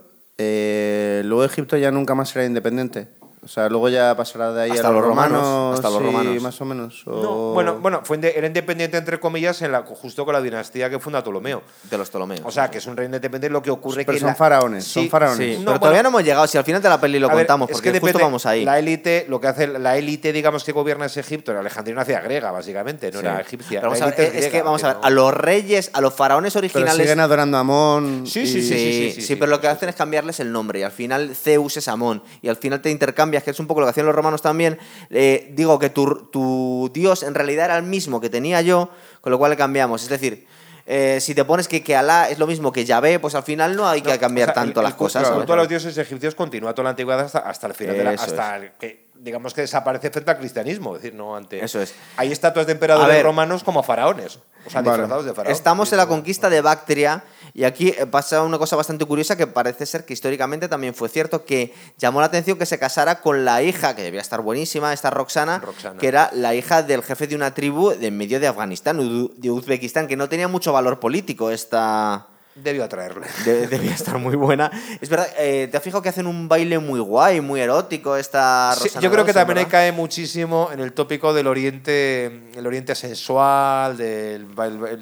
Speaker 3: eh, luego Egipto ya nunca más será independiente. O sea, luego ya pasará de ahí
Speaker 1: Hasta
Speaker 3: a los
Speaker 1: los romanos,
Speaker 3: romanos,
Speaker 1: hasta los
Speaker 3: y
Speaker 1: romanos.
Speaker 3: más o menos.
Speaker 2: No,
Speaker 1: Oh.
Speaker 3: o-
Speaker 2: bueno, bueno fue inde- era independiente, entre comillas, en la, justo con la dinastía que funda Ptolomeo.
Speaker 1: De los Ptolomeos.
Speaker 2: O sea, que es un reino independiente lo que ocurre
Speaker 3: Pero
Speaker 2: que
Speaker 3: son
Speaker 2: la-
Speaker 3: faraones, son faraones.
Speaker 1: Sí,
Speaker 3: No,
Speaker 1: pero
Speaker 2: bueno,
Speaker 1: todavía no hemos llegado. Si al final de la peli lo
Speaker 2: a ver,
Speaker 1: contamos,
Speaker 2: es
Speaker 1: porque
Speaker 2: que
Speaker 1: justo
Speaker 2: depende-
Speaker 1: vamos ahí.
Speaker 2: La élite, lo que hace la élite, digamos, que gobierna es Egipto. La Alejandría era una ciudad griega, básicamente, no
Speaker 1: Sí.
Speaker 2: era egipcia.
Speaker 1: Pero vamos
Speaker 2: La
Speaker 1: a ver,
Speaker 2: élite
Speaker 1: es,
Speaker 2: griega,
Speaker 1: que vamos a ver,
Speaker 2: no-
Speaker 1: a los reyes, a los faraones
Speaker 3: Pero
Speaker 1: originales.
Speaker 3: siguen adorando a Amón.
Speaker 2: Sí,
Speaker 3: y-
Speaker 1: Sí, sí, sí,
Speaker 2: sí, sí,
Speaker 1: pero lo
Speaker 2: sí,
Speaker 1: que
Speaker 2: sí,
Speaker 1: hacen es cambiarles el nombre y al final Zeus es Amón y al final te intercambias, que es un poco lo que hacían los romanos también. Eh, digo que tu, tu dios en realidad era el mismo que tenía yo, con lo cual le cambiamos. Es decir, eh, si te pones que, que Alá es lo mismo que Yahvé, pues al final no hay que cambiar
Speaker 2: O sea, el-
Speaker 1: tanto
Speaker 2: el
Speaker 1: las
Speaker 2: culto-
Speaker 1: cosas.
Speaker 2: El
Speaker 1: ¿sabes?
Speaker 2: culto a los dioses egipcios continúa toda la antigüedad hasta, hasta el final, de la-
Speaker 1: Eso
Speaker 2: hasta el que digamos que desaparece frente al cristianismo, es decir, no antes.
Speaker 1: Eso es.
Speaker 2: Hay estatuas de
Speaker 1: A
Speaker 2: emperadores
Speaker 1: ver.
Speaker 2: romanos como faraones, o sea,
Speaker 3: Vale.
Speaker 2: disfrazados de faraones.
Speaker 1: Estamos en la conquista de Bactria y aquí eh, pasa una cosa bastante curiosa que parece ser que históricamente también fue cierto que llamó la atención que se casara con la hija, que debía estar buenísima, esta Roxana,
Speaker 2: Roxana.
Speaker 1: que era la hija del jefe de una tribu de en medio de Afganistán, Udu- de Uzbekistán, que no tenía mucho valor político esta...
Speaker 2: Debió atraerle.
Speaker 1: de- debía estar muy buena. Es verdad, eh, te has fijado que hacen un baile muy guay, muy erótico esta
Speaker 2: Sí,
Speaker 1: Roxana
Speaker 2: yo creo que
Speaker 1: Dawson,
Speaker 2: también ahí
Speaker 1: ¿verdad?
Speaker 2: cae muchísimo en el tópico del oriente, el oriente sensual, de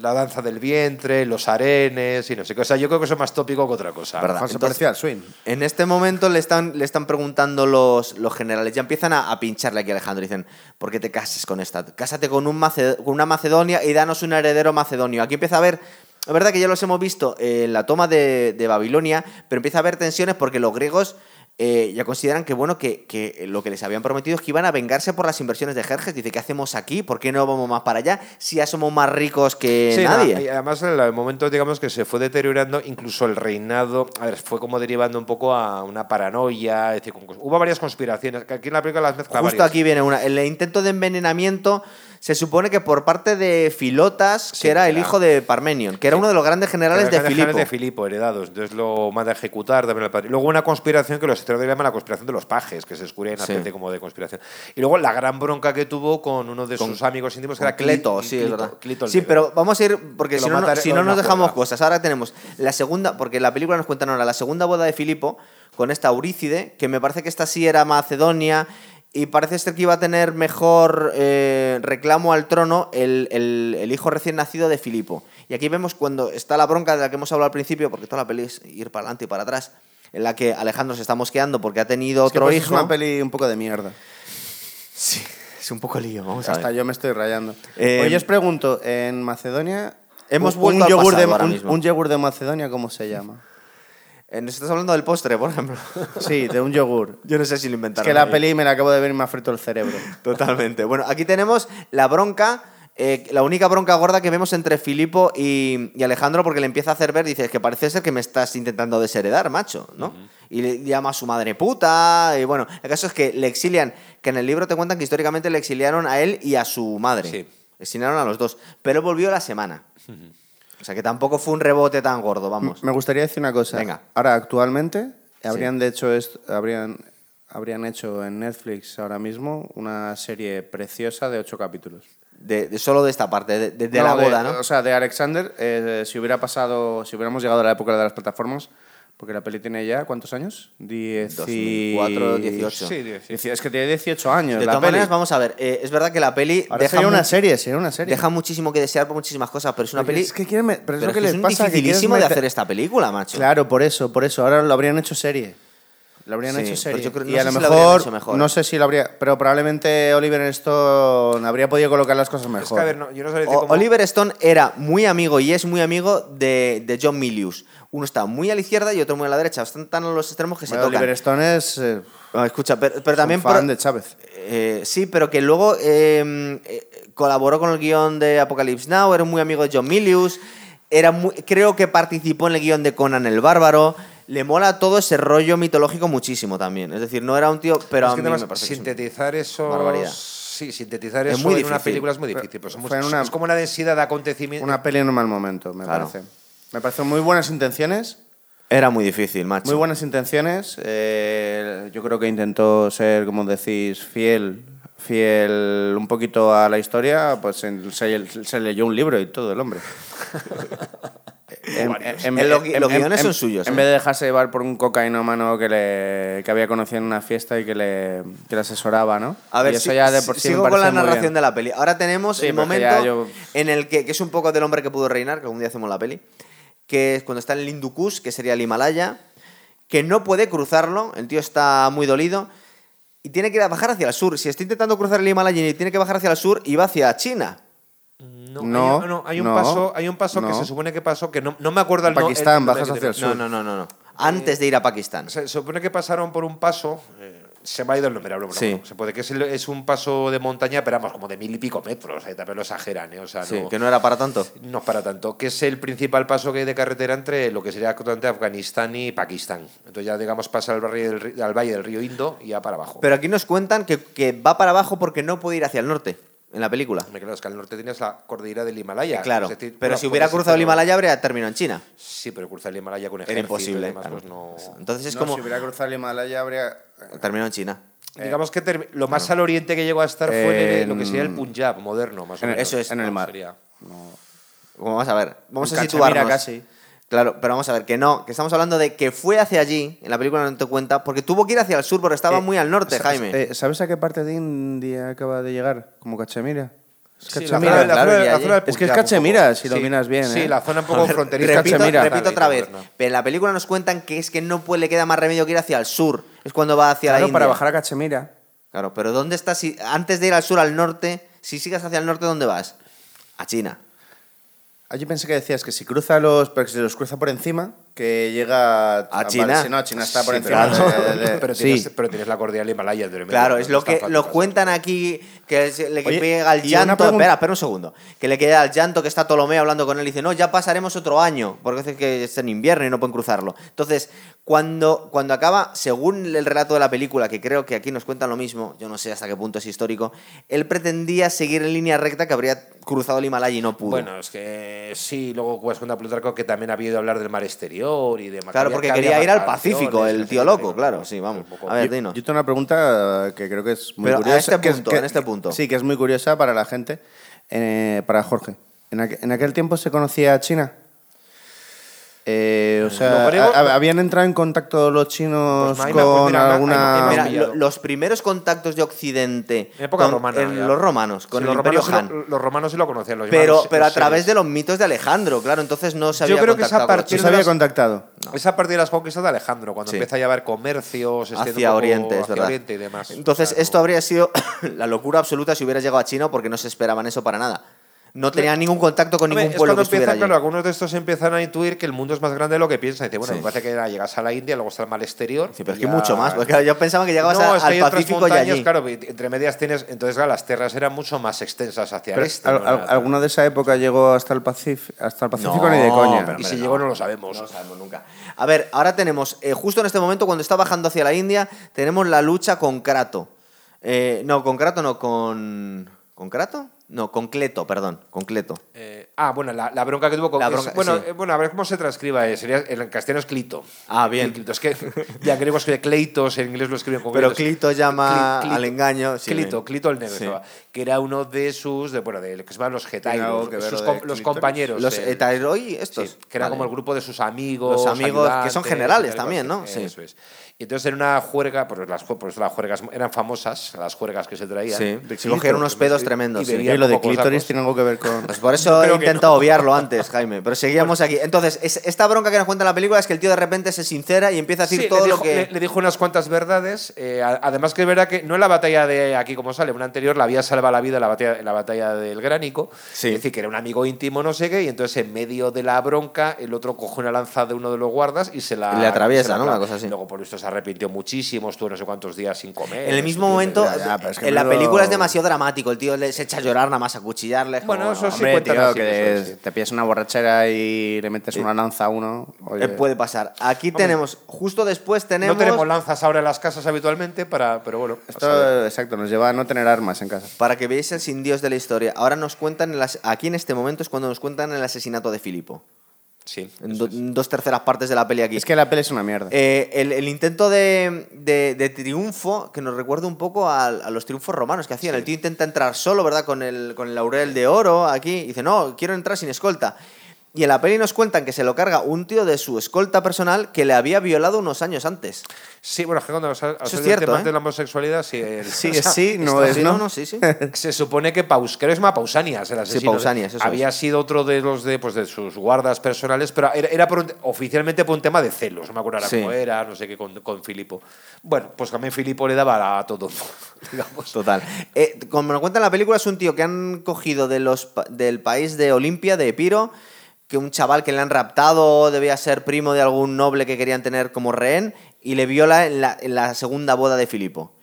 Speaker 2: la danza del vientre, los arenes y no sé qué. O sea, yo creo que eso es más tópico que otra cosa.
Speaker 1: Verdad.
Speaker 3: Falso
Speaker 1: Entonces-
Speaker 3: parcial, swing.
Speaker 1: En este momento le están, le están preguntando los, los generales, ya empiezan a, a pincharle aquí a Alejandro. Dicen, ¿por qué te cases con esta? Cásate con, un Mace- con una Macedonia y danos un heredero macedonio. Aquí empieza a haber, es verdad que ya los hemos visto eh, en la toma de, de Babilonia, pero empieza a haber tensiones porque los griegos eh, ya consideran que, bueno, que, que lo que les habían prometido es que iban a vengarse por las inversiones de Jerjes. Dice, ¿qué hacemos aquí? ¿Por qué no vamos más para allá si ya somos más ricos que
Speaker 2: Sí,
Speaker 1: nadie?
Speaker 2: na- y además, en el momento, digamos, que se fue deteriorando, incluso el reinado, a ver, fue como derivando un poco a una paranoia. Es decir, con cos- hubo varias conspiraciones. que Aquí en la película las mezcla
Speaker 1: Justo
Speaker 2: varias.
Speaker 1: aquí viene una. El intento de envenenamiento se supone que por parte de Filotas,
Speaker 2: Sí,
Speaker 1: que era el
Speaker 2: claro.
Speaker 1: hijo de Parmenion, que era uno de los grandes generales de
Speaker 2: Generales
Speaker 1: Filipo.
Speaker 2: de Filipo, heredados. Entonces lo manda a ejecutar también al padre. Luego una conspiración que los historiadores llaman la conspiración de los pajes, que se descubre en una
Speaker 1: Sí.
Speaker 2: especie como de conspiración. Y luego la gran bronca que tuvo con uno de
Speaker 1: Con-
Speaker 2: sus amigos íntimos, que
Speaker 1: Con
Speaker 2: era
Speaker 1: Clito,
Speaker 2: Clito.
Speaker 1: sí, es
Speaker 2: Clito-
Speaker 1: verdad.
Speaker 2: Clito el
Speaker 1: sí,
Speaker 2: Negro.
Speaker 1: pero vamos a ir, porque
Speaker 2: Que
Speaker 1: si
Speaker 2: lo
Speaker 1: no, no-
Speaker 2: mataron
Speaker 1: si no
Speaker 2: en
Speaker 1: nos
Speaker 2: una
Speaker 1: dejamos
Speaker 2: cueva.
Speaker 1: cosas. Ahora tenemos la segunda, porque la película nos cuentan ahora la segunda boda de Filipo con esta Eurícide, que me parece que esta sí era Macedonia. Y parece ser que iba a tener mejor eh, reclamo al trono el, el- el hijo recién nacido de Filipo. Y aquí vemos cuando está la bronca de la que hemos hablado al principio, porque toda la peli es ir para adelante y para atrás, en la que Alejandro se está mosqueando porque ha tenido
Speaker 3: Es que,
Speaker 1: otro
Speaker 3: pues, Es
Speaker 1: hijo.
Speaker 3: una peli un poco de mierda.
Speaker 1: Sí, es un poco lío, vamos a ver.
Speaker 3: Hasta yo me estoy rayando.
Speaker 1: Eh,
Speaker 3: Oye, os pregunto, en Macedonia.
Speaker 1: Hemos
Speaker 3: un-
Speaker 1: vuelto
Speaker 3: un
Speaker 1: al
Speaker 3: yogur
Speaker 1: pasado
Speaker 3: de,
Speaker 1: ahora
Speaker 3: un-
Speaker 1: mismo.
Speaker 3: un yogur de Macedonia, ¿cómo se llama?
Speaker 1: Eh, Nos estás hablando del postre, por ejemplo.
Speaker 3: Sí, de un yogur.
Speaker 1: Yo no sé si lo
Speaker 3: Es
Speaker 1: inventaron.
Speaker 3: que la
Speaker 1: ahí.
Speaker 3: peli me la acabo de ver y me ha frito el cerebro.
Speaker 1: Totalmente. Bueno, aquí tenemos la bronca, eh, la única bronca gorda que vemos entre Filipo y, y Alejandro, porque le empieza a hacer ver, dice, es que parece ser que me estás intentando desheredar, macho, ¿no? Y le llama a su madre puta, y bueno, el caso es que le exilian, que en el libro te cuentan que históricamente le exiliaron a él y a su madre.
Speaker 2: Sí.
Speaker 1: Exiliaron a los dos, pero volvió la semana. O sea que tampoco fue un rebote tan gordo, vamos.
Speaker 3: Me gustaría decir una cosa.
Speaker 1: Pues Venga.
Speaker 3: Ahora, actualmente, habrían de hecho esto, habrían, habrían hecho en Netflix ahora mismo una serie preciosa de ocho capítulos.
Speaker 1: De, de- solo de esta parte, de, de- de
Speaker 3: No,
Speaker 1: la boda, ¿no?
Speaker 3: O sea, de Alexander, eh, si hubiera pasado, si hubiéramos llegado a la época de las plataformas, porque la peli tiene ya, ¿cuántos años?
Speaker 1: 2004, 18.
Speaker 2: Sí, tío, sí.
Speaker 3: Dieci- Es que tiene 18 años
Speaker 1: De
Speaker 3: la
Speaker 1: todas
Speaker 3: peli.
Speaker 1: maneras, vamos a ver. eh, es verdad que la peli
Speaker 3: Ahora
Speaker 1: deja,
Speaker 3: sería una
Speaker 1: mu-
Speaker 3: serie, sería una serie.
Speaker 1: deja muchísimo que desear por muchísimas cosas, pero es una
Speaker 3: Porque
Speaker 1: peli.
Speaker 3: es que quieren me- pero es lo que les
Speaker 1: un
Speaker 3: pasa, que quieren
Speaker 1: dificilísimo de
Speaker 3: meter-
Speaker 1: hacer esta película, macho.
Speaker 3: Claro, por eso, por eso. Ahora lo habrían hecho serie. Lo habrían
Speaker 1: Sí,
Speaker 3: hecho
Speaker 1: pero
Speaker 3: serie.
Speaker 1: yo creo- no
Speaker 3: y a
Speaker 1: sé
Speaker 3: lo
Speaker 1: si lo habrían
Speaker 3: mejor,
Speaker 1: hecho mejor, eh.
Speaker 3: no sé si lo habría, pero probablemente Oliver Stone habría podido colocar las cosas mejor.
Speaker 2: Es que, a ver, no, yo no sabía decir
Speaker 1: O-
Speaker 2: cómo-
Speaker 1: Oliver Stone era muy amigo y es muy amigo de, de John Milius. Uno está muy a la izquierda y otro muy a la derecha. Están tan a los extremos que se
Speaker 3: Bueno,
Speaker 1: tocan.
Speaker 3: Oliver Stone es eh,
Speaker 1: Ah, Escucha, pero, pero también.
Speaker 3: un fan
Speaker 1: pro-
Speaker 3: de Chávez.
Speaker 1: Eh, sí, pero que luego eh, eh, colaboró con el guión de Apocalypse Now, era muy amigo de John Milius, era muy- creo que participó en el guión de Conan el Bárbaro. Le mola todo ese rollo mitológico muchísimo también. Es decir, no era un tío, pero
Speaker 2: Es
Speaker 1: a
Speaker 2: que
Speaker 1: mí
Speaker 2: además,
Speaker 1: me parece que es un-
Speaker 2: sintetizar eso.
Speaker 1: barbaridad.
Speaker 2: Sí, sintetizar
Speaker 1: Es
Speaker 2: eso
Speaker 1: muy
Speaker 2: en una
Speaker 1: difícil.
Speaker 2: película es muy difícil.
Speaker 3: Pero
Speaker 2: pues son
Speaker 3: fue en
Speaker 2: muchos-
Speaker 3: una-
Speaker 2: Es como una densidad de acontecimientos.
Speaker 3: Una peli en un mal momento, me
Speaker 1: Eh, Claro.
Speaker 3: parece. Me parecen muy buenas intenciones,
Speaker 1: Era muy difícil, macho.
Speaker 3: muy buenas intenciones. eh, yo creo que intentó ser, como decís, fiel, fiel un poquito a la historia, pues en- se, se leyó un libro y todo el hombre. En- en- en-
Speaker 1: eh, Los gui-
Speaker 3: en-
Speaker 1: los
Speaker 3: en-
Speaker 1: guiones
Speaker 3: en-
Speaker 1: son suyos,
Speaker 3: En
Speaker 1: ¿eh?
Speaker 3: vez de dejarse llevar por un cocainómano que, le, que había conocido en una fiesta y que le, que le asesoraba, ¿no?
Speaker 1: A ver,
Speaker 3: y eso
Speaker 1: si-
Speaker 3: ya de
Speaker 1: si-
Speaker 3: por sí me
Speaker 1: sigo con la
Speaker 3: parece muy
Speaker 1: narración
Speaker 3: bien.
Speaker 1: de la peli. Ahora tenemos
Speaker 3: Sí,
Speaker 1: el
Speaker 3: porque
Speaker 1: momento
Speaker 3: ya yo-
Speaker 1: en el que, que es un poco del hombre que pudo reinar, que algún día hacemos la peli, que es cuando está en el Hindu Kush, que sería el Himalaya, que no puede cruzarlo, el tío está muy dolido, y tiene que ir a bajar hacia el sur. Si está intentando cruzar el Himalaya y tiene que bajar hacia el sur, y va hacia China.
Speaker 2: No,
Speaker 3: No,
Speaker 2: hay, un- no, hay un
Speaker 3: no,
Speaker 2: paso, hay un paso que
Speaker 3: no.
Speaker 2: se supone que pasó, que no, no me acuerdo el no-
Speaker 3: Pakistán,
Speaker 2: el nombre
Speaker 3: bajas
Speaker 2: que
Speaker 3: hacia el
Speaker 2: tiene.
Speaker 1: No, no, no, no, no. Antes de ir a Pakistán.
Speaker 2: Se se supone que pasaron por un paso. eh, se me ha ido el nombre, ahora bueno,
Speaker 3: Sí.
Speaker 2: bueno, se puede que es, el- es un paso de montaña, pero vamos, como de mil y pico metros, eh, también lo exageran, eh, o sea,
Speaker 1: Sí,
Speaker 2: no,
Speaker 1: que no era para tanto.
Speaker 2: no es para tanto, que es el principal paso que hay de carretera entre lo que sería actualmente Afganistán y Pakistán. Entonces ya, digamos, pasa al, barrio del ri- al valle del río Indo y ya para abajo.
Speaker 1: Pero aquí nos cuentan que, que va para abajo porque no puede ir hacia el norte, en la película.
Speaker 2: Me claro, es que al norte tienes la cordillera del Himalaya.
Speaker 1: Eh, Claro,
Speaker 2: es decir,
Speaker 1: pero
Speaker 2: bueno,
Speaker 1: si hubiera
Speaker 2: puedes ir,
Speaker 1: cruzado el
Speaker 2: pero-
Speaker 1: Himalaya habría terminado en China.
Speaker 2: Sí, pero cruzar el Himalaya con
Speaker 1: Era
Speaker 2: ejército
Speaker 1: imposible.
Speaker 2: y demás,
Speaker 1: claro.
Speaker 2: pues no...
Speaker 1: Entonces es
Speaker 3: No,
Speaker 1: como.
Speaker 3: si hubiera cruzado el Himalaya habría...
Speaker 1: Terminó en China.
Speaker 2: Digamos que termi- lo más al oriente que llegó a estar fue
Speaker 3: Eh,
Speaker 2: en el- lo que sería el Punjab moderno, más o
Speaker 3: en el-
Speaker 2: menos.
Speaker 1: Em, eso es,
Speaker 3: en el
Speaker 2: No,
Speaker 3: mar.
Speaker 2: sería-
Speaker 1: Bueno, vamos a ver. Vamos
Speaker 3: En
Speaker 1: a
Speaker 3: Cachemira
Speaker 1: situarnos.
Speaker 3: casi.
Speaker 1: Claro, pero vamos a ver que no, que estamos hablando de que fue hacia allí, en la película no te cuenta, porque tuvo que ir hacia el sur porque estaba
Speaker 3: Eh,
Speaker 1: muy al norte,
Speaker 3: sa-
Speaker 1: Jaime.
Speaker 3: eh, ¿Sabes a qué parte de India acaba de llegar? Como Cachemira. Es
Speaker 2: Sí, la
Speaker 3: Cachemira.
Speaker 2: zona- la
Speaker 1: claro,
Speaker 2: zona-
Speaker 1: ya,
Speaker 2: la
Speaker 1: ya.
Speaker 2: zona del
Speaker 3: Es que es
Speaker 2: Punjab un
Speaker 3: Cachemira,
Speaker 2: poco.
Speaker 3: si lo miras bien,
Speaker 2: Sí,
Speaker 3: ¿eh?
Speaker 2: la zona un poco fronteriza.
Speaker 1: repito,
Speaker 3: Cachemira.
Speaker 1: repito otra vez, pero en la película nos cuentan que es que no puede, le queda más remedio que ir hacia el sur, es cuando va hacia la
Speaker 3: Claro,
Speaker 1: India.
Speaker 3: para bajar a Cachemira.
Speaker 1: Claro, pero ¿dónde estás? Si, antes de ir al sur, al norte, si sigues hacia el norte, ¿dónde vas? A China.
Speaker 3: Ah, yo pensé que decías que si cruza los. Pero que si los cruza por encima, que llega a, vale,
Speaker 1: China.
Speaker 3: si no, China está por
Speaker 1: Sí,
Speaker 3: encima.
Speaker 1: claro.
Speaker 3: de- de- de-
Speaker 2: Pero
Speaker 3: Sí.
Speaker 2: tienes, pero tienes la cordillera del Himalaya. entre medio,
Speaker 1: Claro,
Speaker 2: no
Speaker 1: es lo
Speaker 2: tan
Speaker 1: que
Speaker 2: fácil
Speaker 1: lo
Speaker 2: pasar.
Speaker 1: cuentan aquí, que se- le que
Speaker 3: Oye,
Speaker 1: pega al
Speaker 3: y una
Speaker 1: llanto.
Speaker 3: pregun-
Speaker 1: Espera, espera un segundo. Que le queda al llanto que está Ptolomeo hablando con él y dice, no, ya pasaremos otro año, porque dice que es en invierno y no pueden cruzarlo. Entonces, cuando, cuando acaba, según el relato de la película, que creo que aquí nos cuentan lo mismo, yo no sé hasta qué punto es histórico, él pretendía seguir en línea recta que habría cruzado el Himalaya y no pudo.
Speaker 2: Bueno, es que sí, luego pues cuenta Plutarco que también ha habido hablar del mar exterior y de
Speaker 1: Claro, porque quería ir al Pacífico, el tío loco, claro, sí, vamos. A ver, dinos.
Speaker 3: Yo tengo una pregunta que creo que es muy
Speaker 1: Pero a
Speaker 3: curiosa.
Speaker 1: este
Speaker 3: que es-
Speaker 1: punto,
Speaker 3: que-
Speaker 1: en este punto.
Speaker 3: Sí, que es muy curiosa para la gente, eh, para Jorge. ¿En, aqu- en aquel tiempo se conocía a China? Eh, o sea,
Speaker 2: Lo creo-
Speaker 3: ¿ha- ha- ¿habían entrado en contacto los chinos
Speaker 2: Pues, Maima, pues,
Speaker 3: con
Speaker 2: mira,
Speaker 3: alguna...?
Speaker 2: Maima,
Speaker 1: Mira,
Speaker 2: pillado.
Speaker 1: lo- los primeros contactos de Occidente
Speaker 2: En época
Speaker 1: con-
Speaker 2: romana.
Speaker 1: en
Speaker 2: ya.
Speaker 1: los romanos, con
Speaker 2: Sí,
Speaker 1: el
Speaker 2: los
Speaker 1: imperio
Speaker 2: romanos sí
Speaker 1: Han.
Speaker 2: lo- Los romanos sí lo conocían, los
Speaker 1: Pero,
Speaker 2: llamaban
Speaker 1: pero a
Speaker 2: los
Speaker 1: través
Speaker 2: sirios.
Speaker 1: de los mitos de Alejandro, claro, entonces no se había
Speaker 2: creo que es a
Speaker 1: contactado con los
Speaker 2: partir
Speaker 3: ¿No
Speaker 1: chinos.
Speaker 3: se había
Speaker 2: las-
Speaker 3: contactado?
Speaker 2: Es a partir de las conquistas de Alejandro, cuando
Speaker 1: Sí.
Speaker 2: empieza a llevar comercios, se extiende este, un
Speaker 1: hacia
Speaker 2: poco
Speaker 1: Oriente, es
Speaker 2: hacia
Speaker 1: verdad.
Speaker 2: Oriente y demás.
Speaker 1: Entonces,
Speaker 2: O sea,
Speaker 1: esto habría sido la locura absoluta si hubiera llegado a China porque no se esperaban eso para nada. No tenían ningún contacto con
Speaker 2: A ver,
Speaker 1: ningún
Speaker 2: es
Speaker 1: pueblo
Speaker 2: cuando
Speaker 1: que estuviera
Speaker 2: empiezan,
Speaker 1: allí.
Speaker 2: claro, algunos de estos empiezan a intuir que el mundo es más grande de lo que piensan. Dice, bueno,
Speaker 1: Sí.
Speaker 2: me parece que ya llegas a la India, luego está el mal exterior.
Speaker 1: Sí, pero es
Speaker 2: y
Speaker 1: que
Speaker 2: ya-
Speaker 1: mucho más, porque claro, yo pensaba que llegabas
Speaker 2: No,
Speaker 1: a-
Speaker 2: es que
Speaker 1: al
Speaker 2: hay otras
Speaker 1: Pacífico y
Speaker 2: montañas,
Speaker 1: allí.
Speaker 2: Claro, entre medias tienes. Entonces, claro, las tierras eran mucho más extensas hacia
Speaker 3: Pero,
Speaker 2: el este.
Speaker 3: al-
Speaker 2: ¿no?
Speaker 3: al- ¿Alguno de esa época llegó hasta el, Pacif- hasta el Pacífico
Speaker 1: No,
Speaker 3: ni de coña?
Speaker 1: pero-
Speaker 2: y si
Speaker 1: Hombre,
Speaker 2: llegó,
Speaker 1: no.
Speaker 2: no lo sabemos.
Speaker 1: No lo sabemos nunca. A ver, ahora tenemos, eh, justo en este momento, cuando está bajando hacia la India, tenemos la lucha con Krato. Eh, no, con Krato no, con. ¿Con Krato? No, con Cleto, perdón, con Cleto.
Speaker 2: Eh, ah, bueno, la, la bronca que tuvo con.
Speaker 1: La bronca,
Speaker 2: bueno,
Speaker 1: sí.
Speaker 2: eh, bueno, a ver cómo se transcriba. eh, sería, en castellano es Clito.
Speaker 1: Ah, bien.
Speaker 2: Clito, es que ya griego escribe Cleitos, en inglés lo escriben con
Speaker 1: Pero
Speaker 2: Cleitos.
Speaker 1: Clito llama
Speaker 2: Cli- Clito.
Speaker 1: al engaño. sí,
Speaker 2: Clito,
Speaker 1: bien.
Speaker 2: Clito el negro,
Speaker 1: Sí.
Speaker 2: estaba, que era uno de sus, de, bueno, de lo que se llaman los
Speaker 3: algo
Speaker 2: getairos,
Speaker 3: que ver
Speaker 2: sus
Speaker 3: lo
Speaker 2: com-
Speaker 3: de
Speaker 2: los
Speaker 3: clítoris?
Speaker 2: compañeros.
Speaker 1: Los
Speaker 2: eh,
Speaker 1: Etairoi,
Speaker 2: sí,
Speaker 1: estos.
Speaker 2: que era
Speaker 1: Vale.
Speaker 2: como el grupo de sus amigos.
Speaker 1: Los amigos, que son
Speaker 2: ayudantes,
Speaker 1: generales
Speaker 2: y tal,
Speaker 1: también,
Speaker 2: cual,
Speaker 1: ¿no?
Speaker 2: eh,
Speaker 1: Sí.
Speaker 2: Eso es. Y entonces en una juerga, pues las, jue- pues las juergas eran famosas, las juergas que se traían.
Speaker 1: Sí,
Speaker 2: De
Speaker 1: se cogieron
Speaker 2: clítoris,
Speaker 1: unos pedos
Speaker 2: y-
Speaker 1: tremendos,
Speaker 2: Y,
Speaker 1: sí.
Speaker 2: bebían
Speaker 3: Y lo de
Speaker 2: como cosacos.
Speaker 3: clítoris tiene algo que ver con...
Speaker 1: Pues por eso he
Speaker 2: Creo que
Speaker 1: intentado obviarlo antes, Jaime. Pero seguíamos aquí. Entonces, es- esta bronca que nos cuenta la película es que el tío de repente se sincera y empieza a decir
Speaker 2: Sí,
Speaker 1: todo
Speaker 2: le, dijo,
Speaker 1: lo que.
Speaker 2: le- le dijo unas cuantas verdades. eh, a- además que es verdad que no en la batalla de aquí como sale, una anterior la había salvado la vida en la batalla, en la batalla del Gránico.
Speaker 1: Sí.
Speaker 2: Es decir, que era un amigo íntimo, no sé qué, y entonces en medio de la bronca el otro coge una lanza de uno de los guardas y se la...
Speaker 1: Le atraviesa,
Speaker 2: se la
Speaker 1: ¿no?
Speaker 2: clava.
Speaker 1: Una cosa así.
Speaker 2: Luego por esto se arrepintió muchísimo, estuvo no sé cuántos días sin comer.
Speaker 1: En el
Speaker 2: no
Speaker 1: mismo
Speaker 2: sé qué,
Speaker 1: momento,
Speaker 2: etcétera.
Speaker 3: ya, ya, pero es que
Speaker 1: en la
Speaker 3: menudo-
Speaker 1: película es demasiado dramático. El tío le- se echa a llorar nada más a cuchillarle. es como,
Speaker 2: Bueno, eso sí
Speaker 1: hombre,
Speaker 3: Hombre,
Speaker 2: cuentan
Speaker 3: tío,
Speaker 2: así,
Speaker 3: que
Speaker 2: eso es, sí.
Speaker 3: pues te pillas una borrachera y le metes una lanza a uno. oye.
Speaker 1: eh, Puede pasar. Aquí tenemos, justo después tenemos.
Speaker 2: No tenemos lanzas ahora en las casas habitualmente, para, pero bueno.
Speaker 3: Esto, exacto, nos lleva a no tener armas en casa.
Speaker 1: Para que veáis el sin Dios de la historia. Ahora nos cuentan, el as- aquí en este momento es cuando nos cuentan el asesinato de Filipo.
Speaker 2: Sí.
Speaker 1: En
Speaker 2: eso
Speaker 1: do- dos terceras partes de la peli aquí.
Speaker 3: Es que la peli es una mierda.
Speaker 1: Eh, el, el intento de, de- de triunfo que nos recuerda un poco a, a los triunfos romanos que hacían. El tío intenta entrar solo, ¿verdad? Con el, con el laurel de oro aquí. Y dice, no, quiero entrar sin escolta. Y en la peli nos cuentan que se lo carga un tío de su escolta personal que le había violado unos años antes.
Speaker 2: Sí, bueno, es que cuando nos ha- ha
Speaker 1: es
Speaker 2: salido
Speaker 1: cierto,
Speaker 2: el tema
Speaker 1: ¿eh?
Speaker 2: de la homosexualidad, sí. el-
Speaker 3: Sí,
Speaker 2: o sea,
Speaker 3: es sí,
Speaker 1: Esto-
Speaker 3: no es
Speaker 1: sí,
Speaker 3: no.
Speaker 1: no, sí, sí.
Speaker 2: Se supone que Paus, creo que se llama Pausanias, el asesino.
Speaker 1: Pausanias, eso
Speaker 2: Había
Speaker 1: es.
Speaker 2: sido otro de los de, pues, de sus guardas personales, pero era, era por un- oficialmente por un tema de celos, no me acuerdo ahora
Speaker 1: Sí.
Speaker 2: cómo era, no sé qué, con, con Filipo. Bueno, pues también Filipo le daba a todo, digamos.
Speaker 1: Total. Eh, como nos cuenta en la película, es un tío que han cogido de los, pa- del país de Olimpia, de Epiro, que un chaval que le han raptado debía ser primo de algún noble que querían tener como rehén y le viola en la, en la segunda boda de Filipo.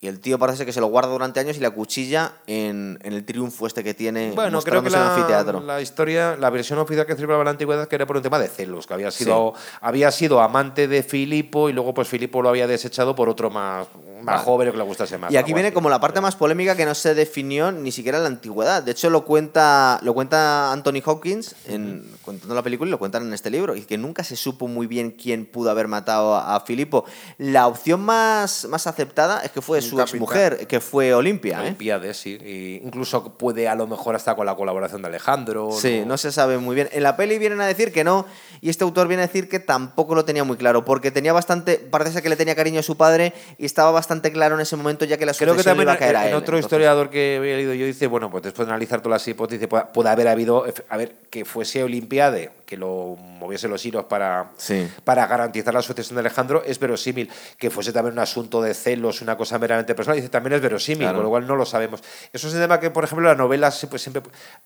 Speaker 1: Y el tío parece que se lo guarda durante años y la cuchilla en, en el triunfo este que tiene
Speaker 2: Bueno, creo
Speaker 1: mostrándose en
Speaker 2: que
Speaker 1: el
Speaker 2: la,
Speaker 1: anfiteatro.
Speaker 2: la historia, la versión oficial que circulaba en la antigüedad que era por un tema de celos, que había sido, había sido amante de Filipo y luego pues Filipo lo había desechado por otro más, más joven que le gustase más.
Speaker 1: Y aquí
Speaker 2: algo
Speaker 1: viene
Speaker 2: así.
Speaker 1: como la parte más polémica que no se definió ni siquiera en la antigüedad. De hecho, lo cuenta, lo cuenta Anthony Hopkins en, contando la película y lo cuentan en este libro. Y que nunca se supo muy bien quién pudo haber matado a, a Filipo. La opción más, más aceptada es que fue
Speaker 3: Un
Speaker 1: su
Speaker 3: capitán.
Speaker 1: exmujer, que fue Olimpia. ¿eh?
Speaker 2: Olimpiades, sí. Y incluso puede a lo mejor hasta con la colaboración de Alejandro.
Speaker 1: Sí, no se sabe muy bien. En la peli vienen a decir que no, y este autor viene a decir que tampoco lo tenía muy claro, porque tenía bastante, parece ser que le tenía cariño a su padre y estaba bastante claro en ese momento ya que la
Speaker 2: Creo
Speaker 1: sucesión
Speaker 2: que también
Speaker 1: le iba a caer
Speaker 2: en,
Speaker 1: a él.
Speaker 2: otro
Speaker 1: Entonces,
Speaker 2: historiador que había leído yo dice, bueno, pues después de analizar todas las hipótesis, puede, puede haber habido, efe- a ver, que fuese Olimpiade, que lo moviese los hilos para,
Speaker 1: Sí.
Speaker 2: para garantizar la sucesión de Alejandro, es verosímil. Que fuese también un asunto de celos, una cosa meramente personal, dice, también es verosímil,
Speaker 1: Claro.
Speaker 2: con lo cual no lo sabemos. Eso es un tema que, por ejemplo, las novelas pues, siempre...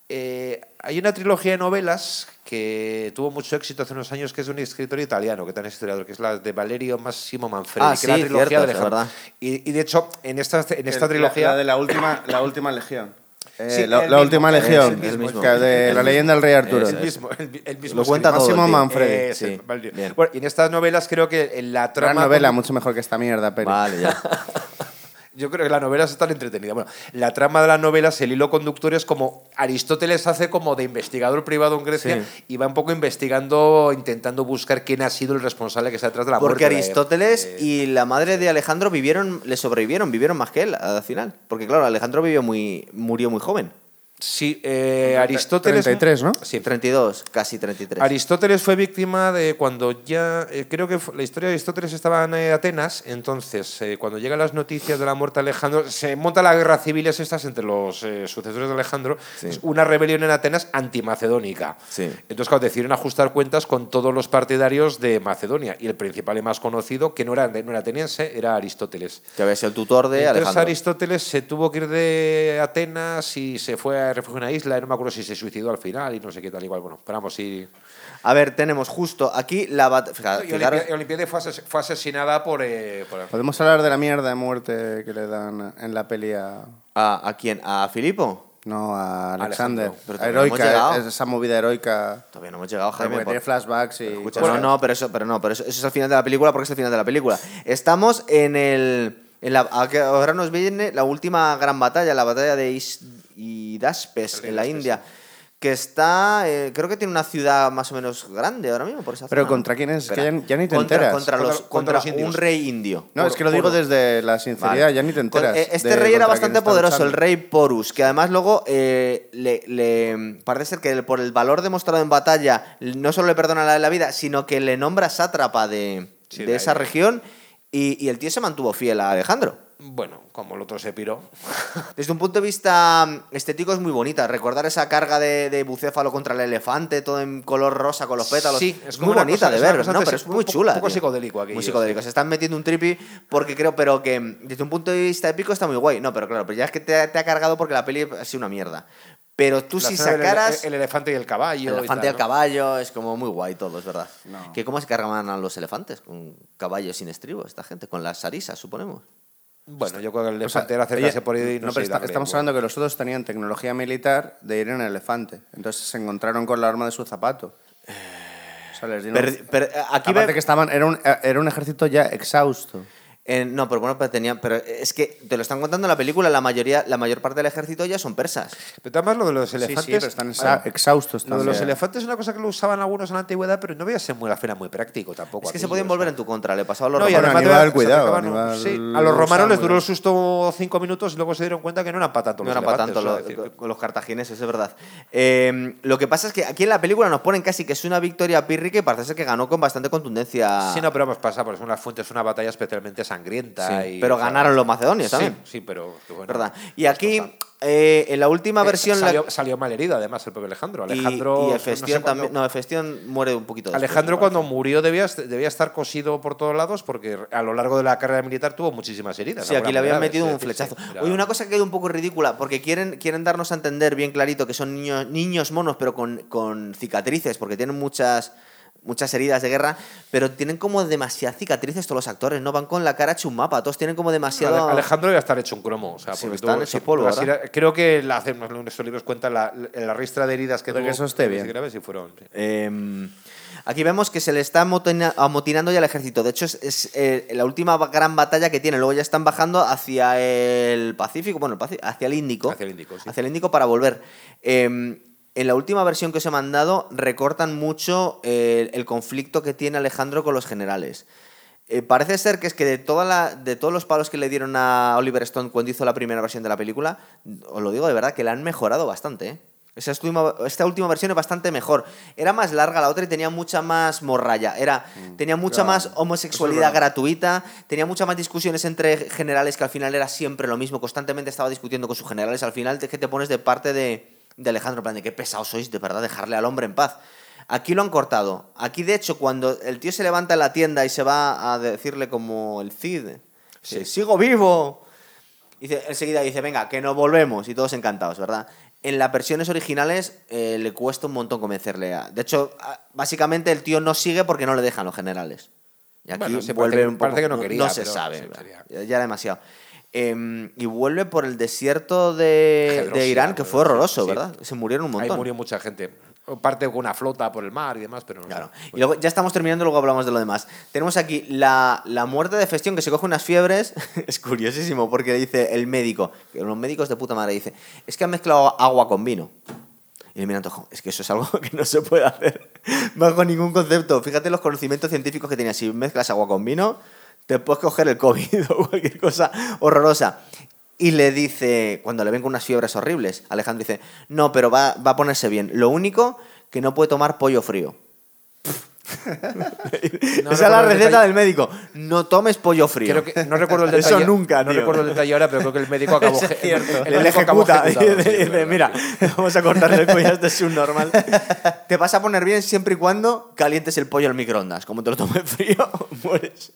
Speaker 2: eh, hay una trilogía de novelas que tuvo mucho éxito hace unos años, que es de un escritor italiano, que también es historiador, que es la de Valerio Massimo Manfredi,
Speaker 1: Ah,
Speaker 2: que era
Speaker 1: sí,
Speaker 2: la trilogía
Speaker 1: cierto,
Speaker 2: de
Speaker 1: es
Speaker 2: Alejandro.
Speaker 1: verdad.
Speaker 2: Y, y de hecho, en esta, en esta
Speaker 3: El-
Speaker 2: trilogía.
Speaker 3: La, la de la última, la última legión. Eh,
Speaker 2: Sí,
Speaker 3: la
Speaker 2: el
Speaker 3: la
Speaker 2: mismo.
Speaker 3: última
Speaker 2: Es el
Speaker 3: legión.
Speaker 1: mismo.
Speaker 3: que de la leyenda del rey Arturo.
Speaker 2: el mismo, el, el mismo
Speaker 1: Lo cuenta
Speaker 2: escritor.
Speaker 1: todo el
Speaker 3: Máximo
Speaker 1: tío.
Speaker 3: Manfredi.
Speaker 2: Eh, es
Speaker 1: sí,
Speaker 2: el- Valerio.
Speaker 1: bien.
Speaker 2: Bueno, y en estas novelas creo que en la trama.
Speaker 3: Gran novela, mucho mejor que esta mierda, pero.
Speaker 1: Vale, ya.
Speaker 2: Yo creo que las novelas están entretenidas. Bueno, la trama de las novelas, el hilo conductor es como Aristóteles hace como de investigador privado en Grecia y va un poco investigando, intentando buscar quién ha sido el responsable que está detrás de la
Speaker 1: Porque
Speaker 2: muerte. de-
Speaker 1: Aristóteles
Speaker 2: de-
Speaker 1: y la madre de Alejandro vivieron, le sobrevivieron, vivieron más que él al final. Porque claro, Alejandro vivió muy, murió muy joven.
Speaker 2: Sí, eh, Aristóteles.
Speaker 3: 33, ¿no?
Speaker 2: Sí,
Speaker 1: 32, casi 33.
Speaker 2: Aristóteles fue víctima de cuando ya, eh, creo que fu- la historia de Aristóteles estaba en eh, Atenas, entonces eh, cuando llegan las noticias de la muerte de Alejandro, se monta la guerra civil es estas entre los eh, sucesores de Alejandro,
Speaker 1: Sí.
Speaker 2: es una rebelión en Atenas antimacedónica.
Speaker 1: Sí.
Speaker 2: Entonces, claro, decidieron ajustar cuentas con todos los partidarios de Macedonia y el principal y más conocido, que no era, no era ateniense, era Aristóteles.
Speaker 1: que había sido el tutor de
Speaker 2: Entonces
Speaker 1: Alejandro.
Speaker 2: Aristóteles se tuvo que ir de Atenas y se fue a refugiar en una isla, y no me acuerdo si se suicidó al final y no sé qué tal, igual, bueno, esperamos si...
Speaker 1: A ver, tenemos justo aquí la batalla.
Speaker 2: Y Olimpi- Olimpiade fue, ases- fue asesinada por, eh, por-
Speaker 3: Podemos hablar de la mierda de muerte que le dan en la peli a.
Speaker 1: ¿A, ¿A quién? ¿A Filipo?
Speaker 3: No, a Alexander.
Speaker 2: Alejandro.
Speaker 1: Pero
Speaker 3: A
Speaker 1: todavía no hemos
Speaker 3: heroica,
Speaker 1: llegado.
Speaker 3: es- esa movida heroica.
Speaker 1: Todavía no hemos llegado, Jaime.
Speaker 3: Porque
Speaker 1: por-
Speaker 3: tiene flashbacks y.
Speaker 1: Escucha,
Speaker 3: cosas.
Speaker 1: no, no, pero eso, pero no, pero eso, eso es al final de la película porque es el final de la película. Estamos en el. En la, a que ahora nos viene la última gran batalla, la batalla de Is- Hidaspes en la
Speaker 2: Hidaspes,
Speaker 1: India. Que está. eh, creo que tiene una ciudad más o menos grande ahora mismo por esa
Speaker 3: Pero
Speaker 1: zona.
Speaker 3: ¿contra quién es?
Speaker 1: Espera.
Speaker 3: Que ya- ya ni te
Speaker 1: contra,
Speaker 3: enteras.
Speaker 1: Contra, los,
Speaker 2: Contra- contra los
Speaker 1: contra un
Speaker 2: indios.
Speaker 1: rey indio.
Speaker 3: No, es que lo digo desde la sinceridad,
Speaker 1: Vale.
Speaker 3: ya ni te
Speaker 1: Con-
Speaker 3: enteras.
Speaker 1: eh,
Speaker 3: de
Speaker 1: Este rey era
Speaker 3: contra quién
Speaker 1: bastante
Speaker 3: está
Speaker 1: poderoso, el
Speaker 3: luchando.
Speaker 1: rey Porus, que además luego eh, le, le- parece ser que el- por el valor demostrado en batalla no solo le perdona la de la vida, sino que le nombra sátrapa de,
Speaker 2: Sí,
Speaker 1: de
Speaker 2: la
Speaker 1: esa
Speaker 2: idea.
Speaker 1: región y, y el tío se mantuvo fiel a Alejandro.
Speaker 2: Bueno, como el otro se piró.
Speaker 1: Desde un punto de vista mm, estético es muy bonita. Recordar esa carga de, de bucéfalo contra el elefante, todo en color rosa con los pétalos.
Speaker 2: Sí, es como
Speaker 1: muy
Speaker 2: una
Speaker 1: bonita
Speaker 2: cosa-
Speaker 1: de
Speaker 2: es una
Speaker 1: ver,
Speaker 2: cosa
Speaker 1: ¿no?
Speaker 2: de-
Speaker 1: Pero es
Speaker 2: un
Speaker 1: muy
Speaker 2: poco-
Speaker 1: chula.
Speaker 2: un poco
Speaker 1: tío.
Speaker 2: psicodélico aquello,
Speaker 1: Muy psicodélico.
Speaker 2: sí.
Speaker 1: Se están metiendo un trippy porque creo, pero que mm, desde un punto de vista épico está muy guay. No, pero claro, pero ya es que te, ha- te ha cargado porque la peli ha sido una mierda. Pero tú
Speaker 2: La
Speaker 1: si
Speaker 2: escena del ele-
Speaker 1: sacaras
Speaker 2: El, elefante y el caballo.
Speaker 1: el
Speaker 2: y
Speaker 1: elefante
Speaker 2: tal,
Speaker 1: al
Speaker 2: ¿no?
Speaker 1: caballo, es como muy guay todo, es verdad.
Speaker 3: No.
Speaker 1: ¿Que ¿Cómo se cargaban a los elefantes? Con caballos sin estribo, esta gente, con las sarisas, suponemos.
Speaker 2: Bueno, yo creo que el
Speaker 3: O sea,
Speaker 2: elefante era acercarse
Speaker 3: oye,
Speaker 2: por ahí y no,
Speaker 3: no,
Speaker 2: sé,
Speaker 3: pero
Speaker 2: y
Speaker 3: está-
Speaker 2: darle,
Speaker 3: estamos
Speaker 2: bueno.
Speaker 3: hablando que los otros tenían tecnología militar de ir en el elefante. Entonces se encontraron con la arma de su zapato. O sea, les dieron-
Speaker 1: Pero- pero, eh, aquí
Speaker 3: Aparte
Speaker 1: ve-
Speaker 3: que estaban, era un, era un ejército ya exhausto.
Speaker 1: Eh, no, pero bueno, pero tenía, pero es que te lo están contando en la película, la mayoría, la mayor parte del ejército ya son persas.
Speaker 2: Pero además lo de los elefantes.
Speaker 3: sí, pero están exa-
Speaker 2: Ah,
Speaker 3: exhaustos
Speaker 2: Lo de
Speaker 3: también.
Speaker 2: los elefantes es una cosa que lo usaban algunos en la antigüedad, pero no voy a ser muy la fera muy práctico tampoco.
Speaker 1: Es que se
Speaker 2: aquello,
Speaker 1: podían
Speaker 2: o
Speaker 1: volver
Speaker 2: sea.
Speaker 1: en tu contra, le pasó a los
Speaker 2: No, y
Speaker 1: romanos.
Speaker 2: además de
Speaker 3: Aníbal,
Speaker 2: ver-
Speaker 3: cuidado,
Speaker 2: se aplicaban un-
Speaker 3: Aníbal
Speaker 2: sí, a los romanos les
Speaker 3: Samuel.
Speaker 2: duró el susto cinco minutos y luego se dieron cuenta que no eran para tanto
Speaker 1: No
Speaker 2: los
Speaker 1: eran para
Speaker 2: elefantes,
Speaker 1: tanto
Speaker 2: o sea,
Speaker 1: los,
Speaker 2: decir,
Speaker 1: con los cartagineses, es verdad. Eh, lo que pasa es que aquí en la película nos ponen casi que es una victoria pírrica y parece ser que ganó con bastante contundencia.
Speaker 2: Sí, no, pero vamos, pasa, porque es una fuente, es una batalla especialmente sangrienta.
Speaker 1: Sí,
Speaker 2: y-
Speaker 1: pero
Speaker 2: o sea,
Speaker 1: ganaron los macedonios
Speaker 2: Sí,
Speaker 1: también.
Speaker 2: sí, pero. que bueno,
Speaker 1: ¿verdad? Y
Speaker 2: esto
Speaker 1: aquí,
Speaker 2: está.
Speaker 1: eh, en la última
Speaker 2: Eh,
Speaker 1: versión. la-
Speaker 2: salió, salió mal herido, además, el propio Alejandro.
Speaker 1: y-
Speaker 2: Alejandro.
Speaker 1: y,
Speaker 2: no sé
Speaker 1: Hefestión
Speaker 2: cuándo-
Speaker 1: también. No, Hefestión muere un poquito después,
Speaker 2: Alejandro
Speaker 1: me
Speaker 2: cuando
Speaker 1: parece.
Speaker 2: murió debía, est- debía estar cosido por todos lados porque a lo largo de la carrera militar tuvo muchísimas heridas.
Speaker 1: Sí, aquí le
Speaker 2: algunas
Speaker 1: habían
Speaker 2: graves,
Speaker 1: metido
Speaker 2: es
Speaker 1: un
Speaker 2: decir, sí,
Speaker 1: flechazo.
Speaker 2: era-
Speaker 1: Oye, una cosa que queda un poco ridícula, porque quieren, quieren darnos a entender bien clarito que son niños, niños monos, pero con, con cicatrices, porque tienen muchas, muchas heridas de guerra, pero tienen como demasiadas cicatrices todos los actores, ¿no? Van con la cara hecha un mapa, todos tienen como demasiado...
Speaker 2: Ale- Alejandro iba a estar hecho un cromo. O sea,
Speaker 1: Sí,
Speaker 2: porque
Speaker 1: están
Speaker 2: tuvo-
Speaker 1: hechos
Speaker 2: sí,
Speaker 1: polvo,
Speaker 2: las
Speaker 1: ¿verdad?
Speaker 2: heridas- creo que la, hace- en nuestros libros cuenta la, la ristra de heridas que
Speaker 3: Pero
Speaker 2: tuvo.
Speaker 3: que eso esté
Speaker 2: graves y
Speaker 3: bien.
Speaker 2: graves y fueron. sí.
Speaker 1: Eh, aquí vemos que se le está amotina- amotinando ya el ejército. De hecho, es, es, eh, la última ba- gran batalla que tiene. Luego ya están bajando hacia el Pacífico, bueno, el Paci- hacia el Índico.
Speaker 2: Hacia el Índico, sí.
Speaker 1: Hacia el Índico para volver. Eh, en la última versión que os he mandado, recortan mucho eh, el conflicto que tiene Alejandro con los generales. Eh, parece ser que es que de, toda la, de todos los palos que le dieron a Oliver Stone cuando hizo la primera versión de la película, os lo digo de verdad, que la han mejorado bastante. ¿eh? Esa última, esta última versión es bastante mejor. Era más larga la otra y tenía mucha más morralla. Era, tenía mucha
Speaker 3: Mm, claro.
Speaker 1: más homosexualidad
Speaker 3: Eso es verdad.
Speaker 1: gratuita, tenía muchas más discusiones entre generales que al final era siempre lo mismo. Constantemente estaba discutiendo con sus generales. Al final te- que te pones de parte de, de Alejandro, en plan de qué pesado sois, de verdad, dejarle al hombre en paz. Aquí lo han cortado. Aquí, de hecho, cuando el tío se levanta en la tienda y se va a decirle como el Cid,
Speaker 2: Sí.
Speaker 1: sigo vivo. Dice, enseguida dice, venga, que nos volvemos y todos encantados, ¿verdad? En las versiones originales eh, le cuesta un montón convencerle a... De hecho, a- básicamente el tío no sigue porque no le dejan los generales. Y aquí
Speaker 2: Bueno, sí,
Speaker 1: vuelve
Speaker 2: parece que-
Speaker 1: un poco-
Speaker 2: parece que no quería,
Speaker 1: se
Speaker 2: pero
Speaker 1: sabe.
Speaker 2: sí,
Speaker 1: ¿verdad?
Speaker 2: sería-
Speaker 1: Ya- ya era demasiado. Em, y vuelve por el desierto de,
Speaker 2: Gedrosia,
Speaker 1: de Irán, que fue
Speaker 2: bueno,
Speaker 1: horroroso,
Speaker 2: sí.
Speaker 1: ¿verdad? Se murieron un montón.
Speaker 2: Ahí murió mucha gente. Parte con una flota por el mar y demás, pero no sé.
Speaker 1: Claro. Y luego ya estamos terminando, luego hablamos de lo demás. Tenemos aquí la, la muerte de Festión que se coge unas fiebres. es curiosísimo porque le dice el médico, que los médicos de puta madre dice, es que han mezclado agua con vino. Y le miran todos, "Jo, es que eso es algo que no se puede hacer bajo ningún concepto. Fíjate los conocimientos científicos que tenía. Si mezclas agua con vino, te puedes coger el COVID o cualquier cosa horrorosa. Y le dice, cuando le ven con unas fiebres horribles, Alejandro dice, no, pero va, va a ponerse bien. Lo único que no puede tomar pollo frío.
Speaker 2: No
Speaker 1: Esa es la
Speaker 2: recuerdo el
Speaker 1: receta
Speaker 2: detalle.
Speaker 1: del médico. No tomes pollo frío.
Speaker 2: Creo que, no recuerdo el detalle.
Speaker 1: Eso nunca,
Speaker 2: No
Speaker 1: tío.
Speaker 2: recuerdo el detalle ahora, pero creo que el médico acabó.
Speaker 1: Eso es cierto.
Speaker 2: el
Speaker 1: El,
Speaker 2: médico acabó
Speaker 1: ejecuta.
Speaker 2: ejecutado, sí,
Speaker 1: dice,
Speaker 2: es
Speaker 1: dice,
Speaker 2: verdad.
Speaker 1: mira, vamos a cortarle el cuello a este subnormal. Te vas a poner bien siempre y cuando calientes el pollo al microondas. Como te lo tomes frío, mueres.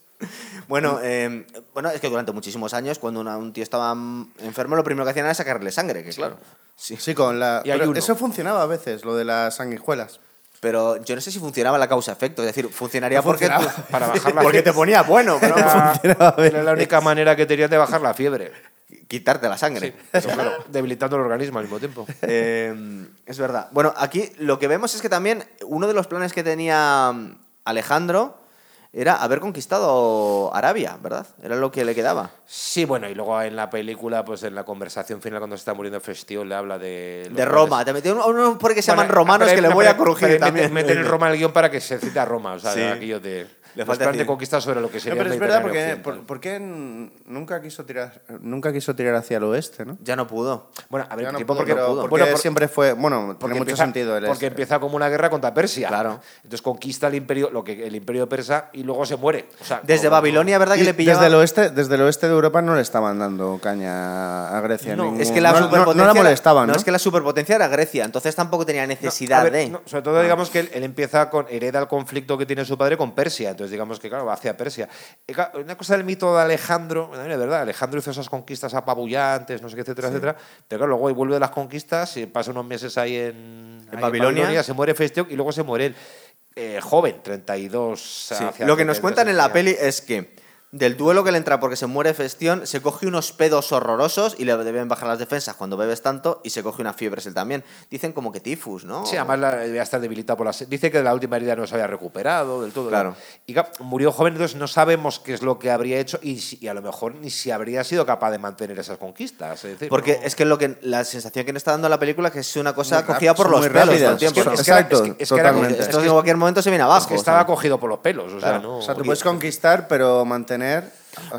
Speaker 1: Bueno, eh, bueno, es que durante muchísimos años, cuando una- un tío estaba mm, enfermo, lo primero que hacían era sacarle sangre, que claro.
Speaker 3: Sí, con la.
Speaker 2: Y hay
Speaker 3: pero
Speaker 2: uno.
Speaker 3: eso funcionaba a veces, lo de las sanguijuelas.
Speaker 1: Pero yo no sé si funcionaba la causa-efecto. Es decir, funcionaría
Speaker 3: No
Speaker 1: porque,
Speaker 3: funcionaba.
Speaker 1: tú-
Speaker 2: Para bajar la
Speaker 1: porque
Speaker 2: fiebre.
Speaker 1: te ponía bueno, pero no
Speaker 2: Era,
Speaker 1: funcionaba.
Speaker 2: era la única manera que tenías de bajar la fiebre.
Speaker 1: quitarte la sangre.
Speaker 2: Pero claro, debilitando el organismo al mismo tiempo.
Speaker 1: Eh, es verdad. Bueno, aquí lo que vemos es que también uno de los planes que tenía mm, Alejandro era haber conquistado Arabia, ¿verdad? Era lo que le quedaba.
Speaker 2: Sí, bueno, y luego en la película, pues en la conversación final cuando se está muriendo Festión, le habla de... los
Speaker 1: De
Speaker 2: romanos.
Speaker 1: Roma. Te metió uno porque se
Speaker 2: Bueno,
Speaker 1: llaman romanos
Speaker 2: pero-
Speaker 1: que le
Speaker 2: pero-
Speaker 1: voy a
Speaker 2: pero-
Speaker 1: corregir
Speaker 2: pero
Speaker 1: también.
Speaker 2: Meter, meter el Roma al guión para que se cita Roma, o sea,
Speaker 1: Sí.
Speaker 2: de aquello de...
Speaker 1: Le
Speaker 2: los
Speaker 1: falta
Speaker 2: planes de
Speaker 1: decir-
Speaker 2: conquista sobre lo que
Speaker 3: No,
Speaker 2: sería
Speaker 3: pero
Speaker 2: el
Speaker 3: es verdad, porque
Speaker 2: Mediterráneo
Speaker 3: ¿por,
Speaker 2: occidental.
Speaker 3: por qué n- nunca quiso, tirar, nunca quiso tirar hacia el oeste, no?
Speaker 1: Ya no pudo.
Speaker 2: Bueno, a ver,
Speaker 3: Ya no
Speaker 2: tipo,
Speaker 3: pudo,
Speaker 2: porque,
Speaker 3: pero
Speaker 2: pudo.
Speaker 3: porque
Speaker 2: Bueno, por-
Speaker 3: siempre fue. Bueno, tiene mucho
Speaker 2: empieza-
Speaker 3: sentido el
Speaker 2: Porque
Speaker 3: este.
Speaker 2: empieza como una guerra contra Persia.
Speaker 1: Claro.
Speaker 2: Entonces conquista el imperio, lo que, el imperio persa y luego se muere. O sea,
Speaker 1: Desde
Speaker 2: como-
Speaker 1: Babilonia, ¿verdad? Que
Speaker 3: Y
Speaker 1: le pillaba.
Speaker 3: desde, el oeste, desde el oeste de Europa no le estaban dando caña a Grecia.
Speaker 2: No,
Speaker 3: ningún-
Speaker 1: Es que la
Speaker 3: no- no- no,
Speaker 1: superpotencia
Speaker 3: la
Speaker 1: era-
Speaker 3: molestaban, ¿no?
Speaker 1: es que la superpotencia era Grecia, entonces tampoco tenía
Speaker 2: No,
Speaker 1: necesidad
Speaker 2: a ver,
Speaker 1: de. Ah.
Speaker 2: no, sobre todo, digamos que él, él empieza con. hereda el conflicto que tiene su padre con Persia. Entonces, digamos que, claro, va hacia Persia. Eh, claro, Una cosa del mito de Alejandro, bueno, de verdad, Alejandro hizo esas conquistas apabullantes, no sé qué, etcétera, etcétera. Pero claro, luego él vuelve de las conquistas y pasa unos meses ahí en, ahí
Speaker 1: Babilonia.
Speaker 2: se muere Festión y luego se muere él. eh, joven, 32.
Speaker 1: Sí,
Speaker 2: hacia-
Speaker 1: Lo que nos
Speaker 2: 32,
Speaker 1: cuentan en la
Speaker 2: hacia-
Speaker 1: peli es que Del duelo que le entra porque se muere Festión, se coge unos pedos horrorosos y le deben bajar las defensas cuando bebes tanto y se coge unas fiebres él también. Dicen como que tifus, ¿no?
Speaker 2: Sí, además la, eh, debía estar debilitado por las. Dice que de la última herida no se había recuperado del todo.
Speaker 1: Claro.
Speaker 2: Y claro, murió joven, entonces no sabemos qué es lo que habría hecho y, si- y a lo mejor ni si habría sido capaz de mantener esas conquistas. Es decir,
Speaker 1: Porque
Speaker 2: no-
Speaker 1: es que, lo que la sensación que nos está dando la película es que es una cosa
Speaker 3: Muy rap-
Speaker 1: cogida por
Speaker 3: son
Speaker 1: los
Speaker 3: muy rápidos
Speaker 1: pelos todo el
Speaker 3: los
Speaker 1: tiempo.
Speaker 3: tiempos.
Speaker 1: Es que-
Speaker 3: Exacto,
Speaker 2: es que- es que era-
Speaker 3: totalmente.
Speaker 2: es que-
Speaker 1: Esto en cualquier momento se viene abajo.
Speaker 2: es que estaba
Speaker 1: ¿sabes?
Speaker 2: cogido por los pelos. O sea,
Speaker 1: Claro.
Speaker 2: no.
Speaker 3: O sea, tú puedes conquistar, pero mantener. o sea,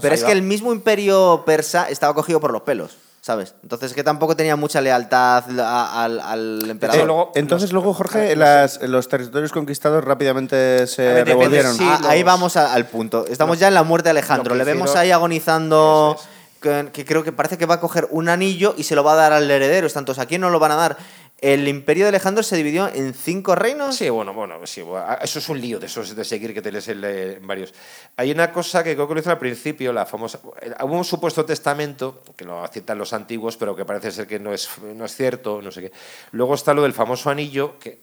Speaker 1: Pero es
Speaker 3: iba-
Speaker 1: que el mismo imperio persa estaba cogido por los pelos, ¿sabes? Entonces es que tampoco tenía mucha lealtad a- al, al emperador.
Speaker 2: Sí, luego-
Speaker 3: Entonces, luego, Jorge, las- los territorios conquistados rápidamente
Speaker 2: A
Speaker 3: se
Speaker 2: ver, depende,
Speaker 3: revolvieron.
Speaker 2: sí.
Speaker 1: Ah,
Speaker 2: los-
Speaker 1: Ahí vamos a- al punto. Estamos ya en la muerte de Alejandro.
Speaker 2: lo que
Speaker 1: Le vemos
Speaker 2: hicieron-
Speaker 1: ahí agonizando.
Speaker 2: Eso
Speaker 1: Que, que creo que parece que va a coger un anillo y se lo va a dar al heredero. Están todos aquí, no lo van a dar. El imperio de Alejandro se dividió en cinco reinos.
Speaker 2: Sí, bueno, bueno, sí, bueno, ah, eso es un lío de esos de seguir que tenés el, eh, varios. Hay una cosa que creo que lo hizo al principio, la famosa. el- Hubo un supuesto testamento, que lo aceptan los antiguos, pero que parece ser que no es, no es cierto, no sé qué. Luego está lo del famoso anillo, que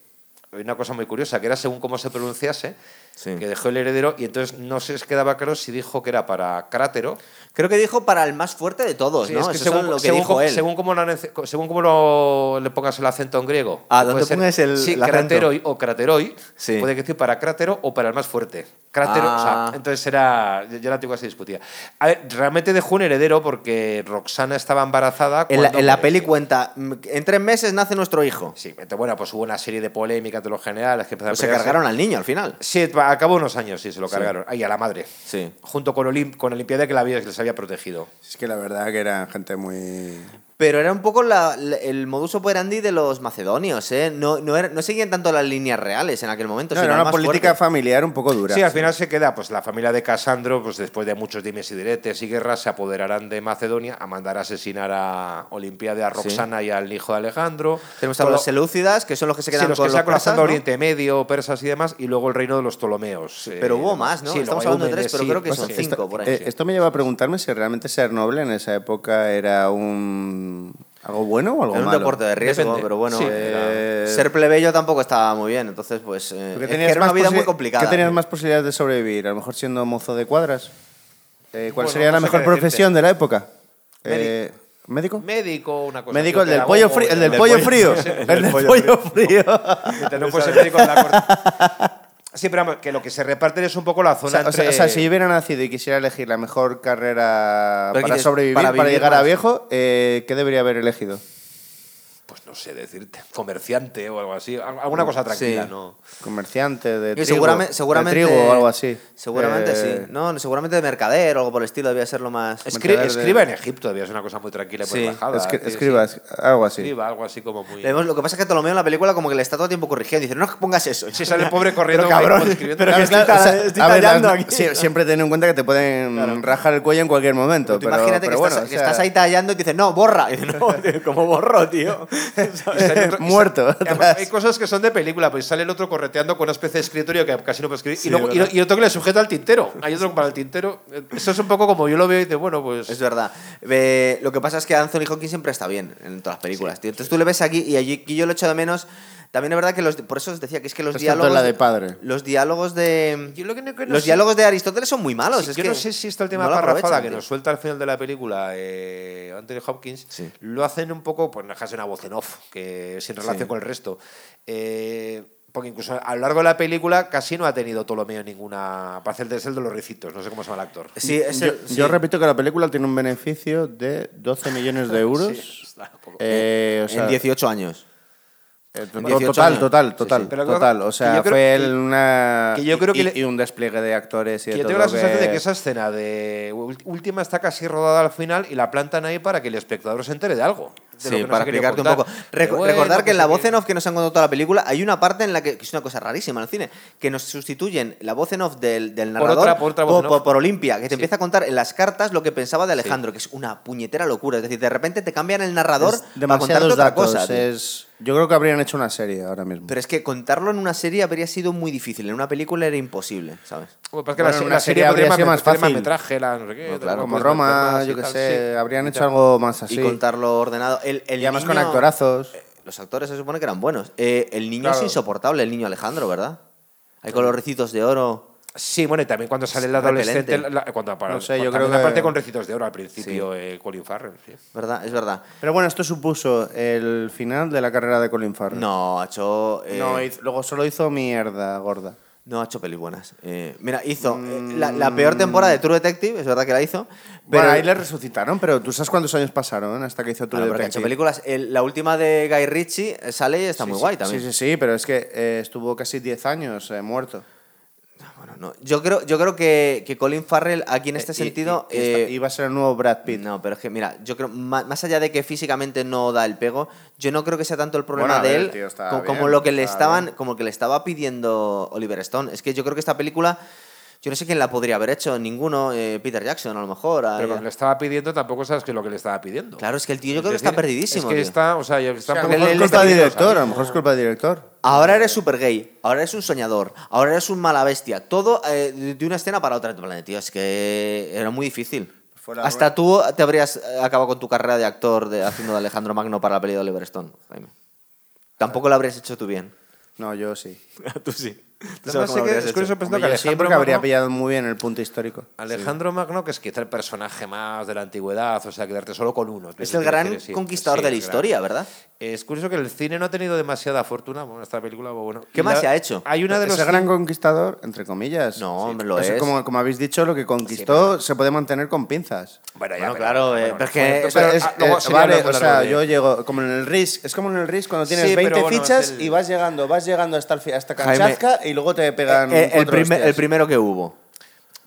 Speaker 2: hay una cosa muy curiosa, que era según cómo se pronunciase,
Speaker 1: Sí.
Speaker 2: que dejó el heredero, y entonces no se les quedaba claro si dijo que era para Crátero.
Speaker 1: Creo que dijo para el más fuerte de todos,
Speaker 2: Sí,
Speaker 1: Pues ¿no?
Speaker 2: es que
Speaker 1: Eso es
Speaker 2: según,
Speaker 1: lo que
Speaker 2: según
Speaker 1: dijo
Speaker 2: cómo-
Speaker 1: él.
Speaker 2: según cómo lo anuncie- según cómo lo- le pongas el acento en griego.
Speaker 1: Ah,
Speaker 2: que
Speaker 1: donde
Speaker 2: puede ser-
Speaker 1: pongas el-
Speaker 2: sí,
Speaker 1: el acento.
Speaker 2: crateroi o crateroi.
Speaker 1: Sí.
Speaker 2: Puede decir para crátero o para el más fuerte. Crátero, o sea,
Speaker 1: Ah.
Speaker 2: entonces era. Ya la antigua se discutía. A ver, realmente dejó un heredero porque Roxana estaba embarazada.
Speaker 1: en la,
Speaker 2: cuando
Speaker 1: en la
Speaker 2: falleció.
Speaker 1: peli cuenta, "Mm, en tres meses nace nuestro hijo.
Speaker 2: Sí, entonces, bueno, pues hubo una serie de polémicas de los generales que empezaron
Speaker 1: Pues se
Speaker 2: pelearse.
Speaker 1: cargaron al niño al final.
Speaker 2: Sí, acabó unos años, sí, se lo cargaron. Ahí, a la madre.
Speaker 1: Sí.
Speaker 2: Junto con, Olim- con Olimpiada que la había- que les había protegido.
Speaker 3: Es que la verdad que era gente muy.
Speaker 1: Pero era un poco la- la- el modus operandi de los macedonios, ¿eh? No, no, era- no seguían tanto las líneas reales en aquel momento.
Speaker 3: No,
Speaker 1: sino
Speaker 3: era
Speaker 1: al más
Speaker 3: una política
Speaker 1: fuerte.
Speaker 3: familiar un poco dura.
Speaker 2: Sí, al final se queda, pues la familia de Casandro, pues después de muchos dimes y diretes y guerras, se apoderarán de Macedonia a mandar a asesinar a Olimpiade, a Roxana y al hijo de Alejandro.
Speaker 1: Tenemos a los
Speaker 2: Todo-
Speaker 1: selúcidas, que son los que se
Speaker 2: sí,
Speaker 1: quedan
Speaker 2: los
Speaker 1: con los
Speaker 2: que se
Speaker 1: persas,
Speaker 2: colapsando
Speaker 1: ¿no?
Speaker 2: Oriente Medio, persas y demás, y luego el reino de los Ptolomeos. eh,
Speaker 1: Pero hubo
Speaker 2: y demás.
Speaker 1: más, ¿no?
Speaker 2: Sí,
Speaker 1: Estamos
Speaker 2: luego
Speaker 1: hablando de
Speaker 2: hay un
Speaker 1: tres, pero
Speaker 2: Mendes,
Speaker 1: creo que
Speaker 2: sí, pues,
Speaker 1: son
Speaker 2: sí.
Speaker 1: cinco. por ahí,
Speaker 3: Eh,
Speaker 1: sí.
Speaker 3: Esto me lleva a preguntarme si realmente ser noble en esa época era un. algo bueno o algo
Speaker 1: Era un
Speaker 3: malo.
Speaker 1: deporte de riesgo,
Speaker 2: Depende.
Speaker 1: pero bueno,
Speaker 2: Sí.
Speaker 1: eh, ser plebeyo tampoco estaba muy bien, entonces pues eh,
Speaker 3: Porque
Speaker 1: es que
Speaker 3: tenías
Speaker 1: era una
Speaker 3: más
Speaker 1: vida
Speaker 3: posi-
Speaker 1: muy complicada.
Speaker 3: ¿Qué tenías más posibilidades de sobrevivir? A lo mejor siendo mozo de cuadras. Eh, ¿Cuál
Speaker 2: Bueno,
Speaker 3: sería
Speaker 2: no
Speaker 3: la
Speaker 2: sé
Speaker 3: mejor
Speaker 2: qué decirte.
Speaker 3: profesión de la época? Eh, ¿Médico?
Speaker 2: Médico, una cosa.
Speaker 3: Médico, el del
Speaker 2: pedagogo,
Speaker 3: pollo frío. El del pollo frío. El del pollo frío.
Speaker 2: Mientras no fuese médico de la corte. Sí, pero vamos, que lo que se reparten es un poco la
Speaker 3: O
Speaker 2: zona
Speaker 3: sea, o sea,
Speaker 2: entre...
Speaker 3: o sea, si yo hubiera nacido y quisiera elegir la mejor carrera
Speaker 1: Pero
Speaker 3: para
Speaker 1: dices,
Speaker 3: sobrevivir,
Speaker 1: para
Speaker 3: para,
Speaker 1: vivir
Speaker 3: llegar a
Speaker 1: más.
Speaker 3: viejo, eh, ¿qué debería haber elegido?
Speaker 2: Pues no sé decirte, comerciante o algo así. Al- Alguna cosa tranquila,
Speaker 1: Mm, Sí.
Speaker 2: ¿no?
Speaker 3: Comerciante de
Speaker 1: Y
Speaker 3: trigo,
Speaker 1: seguramente, seguramente,
Speaker 3: de trigo o algo así.
Speaker 1: Seguramente
Speaker 3: Eh,
Speaker 1: sí. No, no, seguramente de mercader o algo por el estilo debía ser lo más.
Speaker 2: Escri-
Speaker 3: Mantener de-
Speaker 2: escriba en Egipto, debía ser una cosa muy tranquila y muy
Speaker 1: Sí,
Speaker 2: relajada.
Speaker 3: escri-
Speaker 2: sí, sí.
Speaker 3: escribas, algo así.
Speaker 2: Escriba, algo así como muy.
Speaker 1: Le vemos- lo que pasa es que Ptolomeo en la película como que le está todo el tiempo corrigiendo. Dice, no pongas eso.
Speaker 2: Si sale el pobre corriendo,
Speaker 1: Pero cabrón.
Speaker 2: escribiendo.
Speaker 1: Pero que
Speaker 3: Claro,
Speaker 1: estoy,
Speaker 3: claro, o sea,
Speaker 1: ta- estoy
Speaker 3: a ver,
Speaker 1: tallando
Speaker 3: las-
Speaker 1: aquí.
Speaker 3: sie- Siempre ten en cuenta que te pueden rajar el cuello en cualquier momento.
Speaker 1: Tú
Speaker 3: Pero,
Speaker 1: imagínate
Speaker 3: pero
Speaker 1: que,
Speaker 3: bueno,
Speaker 1: estás,
Speaker 3: o
Speaker 1: que
Speaker 3: sea,
Speaker 1: estás ahí tallando y te dice, no, borra. Y dice, no, tío, como borro, tío.
Speaker 2: Y sale otro- y sale-
Speaker 3: muerto,
Speaker 2: Además,
Speaker 3: atrás.
Speaker 2: Hay cosas que son de película, pues sale el otro correteando con una especie de escritorio que casi no puede escribir. y, luego- y- y otro que le sujeta al tintero. Hay otro para el tintero. eh, Eso es un poco como yo lo veo y dice, bueno, pues.
Speaker 1: Es verdad. Ve, lo que pasa es que Anthony Hopkins siempre está bien en todas las películas, tío. Entonces tú le ves aquí y allí aquí yo lo echo de menos. También es verdad que los, por eso os decía que es que los
Speaker 3: Excepto en
Speaker 1: diálogos
Speaker 3: la de Padre.
Speaker 1: los diálogos de
Speaker 2: Yo lo que no- que no
Speaker 1: los
Speaker 2: sé-
Speaker 1: diálogos de Aristóteles son muy malos.
Speaker 2: Sí,
Speaker 1: Ah, es
Speaker 2: yo
Speaker 1: que
Speaker 2: no sé si esta última
Speaker 1: no la
Speaker 2: parrafada
Speaker 1: aprovechan,
Speaker 2: que
Speaker 1: tío.
Speaker 2: nos suelta al final de la película eh, Anthony Hopkins
Speaker 1: Sí.
Speaker 2: lo hacen un poco, pues dejarse una voz en off, que sin relación
Speaker 1: Sí.
Speaker 2: con el resto. Eh, porque incluso a lo largo de la película casi no ha tenido Ptolomeo ninguna. Para hacer el de- es el de los ricitos, no sé cómo se llama el actor.
Speaker 1: Sí, es el-
Speaker 3: yo,
Speaker 1: sí.
Speaker 3: yo repito que la película tiene un beneficio de 12 millones de euros.
Speaker 2: Sí, está un poco-
Speaker 3: Eh, o sea,
Speaker 1: en 18 años.
Speaker 3: eh, to-
Speaker 1: en 18
Speaker 3: total,
Speaker 1: años.
Speaker 3: total,
Speaker 1: Sí,
Speaker 3: total,
Speaker 2: sí. Pero creo-
Speaker 3: total. O
Speaker 2: que
Speaker 3: sea,
Speaker 2: yo creo
Speaker 3: fue
Speaker 2: que-
Speaker 3: el- una
Speaker 2: que yo creo que
Speaker 3: y,
Speaker 2: le-
Speaker 3: y un despliegue de actores y de
Speaker 2: Que yo
Speaker 3: todo
Speaker 2: tengo la
Speaker 3: que-
Speaker 2: sensación de que esa escena de ul- última está casi rodada al final y la plantan ahí para que el espectador se entere de algo. de lo
Speaker 1: Sí,
Speaker 2: que no
Speaker 1: para
Speaker 2: se quería
Speaker 1: explicarte un
Speaker 2: contar.
Speaker 1: poco. Reco-
Speaker 2: Que bueno,
Speaker 1: recordar que
Speaker 2: que
Speaker 1: en la
Speaker 2: sí,
Speaker 1: voz
Speaker 2: que-
Speaker 1: en off que nos han contado toda la película hay una parte en la que, que es una cosa rarísima en el cine, que nos sustituyen la voz en off del, del
Speaker 2: Por
Speaker 1: narrador
Speaker 2: otra- por otra voz en off.
Speaker 1: por Olimpia, que te
Speaker 2: Sí.
Speaker 1: empieza a contar en las cartas lo que pensaba de Alejandro, que es una puñetera locura. Es decir, de repente te cambian el narrador
Speaker 3: es
Speaker 1: para contarte
Speaker 3: demasiados
Speaker 1: otra
Speaker 3: datos.
Speaker 1: cosa. tío.
Speaker 3: es- yo creo que habrían hecho una serie ahora mismo.
Speaker 1: Pero es que contarlo en una serie habría sido muy difícil, en una película era imposible, ¿sabes?
Speaker 2: Bueno, pues que
Speaker 3: Bueno,
Speaker 2: la,
Speaker 3: en
Speaker 2: se-
Speaker 3: una
Speaker 2: la serie
Speaker 3: serie habría
Speaker 2: podría
Speaker 3: sido
Speaker 2: más
Speaker 3: más
Speaker 2: fácil.
Speaker 3: fácil.
Speaker 2: metraje, la no sé qué,
Speaker 1: No, claro,
Speaker 3: como
Speaker 2: puedes
Speaker 3: Roma,
Speaker 2: meter más y
Speaker 3: yo qué
Speaker 2: tal,
Speaker 3: sé,
Speaker 2: pues, sí.
Speaker 3: habrían
Speaker 2: Y
Speaker 3: hecho
Speaker 2: tal.
Speaker 3: algo más así.
Speaker 1: Y contarlo ordenado. El, el
Speaker 3: Y además con
Speaker 1: niño-
Speaker 3: actorazos.
Speaker 1: Los actores se supone que eran buenos. Eh, el niño
Speaker 2: Claro.
Speaker 1: es insoportable, el niño Alejandro, ¿verdad? Hay colorecitos de oro.
Speaker 2: Sí, bueno, y también cuando sale el
Speaker 1: Repelente.
Speaker 2: adolescente, la- cuando apare-
Speaker 3: No sé, yo
Speaker 2: cuando
Speaker 3: creo
Speaker 2: la
Speaker 3: que-
Speaker 2: parte con recitos de oro al principio, eh, Colin Farrell. sí.
Speaker 1: ¿Verdad? Es verdad.
Speaker 3: Pero bueno, esto supuso el final de la carrera de Colin Farrell.
Speaker 1: No, ha hecho. eh,
Speaker 3: No, hizo- luego solo hizo mierda gorda.
Speaker 1: No ha hecho pelis buenas. Eh, mira, hizo eh, la, la peor temporada de True Detective, es verdad que la hizo. Pero
Speaker 3: Mm. bueno, ahí le resucitaron, pero tú sabes cuántos años pasaron hasta que hizo True
Speaker 1: Claro, pero que Ah, ha hecho
Speaker 3: Detective?
Speaker 1: películas. El- la última de Guy Ritchie eh, sale y está muy
Speaker 3: Sí,
Speaker 1: guay
Speaker 3: sí,
Speaker 1: también.
Speaker 3: Sí, sí, sí, pero es que eh, estuvo casi 10 años eh, muerto.
Speaker 1: Bueno, no, Yo creo, yo creo que, que Colin Farrell aquí en este
Speaker 3: Eh, y-
Speaker 1: sentido.
Speaker 3: y- y esta-
Speaker 1: eh,
Speaker 3: iba a ser el nuevo Brad Pitt.
Speaker 1: No, pero es que, mira, yo creo, ma- más allá de que físicamente no da el pego, yo no creo que sea tanto el problema
Speaker 3: Bueno, a ver,
Speaker 1: de él
Speaker 3: tío, está
Speaker 1: co- como,
Speaker 3: bien,
Speaker 1: lo que le
Speaker 3: está
Speaker 1: estaban,
Speaker 3: bien.
Speaker 1: como que le estaba pidiendo Oliver Stone. Es que yo creo que esta película, yo no sé quién la podría haber hecho, ninguno, eh, Peter Jackson a lo mejor. a-
Speaker 2: Pero cuando le estaba pidiendo, tampoco sabes qué es lo que le estaba pidiendo.
Speaker 1: Ah, Claro, es que el tío yo
Speaker 2: Es
Speaker 1: creo que
Speaker 2: decir,
Speaker 1: está perdidísimo.
Speaker 2: Es que
Speaker 1: tío.
Speaker 2: está, o sea, ya está
Speaker 3: A
Speaker 2: un
Speaker 3: lo
Speaker 2: poco
Speaker 3: mejor es culpa
Speaker 2: competido,
Speaker 3: del
Speaker 2: ¿sabes?
Speaker 3: director, a lo mejor es culpa del director.
Speaker 1: Ahora eres super gay, ahora eres un soñador, ahora eres un mala bestia. Todo eh, de- de una escena para otra. En plan, tío, es que era muy difícil.
Speaker 3: Fuera
Speaker 1: Hasta tú te habrías eh, acabado con tu carrera de actor de, haciendo de Alejandro Magno para la peli de Oliver Stone, Jaime. Tampoco lo habrías hecho tú bien.
Speaker 3: No, yo sí.
Speaker 1: tú sí. Tú sabes
Speaker 2: Además,
Speaker 1: cómo
Speaker 2: sé
Speaker 1: lo
Speaker 2: que
Speaker 1: habrías
Speaker 2: es curioso
Speaker 1: hecho.
Speaker 2: pensando
Speaker 3: Hombre,
Speaker 2: que
Speaker 3: yo sí,
Speaker 2: Alejandro
Speaker 3: porque habría
Speaker 2: Magno-
Speaker 3: pillado muy bien el punto histórico.
Speaker 2: Alejandro Magno, que es quizá el personaje más del antigüedad, o sea, quedarte solo con uno.
Speaker 1: Es
Speaker 2: Quiero
Speaker 1: el gran
Speaker 2: decir, sí,
Speaker 1: conquistador
Speaker 2: sí,
Speaker 1: de la
Speaker 2: el gran.
Speaker 1: historia, ¿verdad?
Speaker 2: Es curioso que el cine no ha tenido demasiada fortuna bueno, esta película. Bueno,
Speaker 1: ¿Qué
Speaker 2: Y
Speaker 1: más
Speaker 2: la-
Speaker 1: se ha hecho?
Speaker 2: Hay una de
Speaker 3: Ese
Speaker 2: los.
Speaker 3: gran conquistador, entre comillas.
Speaker 1: No, hombre, lo
Speaker 3: Eso,
Speaker 1: es.
Speaker 3: Como, como habéis dicho, lo que conquistó se puede mantener con pinzas.
Speaker 2: Bueno, ya,
Speaker 1: Bueno,
Speaker 2: pero-
Speaker 1: claro, eh,
Speaker 2: bueno,
Speaker 1: pero es que-
Speaker 2: no,
Speaker 3: O sea,
Speaker 2: pero,
Speaker 3: es-
Speaker 2: ah, luego
Speaker 3: eh,
Speaker 2: sería
Speaker 3: vale,
Speaker 1: pues
Speaker 2: hablar
Speaker 3: o sea,
Speaker 2: de-
Speaker 3: yo llego como en el RIS, es como en el RIS cuando tienes
Speaker 2: Sí, pero
Speaker 3: 20
Speaker 2: bueno, es
Speaker 3: fichas
Speaker 2: el-
Speaker 3: y vas llegando, vas llegando hasta el fi- hasta
Speaker 1: Jaime,
Speaker 3: Kamchatka y luego te pegan
Speaker 1: Eh, el,
Speaker 3: cuatro
Speaker 1: primer- el
Speaker 3: hostias.
Speaker 1: primero que hubo.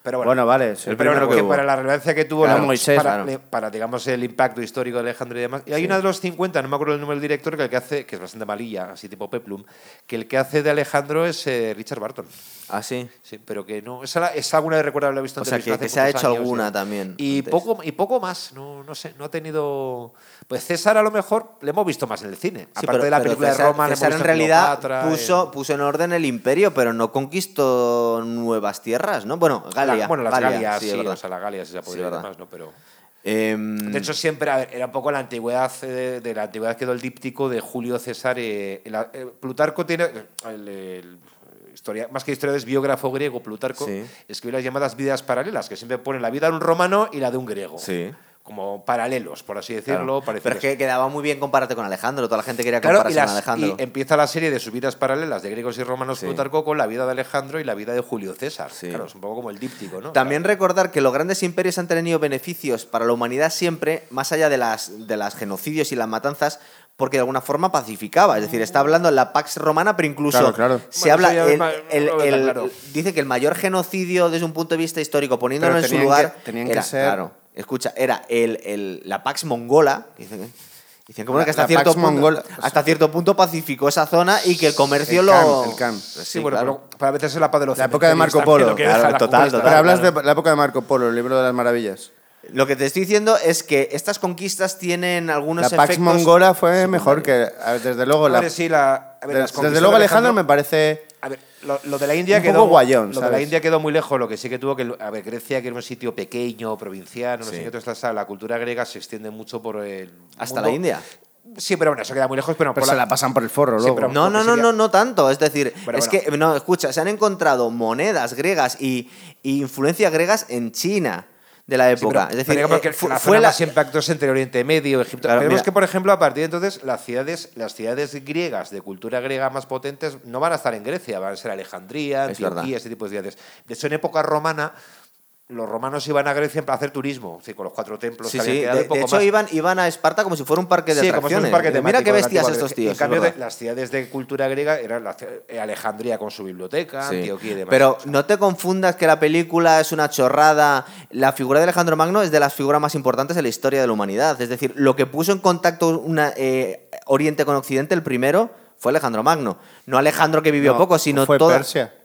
Speaker 2: Pero
Speaker 3: Bueno,
Speaker 2: bueno,
Speaker 3: vale, sí,
Speaker 2: El pero
Speaker 3: el primero
Speaker 2: bueno,
Speaker 1: que
Speaker 2: que
Speaker 1: hubo.
Speaker 2: para la relevancia que tuvo
Speaker 3: Claro,
Speaker 2: la-
Speaker 3: Moisés,
Speaker 2: para,
Speaker 1: claro.
Speaker 2: le- para, digamos el impacto histórico de Alejandro y demás. Y hay una de los 50, no me acuerdo el nombre del director, que el que hace, que es bastante malilla, así tipo Peplum, que el que hace de Alejandro es eh, Richard Barton.
Speaker 1: Ah, sí.
Speaker 2: Sí, pero que no. Esa, la- esa alguna de recuerdo haberla visto
Speaker 1: O
Speaker 2: en
Speaker 1: sea, que-
Speaker 2: televisión hace
Speaker 1: que se ha
Speaker 2: muchos
Speaker 1: hecho
Speaker 2: años,
Speaker 1: alguna
Speaker 2: sí.
Speaker 1: también
Speaker 2: Y
Speaker 1: antes.
Speaker 2: poco, y poco más, no, no sé, no ha tenido. Pues César a lo mejor le hemos visto más en el cine.
Speaker 1: Sí,
Speaker 2: Aparte
Speaker 1: pero-
Speaker 2: de la
Speaker 1: pero
Speaker 2: película
Speaker 1: César-
Speaker 2: de Roma, le hemos
Speaker 1: César en
Speaker 2: visto
Speaker 1: realidad
Speaker 2: Cleopatra,
Speaker 1: puso,
Speaker 2: eh,
Speaker 1: puso en orden el imperio, pero no conquistó nuevas tierras, ¿no? Bueno, Galia.
Speaker 2: la- bueno, las
Speaker 1: Galia,
Speaker 2: Galias,
Speaker 1: sí,
Speaker 2: sí,
Speaker 1: es verdad.
Speaker 2: o sea, las Galias, si se podría
Speaker 1: es
Speaker 2: llamar
Speaker 1: verdad.
Speaker 2: más, ¿no? Pero.
Speaker 1: Em,
Speaker 2: De hecho, siempre, a ver, era un poco la antigüedad, eh, de la antigüedad quedó el díptico de Julio César. eh, el- eh, Plutarco tiene, el- el historia, más que historia es biógrafo griego, Plutarco
Speaker 1: Sí.
Speaker 2: escribió las llamadas vidas paralelas, que siempre pone la vida de un romano y la de un griego.
Speaker 1: Sí.
Speaker 2: Como paralelos, por así
Speaker 1: claro.
Speaker 2: decirlo.
Speaker 1: Pero
Speaker 2: parecidos.
Speaker 1: es que quedaba muy bien compararte con Alejandro. Toda la gente quería
Speaker 2: Claro,
Speaker 1: compararse
Speaker 2: y, las-
Speaker 1: con Alejandro.
Speaker 2: y empieza la serie de sus vidas paralelas de griegos y romanos
Speaker 1: Sí.
Speaker 2: Plutarco con la vida de Alejandro y la vida de Julio César.
Speaker 1: Sí.
Speaker 2: Claro, es un poco como el díptico, ¿no?
Speaker 1: También recordar que los grandes imperios han tenido beneficios para la humanidad siempre, más allá de las, de las genocidios y las matanzas, porque de alguna forma pacificaba. Es decir, está hablando de la Pax Romana, pero incluso
Speaker 3: Claro, claro.
Speaker 1: se
Speaker 2: Bueno, eso
Speaker 1: habla.
Speaker 2: ya
Speaker 1: el-
Speaker 2: es ma-
Speaker 1: el-
Speaker 2: no lo veo tan
Speaker 1: el-
Speaker 2: claro.
Speaker 1: Dice que el mayor genocidio desde un punto de vista histórico, poniéndolo
Speaker 3: Pero
Speaker 1: en su
Speaker 3: tenían
Speaker 1: lugar.
Speaker 3: que- tenían que
Speaker 1: era,
Speaker 3: ser-
Speaker 1: Claro, escucha, era el, el- la Pax Mongola. que Dicen que. dicen que, bueno,
Speaker 3: La-
Speaker 1: que hasta,
Speaker 3: la
Speaker 1: cierto
Speaker 3: Pax
Speaker 1: punto,
Speaker 3: Mongola.
Speaker 1: hasta cierto punto pacificó esa zona y que el comercio
Speaker 3: El
Speaker 1: lo.
Speaker 3: Can, el Can.
Speaker 1: Sí,
Speaker 2: Sí, bueno,
Speaker 1: claro.
Speaker 2: pero para meterse en la paz de los
Speaker 3: La época de
Speaker 2: cementerios
Speaker 3: Marco Polo.
Speaker 2: también, lo que deja
Speaker 1: Claro,
Speaker 2: la
Speaker 1: total,
Speaker 2: conquista.
Speaker 1: total.
Speaker 3: Pero hablas de la época de Marco Polo, el libro de las maravillas.
Speaker 1: Lo que te estoy diciendo es que estas conquistas tienen algunos
Speaker 3: La Pax
Speaker 1: efectos.
Speaker 3: Mongola fue mejor que, a ver, desde luego, la-
Speaker 2: Hombre, sí, la- a ver, las
Speaker 3: des- desde
Speaker 2: conquistas
Speaker 3: luego
Speaker 2: de
Speaker 3: Alejandro me parece...
Speaker 2: A ver, lo, lo de la India
Speaker 3: Un
Speaker 2: quedó.
Speaker 3: poco guayón,
Speaker 2: lo de la
Speaker 3: ¿sabes?
Speaker 2: India quedó muy lejos. Lo que sí que tuvo que. A ver, Grecia, que era un sitio pequeño, provinciano, no
Speaker 1: Sí.
Speaker 2: sé qué, toda esta- la, cultura griega se extiende mucho por el.
Speaker 1: Hasta
Speaker 2: mundo.
Speaker 1: la India.
Speaker 2: Sí, pero bueno, eso queda muy lejos, pero,
Speaker 3: Pero
Speaker 2: por
Speaker 3: se la pasan por el forro
Speaker 2: Sí,
Speaker 3: luego.
Speaker 2: pero-
Speaker 1: No, no,
Speaker 2: Lo que
Speaker 1: no,
Speaker 2: sería-
Speaker 1: no, no tanto. Es decir,
Speaker 2: Bueno,
Speaker 1: es
Speaker 2: bueno.
Speaker 1: que, no, escucha, se han encontrado monedas griegas y, y influencias griegas en China de la
Speaker 2: Sí, pero-
Speaker 1: época. es
Speaker 2: pero
Speaker 1: decir,
Speaker 2: digamos
Speaker 1: eh,
Speaker 2: que
Speaker 1: fu-
Speaker 2: la zona más impactosa entre Oriente Medio, Egipto.
Speaker 1: Claro,
Speaker 2: Veremos
Speaker 1: mira.
Speaker 2: que, por ejemplo, a partir de entonces, las ciudades, las ciudades griegas de cultura griega más potentes no van a estar en Grecia, van a ser Alejandría,
Speaker 1: Es verdad.
Speaker 2: Antioquía, ese tipo de ciudades. De hecho, en época romana, los romanos iban a Grecia para hacer turismo, sí, con los cuatro templos.
Speaker 1: Sí,
Speaker 2: que habían
Speaker 1: sí.
Speaker 2: quedado
Speaker 1: De,
Speaker 2: un poco
Speaker 1: de hecho,
Speaker 2: más.
Speaker 1: iban, iban a Esparta como si fuera un parque de
Speaker 2: Sí, como si
Speaker 1: atracciones.
Speaker 2: fuera un parque
Speaker 1: Digo,
Speaker 2: temático
Speaker 1: Mira qué
Speaker 2: de la
Speaker 1: bestias
Speaker 2: antigua
Speaker 1: estos
Speaker 2: Grecia.
Speaker 1: tíos.
Speaker 2: En
Speaker 1: es
Speaker 2: cambio,
Speaker 1: verdad.
Speaker 2: de- las ciudades de cultura griega eran la ci- eh, Alejandría con su biblioteca,
Speaker 1: Sí.
Speaker 2: Antioquía y demás.
Speaker 1: Pero no te confundas que la película es una chorrada. La figura de Alejandro Magno es de las figuras más importantes de la historia de la humanidad. Es decir, lo que puso en contacto una, eh, Oriente con Occidente, el primero, fue Alejandro Magno. No Alejandro que vivió
Speaker 3: No,
Speaker 1: poco, sino
Speaker 3: fue
Speaker 1: toda.
Speaker 3: Persia.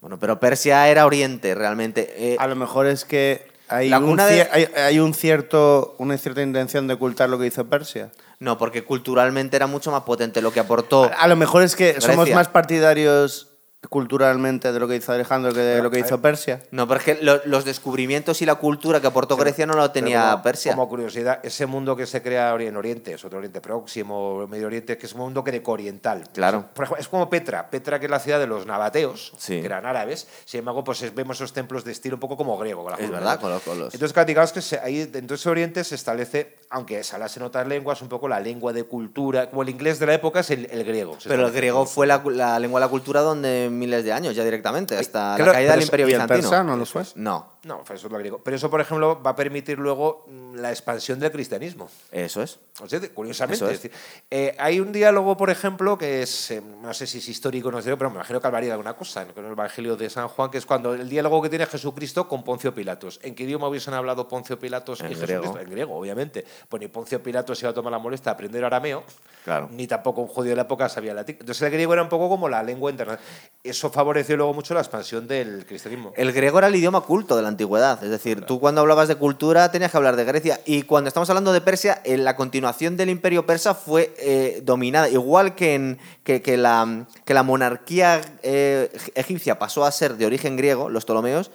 Speaker 1: Bueno, pero Persia era Oriente, realmente. Eh,
Speaker 3: A lo mejor es que hay,
Speaker 1: La
Speaker 3: un,
Speaker 1: cuna de-
Speaker 3: cier- hay, hay un cierto, una cierta intención de ocultar lo que hizo Persia.
Speaker 1: no, porque culturalmente era mucho más potente lo que aportó.
Speaker 3: A lo mejor es que somos
Speaker 1: Grecia.
Speaker 3: más partidarios culturalmente de lo que hizo Alejandro que de lo que hizo Persia.
Speaker 1: No, pero es que lo- los descubrimientos y la cultura que aportó Grecia no lo tenía
Speaker 2: Pero como-
Speaker 1: Persia.
Speaker 2: Como curiosidad, ese mundo que se crea ori- en Oriente, es otro Oriente Próximo, Medio Oriente, que es un mundo greco-oriental.
Speaker 1: Claro.
Speaker 2: Por ejemplo, es como Petra. Petra, que es la ciudad de los nabateos,
Speaker 1: Sí.
Speaker 2: que eran árabes. Sin embargo, pues es- vemos esos templos de estilo un poco como griego. con la
Speaker 1: Es
Speaker 2: forma,
Speaker 1: verdad,
Speaker 2: ¿no?
Speaker 1: con los- con los-
Speaker 2: Entonces, claro, digamos que se- ahí dentro de ese Oriente se establece, aunque se hablasen otras lenguas, un poco la lengua de cultura. Como el inglés de la época es el, el griego. se
Speaker 1: pero el
Speaker 2: establece.
Speaker 1: griego fue la, la lengua de la cultura donde miles de años ya directamente, hasta la
Speaker 2: Claro,
Speaker 1: caída
Speaker 2: pero
Speaker 1: del
Speaker 2: eso-
Speaker 1: Imperio
Speaker 3: y el
Speaker 1: Bizantino.
Speaker 3: persa no lo fue.
Speaker 1: No,
Speaker 2: No, fue eso lo griego. Pero eso, por ejemplo, va a permitir luego mm, la expansión del cristianismo.
Speaker 1: eso es.
Speaker 2: O sea, de- curiosamente.
Speaker 1: Eso
Speaker 2: es
Speaker 1: es.
Speaker 2: decir, eh, hay un diálogo, por ejemplo, que es, eh, no sé si es histórico o no sé, pero me imagino que hablaría de alguna cosa, ¿no? Que en el Evangelio de San Juan, que es cuando el diálogo que tiene Jesucristo con Poncio Pilatos. ¿En qué idioma hubiesen hablado Poncio Pilatos
Speaker 1: En
Speaker 2: y
Speaker 1: griego.
Speaker 2: Jesucristo? En griego, obviamente. Pues ni Poncio Pilatos se iba a tomar la molestia a aprender arameo,
Speaker 1: Claro.
Speaker 2: ni tampoco un judío de la época sabía latín. Entonces el griego era un poco como la lengua internacional. Eso favoreció luego mucho la expansión del cristianismo.
Speaker 1: El griego era el idioma culto de la antigüedad. Es decir, tú cuando hablabas de cultura tenías que hablar de Grecia. Y cuando estamos hablando de Persia, eh, la continuación del imperio persa fue eh, dominada. Igual que, en- que, que la, que la monarquía eh, egipcia pasó a ser de origen griego, los Ptolomeos,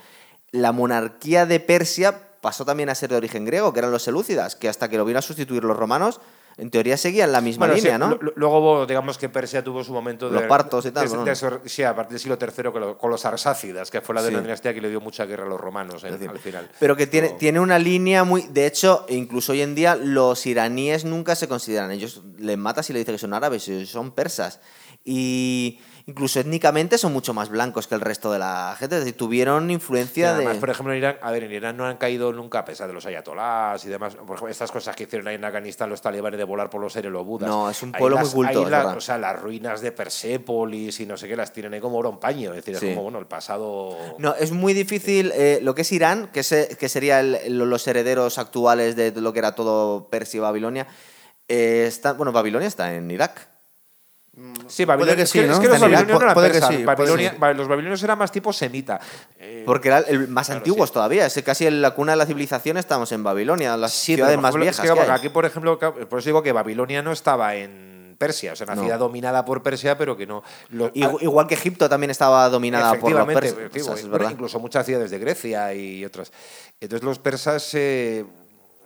Speaker 1: la monarquía de Persia pasó también a ser de origen griego, que eran los selúcidas, que hasta que lo vino a sustituir los romanos, en teoría seguían la misma
Speaker 2: Bueno, sí,
Speaker 1: línea, ¿no?
Speaker 2: lo- lo- Luego, hubo, digamos que Persia tuvo su momento de.
Speaker 1: Los partos y tal,
Speaker 2: de- de-
Speaker 1: bueno.
Speaker 2: de eso- sí, a partir del siglo III con, lo- con los arsácidas, que fue la de la
Speaker 1: Sí.
Speaker 2: dinastía que le dio mucha guerra a los romanos en-
Speaker 1: decir,
Speaker 2: al final.
Speaker 1: Pero que tiene,
Speaker 2: Luego-
Speaker 1: tiene una línea muy. De hecho, incluso hoy en día, los iraníes nunca se consideran. Ellos les matas y le dicen que son árabes, y son persas. Y incluso étnicamente son mucho más blancos que el resto de la gente. Es decir, tuvieron
Speaker 2: y
Speaker 1: influencia
Speaker 2: además,
Speaker 1: de.
Speaker 2: por ejemplo, en Irán, a ver, en Irán no han caído nunca, a pesar de los ayatolás y demás. Por ejemplo, estas cosas que hicieron ahí en Afganistán los talibanes de volar por los aires los budas.
Speaker 1: No, es un
Speaker 2: Ahí
Speaker 1: pueblo
Speaker 2: las-
Speaker 1: muy culto,
Speaker 2: ahí
Speaker 1: es
Speaker 2: la-
Speaker 1: verdad.
Speaker 2: o sea, las ruinas de Persépolis y no sé qué las tienen ahí como oro en paño. Es decir,
Speaker 1: Sí.
Speaker 2: es como, bueno, el pasado.
Speaker 1: No, es muy difícil eh, lo que es Irán, que, se- que sería el- lo- los herederos actuales de lo que era todo Persia y Babilonia. eh, está, bueno, Babilonia está en Irak.
Speaker 2: Sí, Babilonia.
Speaker 3: que
Speaker 2: es
Speaker 3: sí, ¿no?
Speaker 2: es que los
Speaker 3: En Irán,
Speaker 2: babilonios no eran
Speaker 3: puede que
Speaker 2: persas,
Speaker 3: sí, puede
Speaker 2: Babilonia-
Speaker 3: que sí.
Speaker 2: ba- Los babilonios eran más tipo semita. Eh,
Speaker 1: Porque era el más
Speaker 2: Claro,
Speaker 1: antiguos
Speaker 2: sí.
Speaker 1: todavía. Es casi en la cuna de la civilización estamos en Babilonia, las ciudades
Speaker 2: pero, por
Speaker 1: más
Speaker 2: ejemplo, es
Speaker 1: viejas.
Speaker 2: que,
Speaker 1: que
Speaker 2: vamos,
Speaker 1: hay.
Speaker 2: aquí, por ejemplo, ca- por eso digo que Babilonia no estaba en Persia, o sea, una
Speaker 1: No.
Speaker 2: ciudad dominada por Persia, pero que no. lo-
Speaker 1: Igu- Igual, que Egipto también estaba dominada por los
Speaker 2: Efectivamente,
Speaker 1: persas.
Speaker 2: efectivo,
Speaker 1: o sea, es
Speaker 2: bueno,
Speaker 1: verdad.
Speaker 2: incluso muchas ciudades de Grecia y otras. Entonces los persas, eh,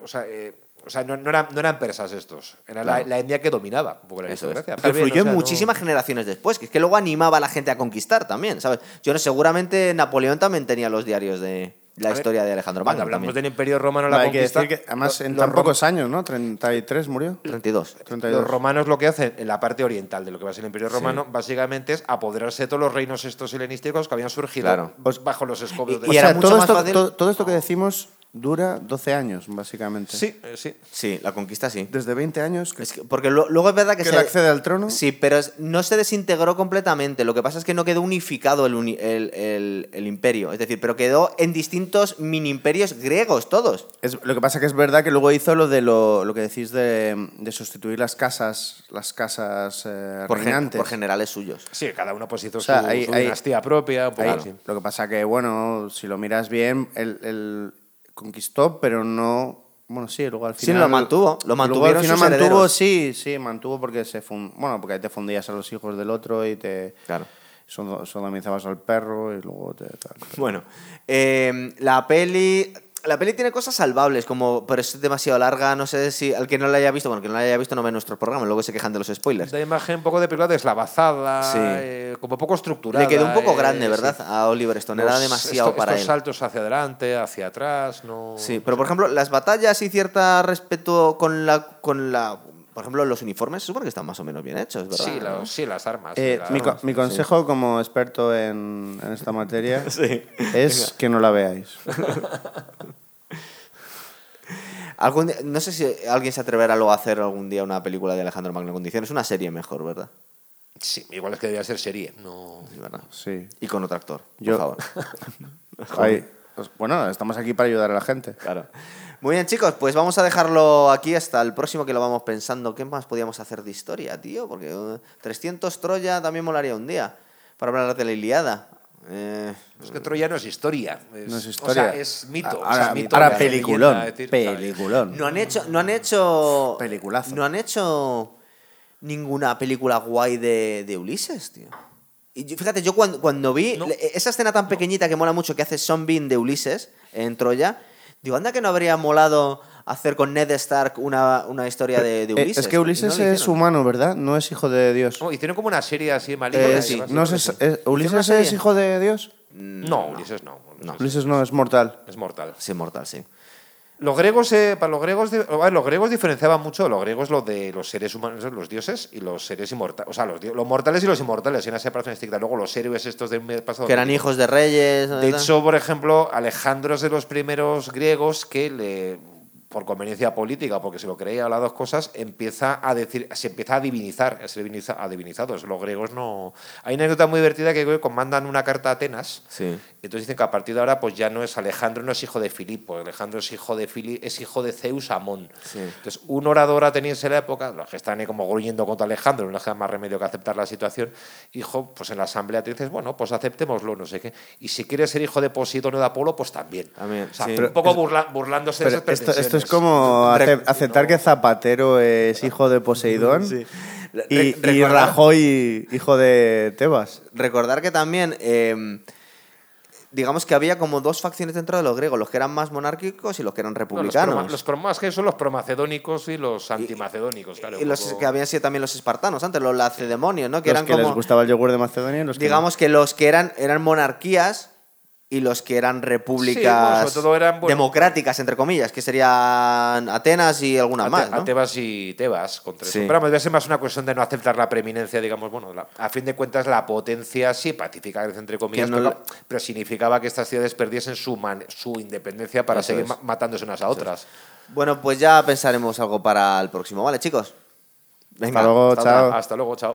Speaker 2: o sea, eh, o sea, no, no eran, no eran persas estos, era la-
Speaker 1: Claro.
Speaker 2: la, etnia que dominaba un poco la
Speaker 1: Eso es.
Speaker 2: aristocracia.
Speaker 1: Que
Speaker 2: Pero bien,
Speaker 1: influyó
Speaker 2: o sea,
Speaker 1: en
Speaker 2: no-
Speaker 1: muchísimas generaciones después, que es que luego animaba a la gente a conquistar también, ¿sabes? Yo no, seguramente Napoleón también tenía los diarios de la
Speaker 2: A ver,
Speaker 1: historia de Alejandro
Speaker 2: Cuando
Speaker 1: Magno.
Speaker 2: hablamos
Speaker 1: también.
Speaker 2: del Imperio Romano, la
Speaker 3: Vale, hay que
Speaker 2: conquista,
Speaker 3: decir que, además,
Speaker 2: lo-
Speaker 3: en
Speaker 2: los
Speaker 3: tan
Speaker 2: rom-
Speaker 3: pocos años, ¿no? 33 murió.
Speaker 1: 32.
Speaker 3: 32.
Speaker 2: Los romanos lo que hacen en la parte oriental de lo que va a ser el Imperio Romano básicamente es apoderarse de todos los reinos estos helenísticos que habían surgido
Speaker 1: Claro.
Speaker 2: pues, bajo los escobios de
Speaker 1: Y
Speaker 3: O
Speaker 2: la-
Speaker 1: era
Speaker 3: sea,
Speaker 1: mucho
Speaker 3: todo
Speaker 1: más
Speaker 3: esto,
Speaker 1: fácil-
Speaker 3: todo, todo esto que decimos dura 12 años, básicamente.
Speaker 2: Sí, eh, sí.
Speaker 1: Sí, la conquista sí.
Speaker 3: Desde 20 años que,
Speaker 1: Es que- porque lo- luego es verdad que,
Speaker 3: que
Speaker 1: se-
Speaker 3: él accede al trono.
Speaker 1: Sí, pero es- no se desintegró completamente. Lo que pasa es que no quedó unificado el, uni- el- el- el imperio. Es decir, pero quedó en distintos mini imperios griegos todos.
Speaker 3: Es- lo que pasa que es verdad que luego hizo lo de lo, lo que decís de, de sustituir las casas, las casas eh,
Speaker 1: Por, gen-
Speaker 3: reinantes.
Speaker 1: por generales suyos.
Speaker 2: Sí, cada uno pues hizo
Speaker 3: O sea,
Speaker 2: su,
Speaker 3: hay-
Speaker 2: su
Speaker 3: hay-
Speaker 2: dinastía propia. un poco
Speaker 3: Ahí,
Speaker 2: así.
Speaker 3: Lo que pasa que, bueno, si lo miras bien, él, él conquistó, pero no... Bueno, sí, luego al
Speaker 1: Sí,
Speaker 3: final...
Speaker 1: lo mantuvo, lo
Speaker 3: luego
Speaker 1: mantuvieron
Speaker 3: al final
Speaker 1: sus
Speaker 3: mantuvo,
Speaker 1: herederos.
Speaker 3: sí, sí, mantuvo porque se fun- bueno, porque ahí te fundías a los hijos del otro y te
Speaker 1: Claro.
Speaker 3: sodo- sodomizabas al perro y luego te... tal.
Speaker 1: Bueno, eh, la peli. La peli tiene cosas salvables, como, pero es demasiado larga. No sé si al que no la haya visto, bueno, el que no la haya visto no ve nuestro programa, luego se quejan de los spoilers.
Speaker 2: Da imagen un poco de película deslavazada,
Speaker 1: Sí.
Speaker 2: eh, como poco estructurada.
Speaker 1: Le quedó un poco
Speaker 2: eh,
Speaker 1: grande,
Speaker 2: sí.
Speaker 1: ¿verdad? A Oliver Stone, era
Speaker 2: Los-
Speaker 1: demasiado
Speaker 2: esto-
Speaker 1: para
Speaker 2: estos
Speaker 1: él.
Speaker 2: saltos hacia adelante, hacia atrás, no...
Speaker 1: Sí, pero por ejemplo, las batallas y cierta respeto con la. Con la por ejemplo, los uniformes, supongo que están más o menos bien hechos, ¿verdad?
Speaker 2: Sí, la- sí, las armas.
Speaker 3: Eh,
Speaker 2: las
Speaker 3: mi, co-
Speaker 2: armas.
Speaker 3: mi consejo como experto en, en esta materia
Speaker 1: Sí.
Speaker 3: es que no la veáis.
Speaker 1: Algún día- no sé si alguien se atreverá luego a hacer algún día una película de Alejandro Magno en condiciones. Una serie mejor, ¿verdad?
Speaker 2: Sí, igual es que debía ser serie. No...
Speaker 1: Sí, ¿verdad?
Speaker 3: Sí.
Speaker 1: Y con otro actor,
Speaker 3: Yo-
Speaker 1: por favor.
Speaker 3: Ahí. Pues, bueno, estamos aquí para ayudar a la gente.
Speaker 1: Claro. Muy bien, chicos, pues vamos a dejarlo aquí hasta el próximo que lo vamos pensando. ¿Qué más podíamos hacer de historia, tío? Porque eh, 300 Troya también molaría un día para hablar de la Iliada. Eh,
Speaker 2: Es que Troya no es historia. Es,
Speaker 3: No es
Speaker 2: O sea,
Speaker 3: historia. Ah,
Speaker 2: es mito. o sea,
Speaker 3: Ahora,
Speaker 2: es mito
Speaker 3: ahora
Speaker 2: de la
Speaker 3: peliculón.
Speaker 2: leyenda, es decir,
Speaker 3: peliculón.
Speaker 1: no han hecho. No han hecho.
Speaker 3: Peliculazo.
Speaker 1: No han hecho ninguna película guay de, de Ulises, tío. Y yo- fíjate, yo cuando, cuando vi
Speaker 2: No.
Speaker 1: le- esa escena tan pequeñita que mola mucho que hace Sean Bean de Ulises en Troya, digo, anda que no habría molado hacer con Ned Stark una, una historia de, de
Speaker 3: Eh,
Speaker 1: Ulises.
Speaker 3: es que
Speaker 1: Y no
Speaker 3: Ulises
Speaker 1: lo
Speaker 3: es
Speaker 1: hicieron.
Speaker 3: humano, ¿verdad? No es hijo de Dios.
Speaker 2: No, hicieron como una serie así maligna.
Speaker 3: Eh,
Speaker 1: sí,
Speaker 2: además,
Speaker 3: no
Speaker 2: yo
Speaker 3: es-
Speaker 2: creo que sí.
Speaker 3: es- ¿Ulises
Speaker 1: serie?
Speaker 3: es hijo de Dios?
Speaker 2: No, Ulises no. Ulises
Speaker 3: Ulises no, es mortal.
Speaker 2: Es mortal.
Speaker 1: Sí, mortal, sí.
Speaker 2: Los griegos, eh, para los griegos, di- a ver, los griegos diferenciaban mucho los griegos lo de los seres humanos, los dioses y los seres inmortales, o sea, los, di- los mortales y los inmortales, y una separación estricta. Luego los héroes estos del medio pasado.
Speaker 1: Que eran hijos de reyes.
Speaker 2: Oh, De
Speaker 1: ¿verdad?
Speaker 2: hecho, por ejemplo, Alejandro es de los primeros griegos que le por conveniencia política, porque se lo creía a las dos cosas, empieza a decir, se empieza a divinizar, se diviniza, a divinizados. Los griegos no. Hay una anécdota muy divertida que creo que mandan una carta a Atenas.
Speaker 1: Sí.
Speaker 2: Entonces dicen que a partir de ahora pues ya no es Alejandro, no es hijo de Filipo, Alejandro es hijo de Fili es hijo de Zeus Amón.
Speaker 1: Sí.
Speaker 2: Entonces, un orador ateniense en la época, los que están ahí como gruñendo contra Alejandro, no les queda más remedio que aceptar la situación, hijo, pues en la asamblea te dices, bueno, pues aceptémoslo, no sé qué. Y si quieres ser hijo de Posidonio de Apolo, pues también.
Speaker 1: También,
Speaker 2: O sea,
Speaker 1: sí.
Speaker 2: un
Speaker 1: Pero
Speaker 2: poco burla- burlándose
Speaker 3: Pero
Speaker 2: de esas
Speaker 3: esto, esto es
Speaker 2: pretensiones.
Speaker 3: como ace-
Speaker 1: Rec-
Speaker 3: aceptar que Zapatero es hijo de Poseidón y,
Speaker 1: Re-
Speaker 3: y
Speaker 1: recordar-
Speaker 3: Rajoy hijo de Tebas.
Speaker 1: Recordar que también, eh, digamos que había como dos facciones dentro de los griegos, los que eran más monárquicos y los que eran
Speaker 2: No, los,
Speaker 1: republicanos.
Speaker 2: croma- los cromas que son los promacedónicos y los antimacedónicos, claro.
Speaker 1: y
Speaker 2: un
Speaker 1: los
Speaker 2: poco-
Speaker 1: que habían sido también los espartanos antes, los lacedemonios, ¿no? Que
Speaker 3: los
Speaker 1: eran
Speaker 3: que
Speaker 1: como,
Speaker 3: les gustaba el yogur de Macedonia y los que no.
Speaker 1: digamos que los que eran, eran monarquías y los que eran repúblicas
Speaker 2: bueno, sobre todo eran, bueno,
Speaker 1: democráticas, entre comillas, que serían Atenas y alguna
Speaker 2: A,
Speaker 1: más,
Speaker 2: Te- a
Speaker 1: ¿no?
Speaker 2: Tebas y Tebas contra
Speaker 1: Sí.
Speaker 2: eso. Pero vamos, debe ser más una cuestión de no aceptar la preeminencia, digamos, bueno, la- a fin de cuentas la potencia sí pacífica Grecia, entre comillas,
Speaker 1: no
Speaker 2: pero,
Speaker 1: le-
Speaker 2: pero significaba que estas ciudades perdiesen su, man- su independencia para
Speaker 1: Eso
Speaker 2: seguir
Speaker 1: es.
Speaker 2: ma- matándose unas a otras.
Speaker 1: Bueno, pues ya pensaremos algo para el próximo, ¿vale, chicos? Venga,
Speaker 3: luego,
Speaker 1: otra.
Speaker 3: chao.
Speaker 1: Ah.
Speaker 2: Hasta luego, chao.